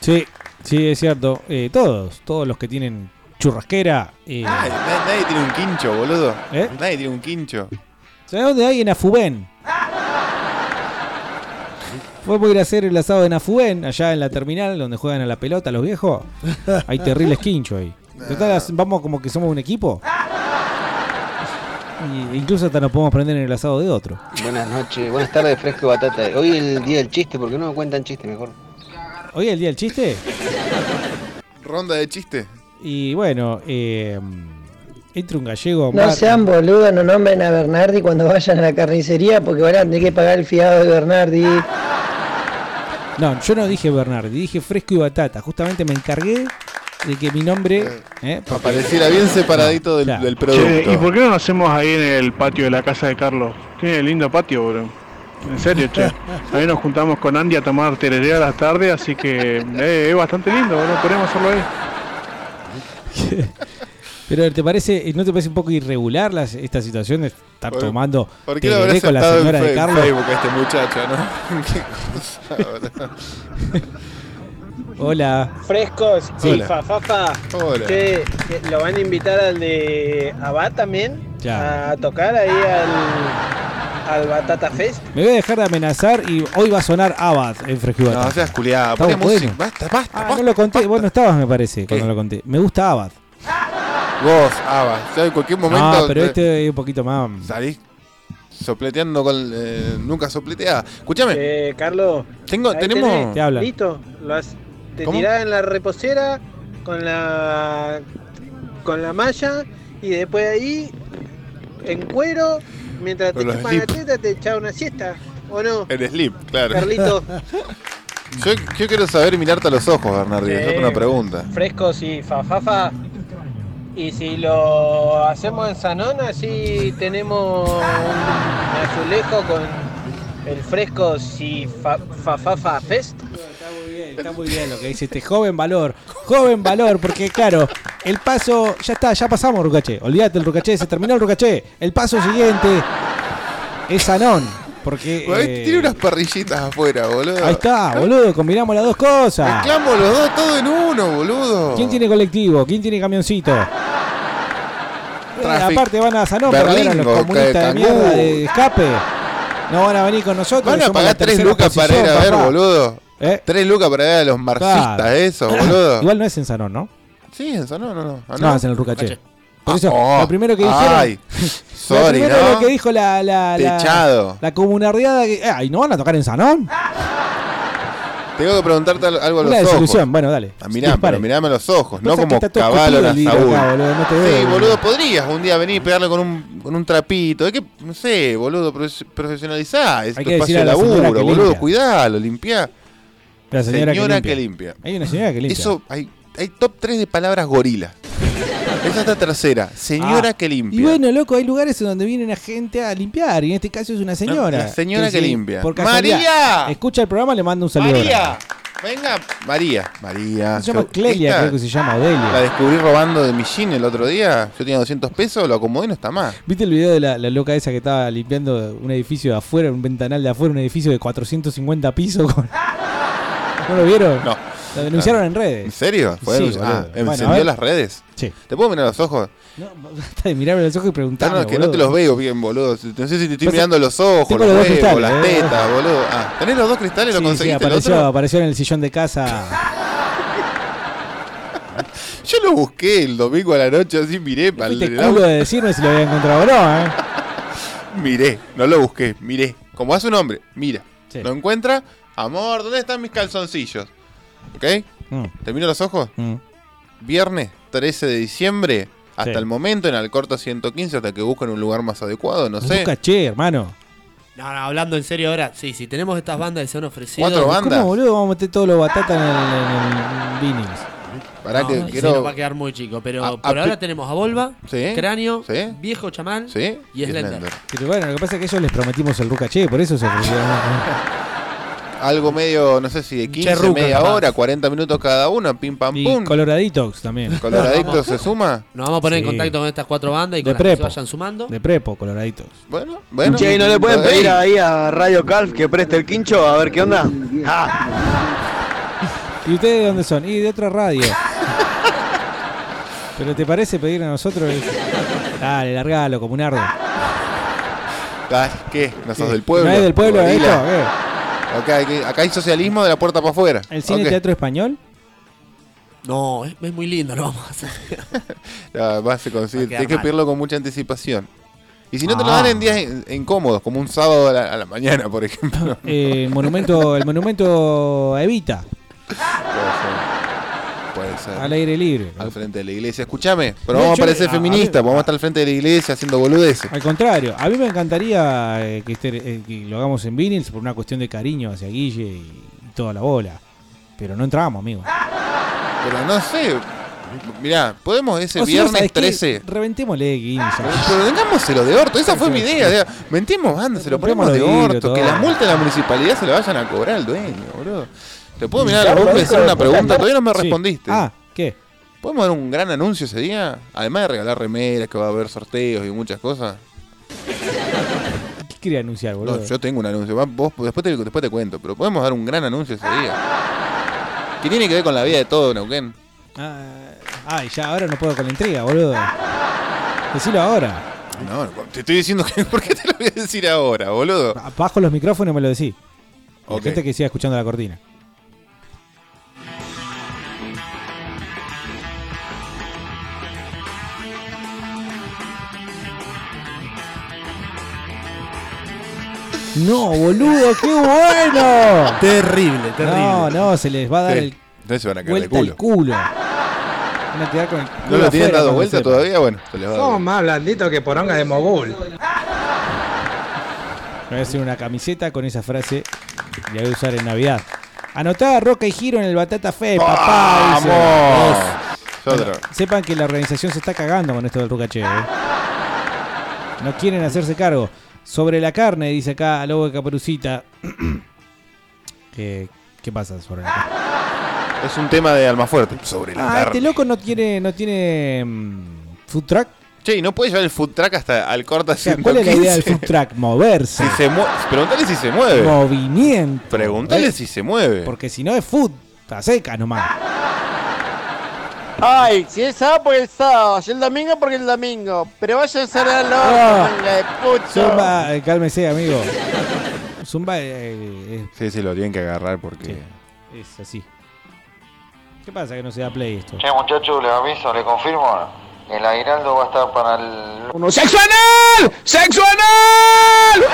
Speaker 5: Sí, sí, es cierto. Eh, todos, todos los que tienen churrasquera. eh,
Speaker 6: Nadie, Ah, nadie tiene un quincho, boludo. Nadie tiene un quincho.
Speaker 5: ¿Sabes dónde hay? En Afubén. Fue por ir a hacer el asado en Afubén, allá en la terminal donde juegan a la pelota los viejos. Hay terribles quinchos ahí. Total, as- vamos como que somos un equipo. Y incluso hasta nos podemos prender en el asado de otro.
Speaker 21: Buenas noches, buenas tardes, fresco batata. Eh, Hoy es el día del chiste, ¿por qué no me cuentan chiste mejor?
Speaker 5: Hoy es el día del chiste.
Speaker 6: Ronda de chiste.
Speaker 5: Y bueno, eh, entra un gallego. a
Speaker 22: No
Speaker 5: mar-
Speaker 22: sean boludos, no nombren a Bernardi cuando vayan a la carnicería porque van a tener que pagar el fiado de Bernardi.
Speaker 25: Ah,
Speaker 5: No, yo no dije Bernardi, dije fresco y batata. Justamente me encargué de que mi nombre eh, porque-
Speaker 6: Apareciera bien separadito del, del producto.
Speaker 4: Che, ¿y por qué no lo hacemos ahí en el patio de la casa de Carlos? Tiene lindo patio, bro. En serio, che. Ahí nos juntamos con Andy a tomar tereré a la tarde, así que eh, es bastante lindo, bro. Podemos hacerlo ahí.
Speaker 6: Eh.
Speaker 5: Pero ¿te parece, no te parece un poco irregular las, esta situación de estar
Speaker 6: Por-
Speaker 5: tomando
Speaker 6: ¿Por qué lo habrá
Speaker 5: tereré con la
Speaker 6: aceptado en
Speaker 5: señora de
Speaker 6: Fe-
Speaker 5: Carlos?
Speaker 6: Facebook a este muchacho, no? Qué cosa, boludo.
Speaker 5: Hola.
Speaker 23: Frescos
Speaker 5: Sí.
Speaker 23: y fafafa.
Speaker 5: Hola.
Speaker 23: Che, ¿lo van a invitar al de Abad también?
Speaker 5: Ya.
Speaker 23: A tocar ahí al, al Batata Fest.
Speaker 5: Me voy a dejar de amenazar y hoy va a sonar Abad en Frescubata.
Speaker 6: No seas culiada,
Speaker 5: Está
Speaker 6: poné
Speaker 5: bueno.
Speaker 6: música. Basta, basta.
Speaker 5: Ah, no lo conté. Vos no estabas, me parece, cuando lo conté. Me gusta Abad.
Speaker 6: Vos, Ava, ya en cualquier momento.
Speaker 5: No, pero
Speaker 6: te-
Speaker 5: este es un poquito más.
Speaker 6: Salís sopleteando con. eh, nunca sopleteada. Escuchame.
Speaker 23: Eh, Carlos.
Speaker 6: Tengo,
Speaker 23: Ahí
Speaker 6: tenemos.
Speaker 23: tenés. Listo. Lo has- te
Speaker 6: ¿Cómo?
Speaker 23: tirás en la reposera con la con la malla y después de ahí en cuero mientras te
Speaker 6: Con los
Speaker 23: chupan la
Speaker 6: slip.
Speaker 23: teta te echás una siesta. ¿O no?
Speaker 6: En slip, claro.
Speaker 23: Carlito.
Speaker 6: Yo, yo quiero saber mirarte a los ojos, Bernardino. Yo
Speaker 23: Sí.
Speaker 6: tengo una pregunta.
Speaker 23: frescos y fafafa. Y si lo hacemos en Sanón, así tenemos un azulejo con el frescos y fa- fafafa fest.
Speaker 5: Está muy bien lo que dice este joven valor. Joven valor, porque claro, el paso. Ya está, ya pasamos, Rucaché. Olvídate el Rucaché, se terminó el Rucaché. El paso siguiente es Sanón. Porque.
Speaker 6: Ahí
Speaker 5: eh,
Speaker 6: Tiene unas parrillitas afuera, boludo.
Speaker 5: Ahí está, boludo, combinamos las dos cosas.
Speaker 6: Mezclamos los dos, todo en uno, boludo.
Speaker 5: ¿Quién tiene colectivo? ¿Quién tiene camioncito? Eh,
Speaker 6: Trafic-
Speaker 5: aparte van a Sanón para ver a los
Speaker 6: Berlingo,
Speaker 5: comunistas de
Speaker 6: Cangú.
Speaker 5: mierda de escape. No van a venir con nosotros.
Speaker 6: Van
Speaker 5: que
Speaker 6: a
Speaker 5: somos la
Speaker 6: pagar tres
Speaker 5: tercera
Speaker 6: lucas para ir
Speaker 5: oposición,
Speaker 6: a ver,
Speaker 5: papá. ¿Eh?
Speaker 6: boludo. Tres lucas para ver a los marxistas,
Speaker 5: Claro.
Speaker 6: eso, boludo.
Speaker 5: Ah. Igual no es en Sanón, ¿no?
Speaker 6: Sí, eso no, no, no. Ah,
Speaker 5: No, es en el Rucaché. Por eso,
Speaker 6: Ah, oh,
Speaker 5: lo primero que dijeron.
Speaker 6: Ay,
Speaker 5: lo
Speaker 6: sorry,
Speaker 5: primero
Speaker 6: ¿no?
Speaker 5: lo que dijo la. la, la
Speaker 6: Techado.
Speaker 5: La comunardeada que. eh, ay, no van a tocar en Sanón.
Speaker 6: Tengo que preguntarte al- algo a los
Speaker 5: Una
Speaker 6: ojos.
Speaker 5: desilusión, bueno, dale.
Speaker 6: Ah, mirá,
Speaker 5: Dispare.
Speaker 6: pero mirame a los ojos, no
Speaker 5: Pasa que
Speaker 6: como
Speaker 5: está todo escupido
Speaker 6: caballo a la
Speaker 5: el libro
Speaker 6: Saúl.
Speaker 5: acá, boludo, no te
Speaker 6: sí,
Speaker 5: veo,
Speaker 6: boludo, podrías un día venir y pegarle con un, con un trapito. Hay que, no sé, boludo, profe- profesionalizar. Es
Speaker 5: Hay
Speaker 6: tu
Speaker 5: que
Speaker 6: espacio
Speaker 5: decirle
Speaker 6: de
Speaker 5: a la señora
Speaker 6: laburo,
Speaker 5: que
Speaker 6: boludo.
Speaker 5: limpia.
Speaker 6: Cuidalo, limpiá.
Speaker 5: La señora que limpia. Hay una señora que limpia.
Speaker 6: Eso, hay, hay top 3 de palabras gorila. Esa está tercera. Señora
Speaker 5: Ah.
Speaker 6: que limpia.
Speaker 5: Y bueno, loco, hay lugares en donde viene una gente a limpiar. Y en este caso es una señora.
Speaker 6: la señora que
Speaker 5: sí,
Speaker 6: limpia.
Speaker 5: por casualidad,
Speaker 6: ¡María!
Speaker 5: Escucha el programa, le mando un saludo.
Speaker 6: María, venga. María, María.
Speaker 5: Se llama Clelia,
Speaker 6: Esta
Speaker 5: creo que se llama Odelia.
Speaker 6: La descubrí robando de mi jean el otro día. Yo tenía 200 pesos, lo acomodé y no está más.
Speaker 5: ¿Viste el video de la, la loca esa que estaba limpiando un edificio de afuera, un ventanal de afuera, un edificio de 450 pisos? con- ¿No lo vieron?
Speaker 6: No.
Speaker 5: Lo denunciaron en redes.
Speaker 6: ¿En serio? ¿Fue
Speaker 5: Sí,
Speaker 6: denunci- ah,
Speaker 5: boludo. Bueno,
Speaker 6: ¿Encendió
Speaker 5: a ver.
Speaker 6: las redes?
Speaker 5: Sí.
Speaker 6: ¿Te puedo mirar los ojos?
Speaker 5: Basta de mirarme los ojos y
Speaker 6: Ah,
Speaker 5: preguntarme.
Speaker 6: no, es que no
Speaker 5: boludo.
Speaker 6: te los veo bien, boludo. No sé si te estoy
Speaker 5: Pasa-
Speaker 6: mirando los ojos,
Speaker 5: tengo
Speaker 6: los
Speaker 5: los dos
Speaker 6: huevos,
Speaker 5: cristales,
Speaker 6: las
Speaker 5: eh.
Speaker 6: tetas, boludo. Ah, ¿tenés los dos cristales? ¿Lo
Speaker 5: Sí, sí,
Speaker 6: conseguiste? ¿El
Speaker 5: apareció,
Speaker 6: otro?
Speaker 5: apareció en el sillón de casa.
Speaker 6: Yo lo busqué el domingo a la noche, así miré. pal-
Speaker 5: Fuiste culo de decirme si lo había encontrado o no, ¿eh?
Speaker 6: Miré, no lo busqué, miré. Como hace un hombre, mira. Lo encuentra, amor, ¿dónde están mis calzoncillos? ¿Ok?
Speaker 5: Mm.
Speaker 6: ¿Te miro los ojos?
Speaker 5: Mm.
Speaker 6: Viernes 13 de diciembre, hasta
Speaker 5: Sí.
Speaker 6: el momento en Alcorta 115, hasta que busquen un lugar más adecuado, no sé.
Speaker 5: Busca, che, hermano.
Speaker 19: No, no, hablando en serio ahora, sí, sí, tenemos estas bandas que se han ofrecido.
Speaker 6: Cuatro bandas.
Speaker 5: ¿Cómo, boludo? Vamos a meter todos los batatas en el, en el vinils.
Speaker 6: Pará
Speaker 19: No,
Speaker 6: que
Speaker 19: sí,
Speaker 6: quiero-
Speaker 19: nos va a quedar muy chico, pero
Speaker 6: A-
Speaker 19: por
Speaker 6: a-
Speaker 19: ahora tenemos a Volva,
Speaker 6: Sí,
Speaker 19: Cráneo,
Speaker 6: sí.
Speaker 19: Viejo Chamán
Speaker 6: Sí,
Speaker 19: y Slender.
Speaker 5: Pero bueno, lo que pasa es que ellos les prometimos el Ruca Che, por eso se ofrecieron.
Speaker 6: Algo medio, no sé si de 15,
Speaker 5: Cherruca,
Speaker 6: media
Speaker 5: capaz.
Speaker 6: hora, 40 minutos cada uno, pim pam
Speaker 5: Y
Speaker 6: pum.
Speaker 5: Coloraditox también.
Speaker 6: Coloradito se suma.
Speaker 19: Nos vamos a poner en
Speaker 5: Sí.
Speaker 19: contacto con estas cuatro bandas y con
Speaker 5: De
Speaker 19: las que se
Speaker 5: prepo.
Speaker 19: vayan sumando.
Speaker 5: De prepo, Coloraditox.
Speaker 6: Bueno, bueno.
Speaker 8: Che, ¿y ¿no le pueden
Speaker 6: Ey,
Speaker 8: pedir ahí a Radio Calf que preste el quincho? A ver qué onda. Ah,
Speaker 5: ¿Y ustedes de dónde son? Y de otra radio. ¿Pero te parece pedir a nosotros? Dale, largalo, como un ardo.
Speaker 6: ah, ¿Qué? ¿No sos
Speaker 5: ¿Qué?
Speaker 6: del pueblo?
Speaker 5: ¿No es del pueblo
Speaker 6: Gorila.
Speaker 5: esto? ¿Qué?
Speaker 6: Ok, aquí- acá hay socialismo de la puerta para afuera.
Speaker 5: ¿El cine
Speaker 6: Ok.
Speaker 5: teatro español?
Speaker 19: No, es, es muy lindo, lo vamos a hacer.
Speaker 6: Ah, va, se consigue.
Speaker 19: Va a quedar
Speaker 6: Tienes que
Speaker 19: mal.
Speaker 6: pedirlo con mucha anticipación. Y si no te lo
Speaker 5: Ah.
Speaker 6: dan en días in- incómodos, como un sábado a la, a la mañana, por ejemplo.
Speaker 5: Eh, monumento, el monumento a Evita,
Speaker 6: Puede ser.
Speaker 5: al aire libre.
Speaker 6: Al frente de la iglesia. Escúchame, pero
Speaker 5: No,
Speaker 6: vamos a
Speaker 5: yo-
Speaker 6: parecer
Speaker 5: ah, a- a
Speaker 6: feministas, vamos a estar al frente de la iglesia haciendo boludeces.
Speaker 5: Al contrario, a mí me encantaría eh, que, este- eh, que lo hagamos en Vinils por una cuestión de cariño hacia Guille y, y toda la bola. Pero no entramos, amigo.
Speaker 6: Pero no sé. Mirá, podemos ese
Speaker 5: O si no,
Speaker 6: viernes
Speaker 5: ¿sabes qué?
Speaker 6: 13.
Speaker 5: Reventémosle, Guille.
Speaker 6: Pero vengámoselo de orto, esa fue mi idea. de- Mentimos bandas, se lo ponemos de
Speaker 5: Compremos los
Speaker 6: orto.
Speaker 5: vidrios,
Speaker 6: Que la
Speaker 5: todo.
Speaker 6: multa de la municipalidad se la vayan a cobrar al dueño, boludo. ¿Te puedo mirar a
Speaker 5: Claro,
Speaker 6: los ojos y
Speaker 5: hijo
Speaker 6: hacer
Speaker 5: de
Speaker 6: una
Speaker 5: puta.
Speaker 6: pregunta? Todavía no me
Speaker 5: Sí.
Speaker 6: respondiste.
Speaker 5: Ah, ¿qué?
Speaker 6: ¿Podemos dar un gran anuncio ese día? Además de regalar remeras, que va a haber sorteos y muchas cosas.
Speaker 5: ¿Qué quería anunciar, boludo?
Speaker 6: No, yo tengo un anuncio. va, vos- después, te, después te cuento, pero podemos dar un gran anuncio ese día. Que tiene que ver con la vida de todo Neuquén.
Speaker 5: Ah, ay, ya ahora no puedo con la intriga, boludo. Decilo ahora.
Speaker 6: No, no, te estoy diciendo que. ¿Por qué te lo voy a decir ahora, boludo?
Speaker 5: Bajo los micrófonos y me lo decís. La
Speaker 6: Ok.
Speaker 5: gente que siga escuchando la cortina. No, boludo, qué bueno.
Speaker 19: Terrible, terrible.
Speaker 5: No, no, se les va a dar
Speaker 6: Sí.
Speaker 5: el
Speaker 6: Entonces se van a caer de
Speaker 5: vuelta
Speaker 6: culo.
Speaker 5: al culo. Van a quedar con el
Speaker 6: ¿No
Speaker 5: culo
Speaker 6: lo tienen
Speaker 5: afuera
Speaker 6: dado
Speaker 5: cuando
Speaker 6: vuelta
Speaker 5: sepa.
Speaker 6: todavía? Bueno, se les va a dar
Speaker 14: Somos más blanditos que poronga de mogul.
Speaker 5: Me voy a hacer una camiseta con esa frase y la voy a usar en Navidad. Anotada Roca y Giro en el Batata Fe, papá. dice.
Speaker 6: ¡Vamos!
Speaker 5: Bueno,
Speaker 6: Yo otra.
Speaker 5: sepan que la organización se está cagando con esto del Rucache. ¿eh? No quieren hacerse cargo. Sobre la carne, dice acá Lobo de Caperucita. Ah, ¿Qué, qué pasa sobre la carne?
Speaker 6: Es un tema de Almafuerte. Sobre la
Speaker 5: Ah,
Speaker 6: carne.
Speaker 5: este loco no tiene, no tiene mm, food truck.
Speaker 6: Che, ¿y no puede llevar el food truck hasta al corta
Speaker 5: ¿Cuál es la idea del
Speaker 6: 115?
Speaker 5: food truck? Moverse.
Speaker 6: Si se mue- Preguntale si se mueve.
Speaker 5: Movimiento.
Speaker 6: Preguntale si se mueve.
Speaker 5: Porque si no es food, está seca nomás.
Speaker 9: Ay, si es sábado porque es sábado, si el domingo porque el domingo. Pero vaya a ser el loco,
Speaker 5: Ah.
Speaker 9: manga de puto.
Speaker 5: Zumba, eh, cálmese, amigo. Zumba eh, eh,
Speaker 6: Sí, sí, lo tienen que agarrar porque.
Speaker 5: es así. ¿Qué pasa que no se da play esto?
Speaker 7: Che, muchachos, le aviso, le confirmo. El aguinaldo va a estar para el.
Speaker 5: ¡Sexo
Speaker 7: anal! ¡Sexo anal!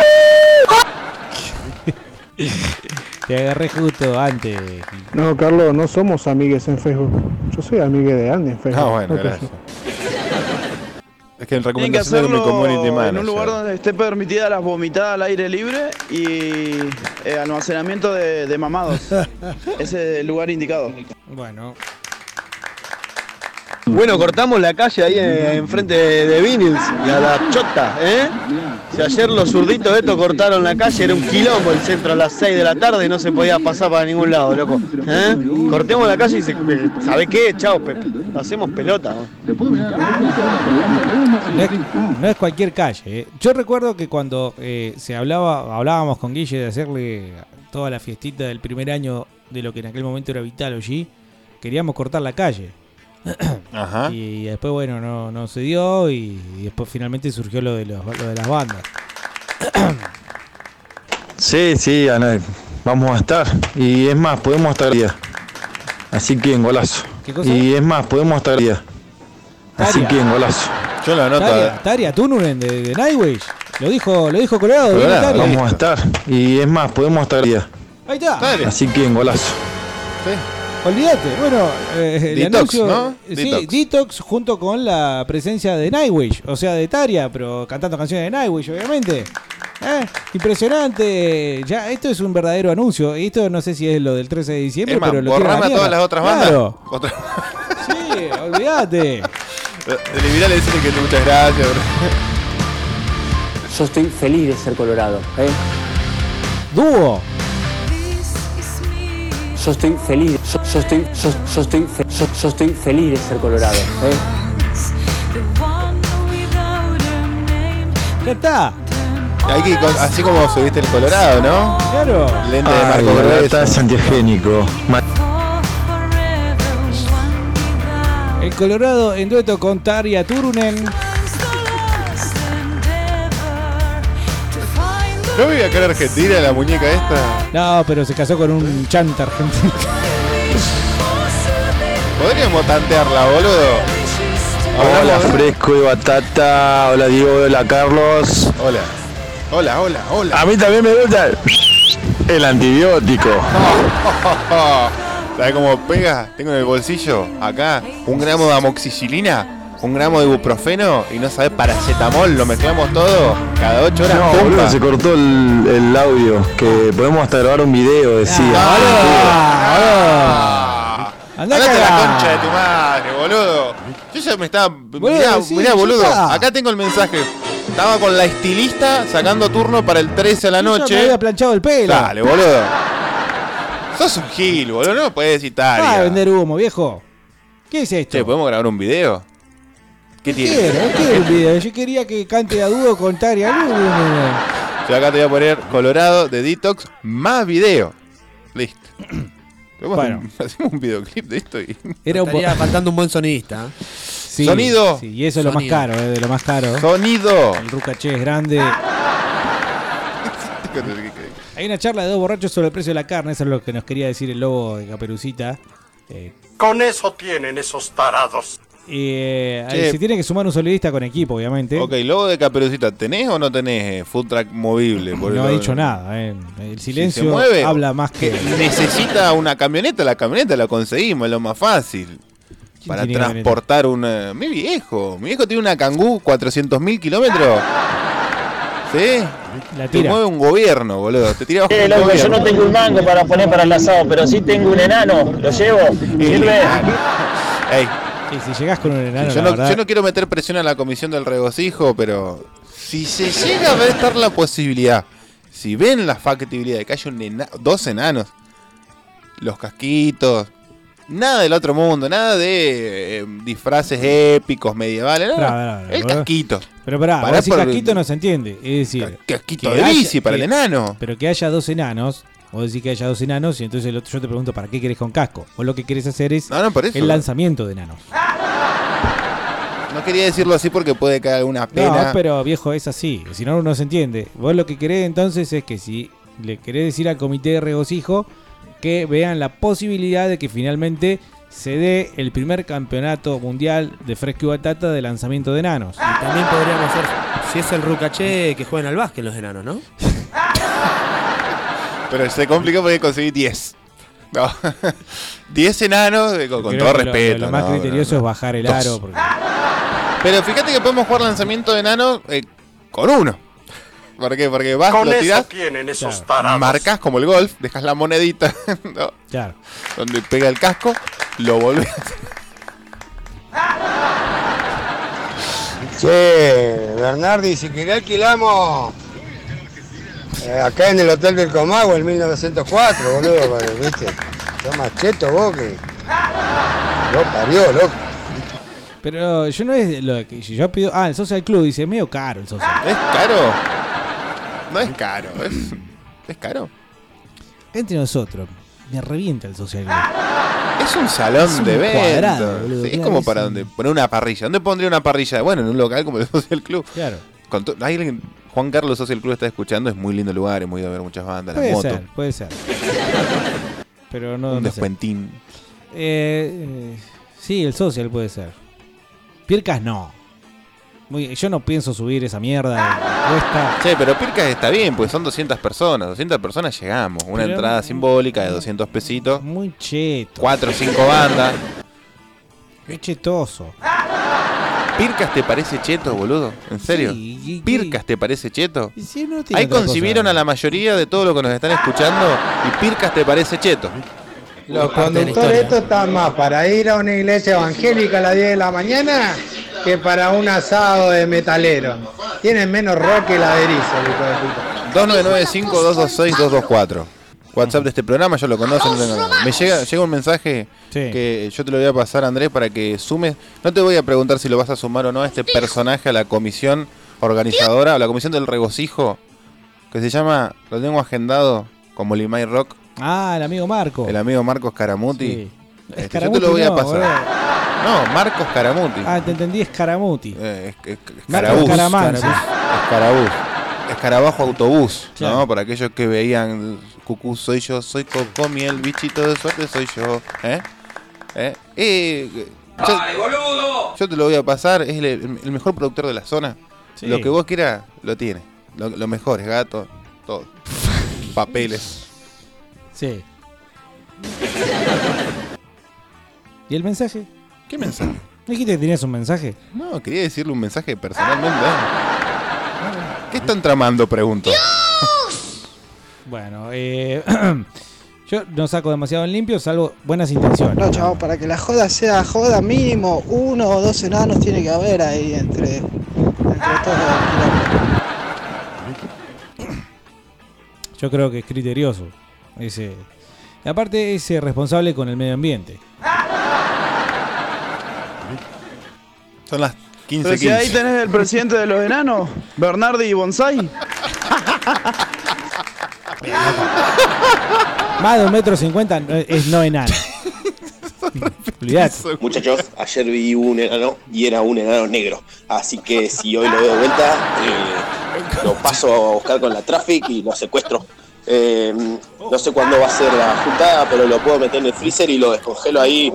Speaker 5: Te agarré justo antes.
Speaker 4: No, Carlos, no somos amigues en Facebook. Yo soy amigue de Andy en Facebook.
Speaker 6: Ah, bueno,
Speaker 4: No te-
Speaker 6: gracias. Es que en
Speaker 8: Tienen que
Speaker 6: recomendación de mi
Speaker 8: hacerlo
Speaker 6: community
Speaker 8: en
Speaker 6: manager.
Speaker 8: un lugar donde esté permitida las vomitadas al aire libre y eh, almacenamiento de, de mamados. Ese es el lugar indicado.
Speaker 5: Bueno.
Speaker 10: Bueno, cortamos la calle ahí eh, enfrente de, de Vinils y a la chota, ¿eh? Si ayer los zurditos estos cortaron la calle, era un quilombo el centro a las 6 de la tarde y no se podía pasar para ningún lado, loco. ¿eh? Cortemos la calle y se, eh, ¿sabés qué? Chao, Pepe. Hacemos pelota.
Speaker 5: No es, no es cualquier calle. eh. Yo recuerdo que cuando eh, se hablaba, hablábamos con Guille de hacerle toda la fiestita del primer año de lo que en aquel momento era Vital OG, queríamos cortar la calle. Y después, bueno, no, no se dio y, y después finalmente surgió lo de, los, lo de las bandas.
Speaker 10: Sí, sí, Ana, vamos a estar. Y es más, podemos estar día. Así que en golazo.
Speaker 5: ¿Qué cosa?
Speaker 10: Y es más, podemos estar día. Así que en golazo.
Speaker 6: Yo la
Speaker 5: Taria, Taria Tununen de, de Nightwish. Lo dijo, lo dijo Colorado. bien, Taria.
Speaker 10: Vamos a estar. Y es más, podemos estar día.
Speaker 5: Ahí está.
Speaker 10: Así que en golazo.
Speaker 5: Olvídate, bueno, eh, el
Speaker 10: Detox,
Speaker 5: anuncio,
Speaker 10: ¿no?
Speaker 5: eh, sí,
Speaker 10: Detox.
Speaker 5: detox. junto con la presencia de Nightwish, o sea, de Taria, pero cantando canciones de Nightwish, obviamente. Eh, Impresionante, ya esto es un verdadero anuncio. Esto no sé si es lo del 13 de diciembre,
Speaker 6: Es más,
Speaker 5: pero lo tiran a
Speaker 6: borrame a
Speaker 5: mierda.
Speaker 6: todas las otras bandas.
Speaker 5: Claro,
Speaker 6: Otra-
Speaker 5: sí, olvídate.
Speaker 6: Eliminale decirle que muchas gracias, bro.
Speaker 11: Yo estoy feliz de ser colorado. ¿eh?
Speaker 5: Dúo.
Speaker 11: Yo estoy feliz. Yo, yo estoy, yo, yo estoy, fe- yo, yo estoy feliz de ser colorado. ¿eh?
Speaker 5: Ya está.
Speaker 6: Hay que, con- así como subiste el colorado, ¿no?
Speaker 5: Claro.
Speaker 6: Lente
Speaker 5: Ah,
Speaker 6: de Marco
Speaker 10: Ay,
Speaker 6: Verde.
Speaker 10: está santiagénico. Ma-
Speaker 5: El Colorado en dueto con Taria Turunen.
Speaker 6: ¿No vive acá en Argentina la muñeca esta?
Speaker 5: No, pero se casó con un chanta argentino.
Speaker 6: Podríamos tantearla, boludo.
Speaker 10: Hola Fresco y Batata, hola Diego, hola Carlos.
Speaker 6: Hola. Hola, hola, hola.
Speaker 10: A mí también me gusta el antibiótico.
Speaker 6: ¿Sabes cómo pega? Tengo en el bolsillo, acá, un gramo de amoxicilina, un gramo de ibuprofeno y no sabes paracetamol. Lo mezclamos todo cada 8 horas.
Speaker 10: No,
Speaker 6: pumba.
Speaker 10: boludo, se cortó el, el audio, que podemos hasta grabar un video, decía. Ah,
Speaker 5: Andá
Speaker 6: Andate a la concha de tu madre, boludo. Yo ya me estaba. mirá,
Speaker 10: sí,
Speaker 6: mirá,
Speaker 10: ya
Speaker 6: boludo.
Speaker 10: está.
Speaker 6: Acá tengo el mensaje. Estaba con la estilista sacando turno para el 13 a la
Speaker 5: Yo ya me
Speaker 6: noche.
Speaker 5: había planchado el pelo.
Speaker 6: Dale, boludo. Sos un gil, boludo. No puedes citar.
Speaker 5: Va a vender humo, viejo. ¿Qué es esto?
Speaker 6: ah". Che, ¿podemos grabar un video? ¿Qué tiene?
Speaker 5: Quiero, no quiero un video. Yo quería que cante a dúo con Taria Turunen.
Speaker 6: Yo acá te voy a poner Colorado de Detox más video. Listo. Hacemos
Speaker 5: Bueno.
Speaker 6: un- hacemos un videoclip de esto y.
Speaker 5: Era un po-
Speaker 19: Estaría faltando un buen sonidista. ¿eh?
Speaker 5: Sí,
Speaker 6: Sonido.
Speaker 5: sí, y eso es lo más
Speaker 19: Sonido.
Speaker 5: caro, eh, de lo más caro.
Speaker 6: Sonido.
Speaker 5: El Rucaché es grande. Hay una charla de dos borrachos sobre el precio de la carne, eso es lo que nos quería decir el lobo de Caperucita. Eh,
Speaker 12: Con eso tienen esos tarados.
Speaker 5: y, eh,
Speaker 6: Che.
Speaker 5: se tiene que sumar un solidista con equipo, obviamente.
Speaker 6: Ok, logo de Caperucita, ¿tenés o no tenés eh, food track movible? Por
Speaker 5: no
Speaker 6: el-
Speaker 5: ha dicho nada. eh. El silencio
Speaker 6: se mueve,
Speaker 5: habla más que.
Speaker 6: que necesita una camioneta, la camioneta la conseguimos, es lo más fácil. Para
Speaker 5: tiene
Speaker 6: transportar una... Mi viejo, mi viejo tiene una Kangoo 400.000 kilómetros. ¿Sí?
Speaker 5: La
Speaker 6: Te
Speaker 2: tira.
Speaker 6: mueve un gobierno, boludo. Te tira
Speaker 2: Eh,
Speaker 6: un
Speaker 2: loco, yo
Speaker 6: gobierno.
Speaker 2: no tengo un mango para poner para el asado, pero sí tengo un enano. ¿Lo llevo? ¿Sirve?
Speaker 6: Ey,
Speaker 5: Y si llegás con un enano,
Speaker 6: yo,
Speaker 5: Ah, la
Speaker 6: no,
Speaker 5: verdad-
Speaker 6: yo no quiero meter presión a la comisión del regocijo, pero si se llega a estar la posibilidad, si ven la factibilidad de que haya un ena- dos enanos, los casquitos, Nada del otro mundo, nada de eh, disfraces épicos, medievales. nada.
Speaker 5: Pará, pará,
Speaker 6: el
Speaker 5: pará.
Speaker 6: casquito.
Speaker 5: Pero pará,
Speaker 6: Pará
Speaker 5: ahora sí
Speaker 6: por-
Speaker 5: casquito no se entiende. Es decir,
Speaker 6: casquito
Speaker 5: que
Speaker 6: de
Speaker 5: haya-
Speaker 6: bici para el
Speaker 5: que-
Speaker 6: enano.
Speaker 5: Pero que haya dos enanos, vos decís que haya dos enanos, y entonces el otro, yo te pregunto, ¿para qué querés con casco? Vos lo que querés hacer es
Speaker 6: No, no, por eso.
Speaker 5: el lanzamiento de enanos.
Speaker 6: No quería decirlo así porque puede caer alguna pena.
Speaker 5: No, pero viejo, es así. Si no, no se entiende. Vos lo que querés entonces es que si le querés decir al comité de regocijo que vean la posibilidad de que finalmente se dé el primer campeonato mundial de fresco y batata de lanzamiento de enanos.
Speaker 19: Y también podríamos hacer, si es el rucaché, que jueguen al básquet los enanos, ¿no?
Speaker 6: Pero se complicó porque conseguí 10. No. 10 enanos, eh, con, con
Speaker 5: Creo
Speaker 6: todo
Speaker 5: que lo-
Speaker 6: respeto.
Speaker 5: Lo, lo más
Speaker 6: no,
Speaker 5: criterioso
Speaker 6: no, no.
Speaker 5: es bajar el
Speaker 6: Dos.
Speaker 5: aro. porque-
Speaker 6: Pero fíjate que podemos jugar lanzamiento de enanos eh, con uno. ¿Por qué? Porque vas,
Speaker 12: Con
Speaker 6: lo
Speaker 12: eso
Speaker 6: tirás,
Speaker 12: tienen esos tarados.
Speaker 6: marcas como el golf, dejas la monedita ¿no?
Speaker 5: Claro.
Speaker 6: donde pega el casco, lo volvés.
Speaker 1: Che, Bernardi, si querés alquilamos eh, acá en el Hotel del Comagua en 1904, boludo, para- viste. Sos más cheto vos que. Lo parió, loco.
Speaker 5: Pero yo no es lo que si yo pido. Ah, el socio del club dice, es medio caro el socio.
Speaker 6: ¿Es caro? No es caro, es, es caro.
Speaker 5: Entre nosotros, me revienta el socio del club.
Speaker 6: Es un salón
Speaker 5: Es un
Speaker 6: de eventos.
Speaker 5: cuadrado, boludo,
Speaker 6: Sí, es
Speaker 5: claro,
Speaker 6: como
Speaker 5: es
Speaker 6: para
Speaker 5: un-
Speaker 6: donde poner una parrilla. ¿Dónde pondría una parrilla? Bueno, en un local como el Social Club.
Speaker 5: Claro.
Speaker 6: Con to- alguien- Juan Carlos Social Club está escuchando, es muy lindo lugar, es muy de ver muchas bandas, las
Speaker 5: Puede
Speaker 6: motos.
Speaker 5: ser, puede ser. Pero no.
Speaker 6: Un
Speaker 5: no sé.
Speaker 6: descuentín.
Speaker 5: Eh, eh, sí, el social puede ser. Pircas no. Muy- yo no pienso subir esa mierda. Cuesta.
Speaker 6: Che, pero Pircas está bien, pues son 200 personas. 200 personas llegamos. Una
Speaker 5: Pero-
Speaker 6: entrada simbólica de 200 pesitos.
Speaker 5: Muy cheto.
Speaker 6: 4 o 5 bandas.
Speaker 5: Es chetoso.
Speaker 6: ¿Pircas te parece cheto, boludo? ¿En serio? ¿Pircas te parece cheto?
Speaker 5: Y si no tiene
Speaker 6: Ahí
Speaker 5: otra cosa.
Speaker 6: concibieron a la mayoría de todo lo que nos están escuchando y Pircas te parece cheto.
Speaker 14: Los conductores estos están más para ir a una iglesia evangélica a las 10 de la mañana que para un asado de metalero. Tienen menos rock que la de erizo, el hijo de puta.
Speaker 6: 2995-226-224. WhatsApp de este programa, ya lo conocen. Me llega, llega un mensaje que yo te lo voy a pasar, Andrés, para que sumes. No te voy a preguntar si lo vas a sumar o no a este personaje a la comisión organizadora, a la comisión del regocijo, que se llama, lo tengo agendado como Limay Rock,
Speaker 5: Ah, el amigo Marco.
Speaker 6: el amigo Marcos Caramuti.
Speaker 5: Sí.
Speaker 6: Este,
Speaker 5: Scaramuti
Speaker 6: yo te lo voy a
Speaker 5: no,
Speaker 6: pasar. No, Marcos Caramuti.
Speaker 5: Ah, te entendí, es Caramuti.
Speaker 6: Eh, es- es-
Speaker 5: Marcos
Speaker 6: Escarabús.
Speaker 5: Caramanzi.
Speaker 6: Escarabús. Escarabajo autobús,
Speaker 5: Claro.
Speaker 6: ¿no? Para aquellos que veían, Cucú soy yo, soy Coco Miel, bichito de suerte soy yo, ¿eh? ¿Eh? Eh, yo, yo te lo voy a pasar, es el, el mejor productor de la zona.
Speaker 5: Sí.
Speaker 6: Lo que vos quieras, lo tiene. Lo, lo mejor es gato, todo. Papeles.
Speaker 5: Sí. ¿Y el mensaje?
Speaker 6: ¿Qué mensaje?
Speaker 5: ¿No dijiste que tenías un mensaje?
Speaker 6: No, quería decirle un mensaje personalmente. ¿eh? ¿Qué están tramando? Pregunto.
Speaker 5: Bueno, eh, yo no saco demasiado en limpio, salvo buenas intenciones.
Speaker 3: No, chavos, para que la joda sea joda, mínimo uno o dos enanos tiene que haber ahí entre, entre todos.
Speaker 5: Yo creo que es criterioso. Ese. Y aparte es eh, responsable con el medio ambiente.
Speaker 6: Son las
Speaker 8: Pero si ahí tenés el presidente de los enanos, Bernardi y Bonsai.
Speaker 5: Más de un metro cincuenta no- es no enano. Olvidate.
Speaker 15: Muchachos, ayer vi un enano y era un enano negro. Así que si hoy lo veo de vuelta, eh, lo paso a buscar con la traffic y lo secuestro. Eh, no sé cuándo va a ser la juntada, pero lo puedo meter en el freezer y lo descongelo ahí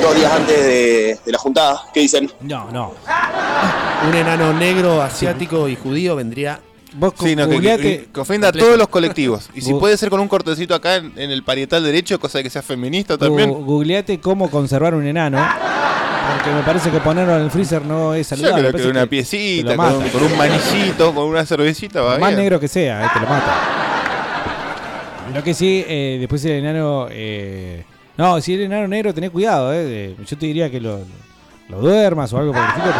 Speaker 15: dos días antes de, de la juntada. ¿Qué dicen?
Speaker 5: No, no.
Speaker 19: Un enano negro, asiático y judío vendría.
Speaker 5: Vos
Speaker 6: Sí, no, que, que- que ofenda a todos los colectivos. Y si
Speaker 5: Gu-
Speaker 6: puede ser con un cortecito acá en, en el parietal derecho, cosa de que sea feminista también.
Speaker 5: Gu- Googleate cómo conservar un enano. Porque me parece que ponerlo en el freezer no es
Speaker 6: Yo
Speaker 5: saludable.
Speaker 6: creo
Speaker 5: me
Speaker 6: que
Speaker 5: parece
Speaker 6: una
Speaker 5: que
Speaker 6: piecita,
Speaker 5: te lo
Speaker 6: con, un-
Speaker 5: mata.
Speaker 6: con un manillito, con una cervecita, va
Speaker 5: Por más
Speaker 6: bien.
Speaker 5: negro que sea, eh, te lo mata. Lo que sí, eh, después el enano. eh, no, si el enano negro, tenés cuidado. eh, de- yo te diría que lo, lo duermas o algo por el estilo, porque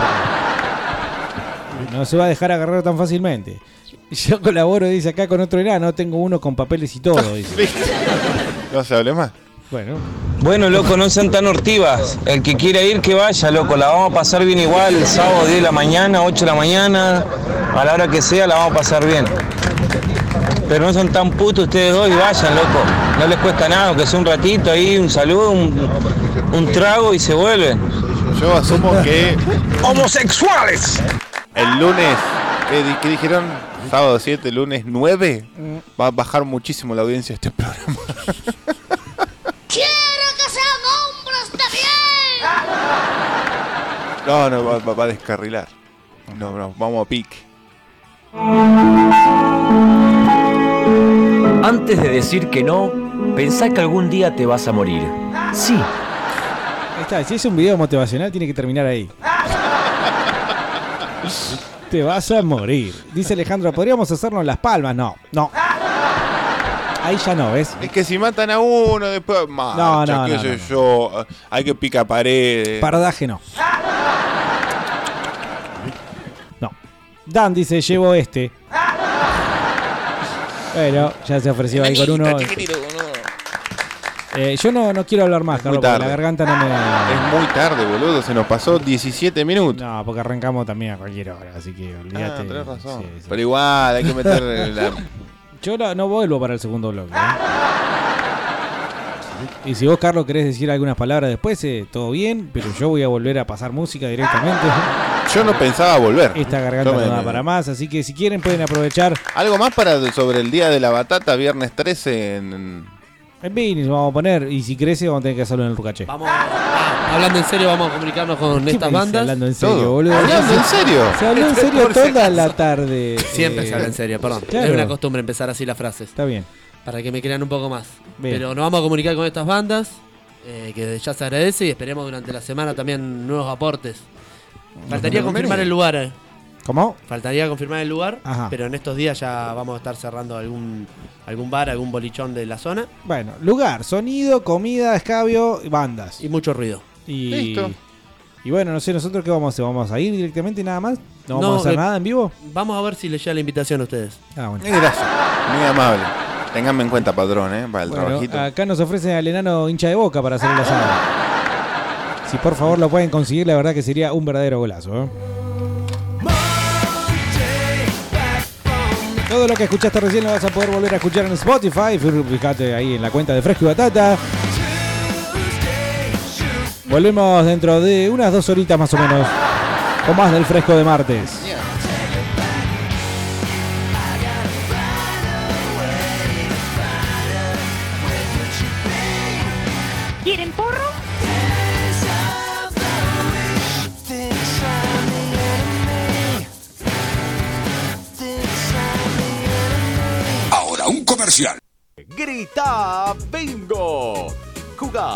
Speaker 5: No se va a dejar agarrar tan fácilmente. Yo colaboro, dice acá, con otro enano. Tengo uno con papeles y todo, dice.
Speaker 6: No se hable más.
Speaker 5: Bueno.
Speaker 13: Bueno, loco, no sean tan hortivas. El que quiera ir, que vaya, loco. La vamos a pasar bien igual, sábado 10 de la mañana, 8 de la mañana, a la hora que sea, la vamos a pasar bien. Pero no son tan putos ustedes dos y vayan, loco. No les cuesta nada, que sea un ratito ahí, un saludo, un, un trago y se vuelven.
Speaker 6: Yo asumo que
Speaker 13: ¡Homosexuales!
Speaker 6: el lunes, ¿qué, di- qué dijeron? Sábado 7, lunes 9,
Speaker 5: Mm.
Speaker 6: va a bajar muchísimo la audiencia de este programa.
Speaker 17: ¡Quiero que sean hombres de bien!
Speaker 6: No, no, va, va- va a descarrilar. No, no, vamos a pique.
Speaker 20: Antes de decir que no, pensá que algún día te vas a morir. Sí,
Speaker 5: Ahí está, si es un video motivacional, tiene que terminar ahí. Te vas a morir. Dice Alejandro, ¿podríamos hacernos las palmas? No, no. Ahí ya no, ¿ves?
Speaker 6: Es que si matan a uno, después. Marcha,
Speaker 5: No, no,
Speaker 6: qué
Speaker 5: no,
Speaker 6: sé
Speaker 5: no.
Speaker 6: yo. Hay que picar paredes.
Speaker 5: Pardaje no. No. Dan dice, llevo este. Bueno, ya se ofreció ahí con uno. Eh, yo no, no quiero hablar más,
Speaker 6: muy
Speaker 5: Carlos, porque la
Speaker 6: tarde.
Speaker 5: garganta no me...
Speaker 6: Es muy tarde, boludo. Se nos pasó 17 minutos.
Speaker 5: No, porque arrancamos también a cualquier hora, así que
Speaker 6: Ah,
Speaker 5: olvídate.
Speaker 6: tenés razón.
Speaker 5: Sí, sí.
Speaker 6: Pero igual, hay que meter la.
Speaker 5: Yo no, no vuelvo para el segundo bloque. ¿eh? Y si vos, Carlos, querés decir algunas palabras después, eh, todo bien, pero yo voy a volver a pasar música directamente.
Speaker 6: Yo no pensaba volver.
Speaker 5: Esta garganta
Speaker 6: Tomen,
Speaker 5: no da
Speaker 6: eh,
Speaker 5: para más, así que si quieren pueden aprovechar.
Speaker 6: Algo más para sobre el día de la batata, viernes 13 en.
Speaker 5: En Vinis vamos a poner, y si crece vamos a tener que hacerlo en el Rucaché. Vamos
Speaker 19: Hablando en serio, vamos a comunicarnos con estas bandas.
Speaker 5: Hablando en serio, boludo.
Speaker 19: Hablando en serio.
Speaker 5: Se habló en serio
Speaker 19: Por si
Speaker 5: toda la tarde.
Speaker 19: Siempre
Speaker 5: eh,
Speaker 19: se habla en serio, perdón.
Speaker 5: claro.
Speaker 19: Es una costumbre empezar así las frases.
Speaker 5: Está bien.
Speaker 19: Para que me crean un poco más.
Speaker 5: Bien.
Speaker 19: Pero nos vamos a comunicar con estas bandas, eh, que ya se agradece y esperemos durante la semana también nuevos aportes. Faltaría
Speaker 5: Nos
Speaker 19: confirmar
Speaker 5: conviene.
Speaker 19: el lugar. eh.
Speaker 5: ¿Cómo?
Speaker 19: Faltaría confirmar el lugar,
Speaker 5: Ajá.
Speaker 19: pero en estos días ya vamos a estar cerrando algún, algún bar, algún bolichón de la zona.
Speaker 5: Bueno, lugar, sonido, comida, escabio, y bandas. Y
Speaker 19: mucho ruido.
Speaker 5: Y,
Speaker 19: Listo.
Speaker 5: Y bueno, no sé, nosotros qué vamos a hacer. ¿Vamos a ir directamente nada más? ¿No vamos
Speaker 19: No,
Speaker 5: a hacer
Speaker 19: eh,
Speaker 5: nada en vivo?
Speaker 19: Vamos a ver si les llega la invitación a ustedes.
Speaker 5: Ah, bueno.
Speaker 6: gracias. Muy amable. Ténganme en cuenta, padrón, ¿eh? Para el
Speaker 5: Bueno,
Speaker 6: trabajito.
Speaker 5: acá nos ofrecen al enano hincha de boca para hacer el asado. Si por favor lo pueden conseguir, la verdad que sería un verdadero golazo. ¿eh? Todo lo que escuchaste recién lo vas a poder volver a escuchar en Spotify. Fíjate ahí en la cuenta de Fresco y Batata. Volvemos dentro de unas dos horitas más o menos. O más del fresco de martes.
Speaker 17: ¿Quieren porro?
Speaker 24: Ahora un comercial. Grita Bingo. Jugá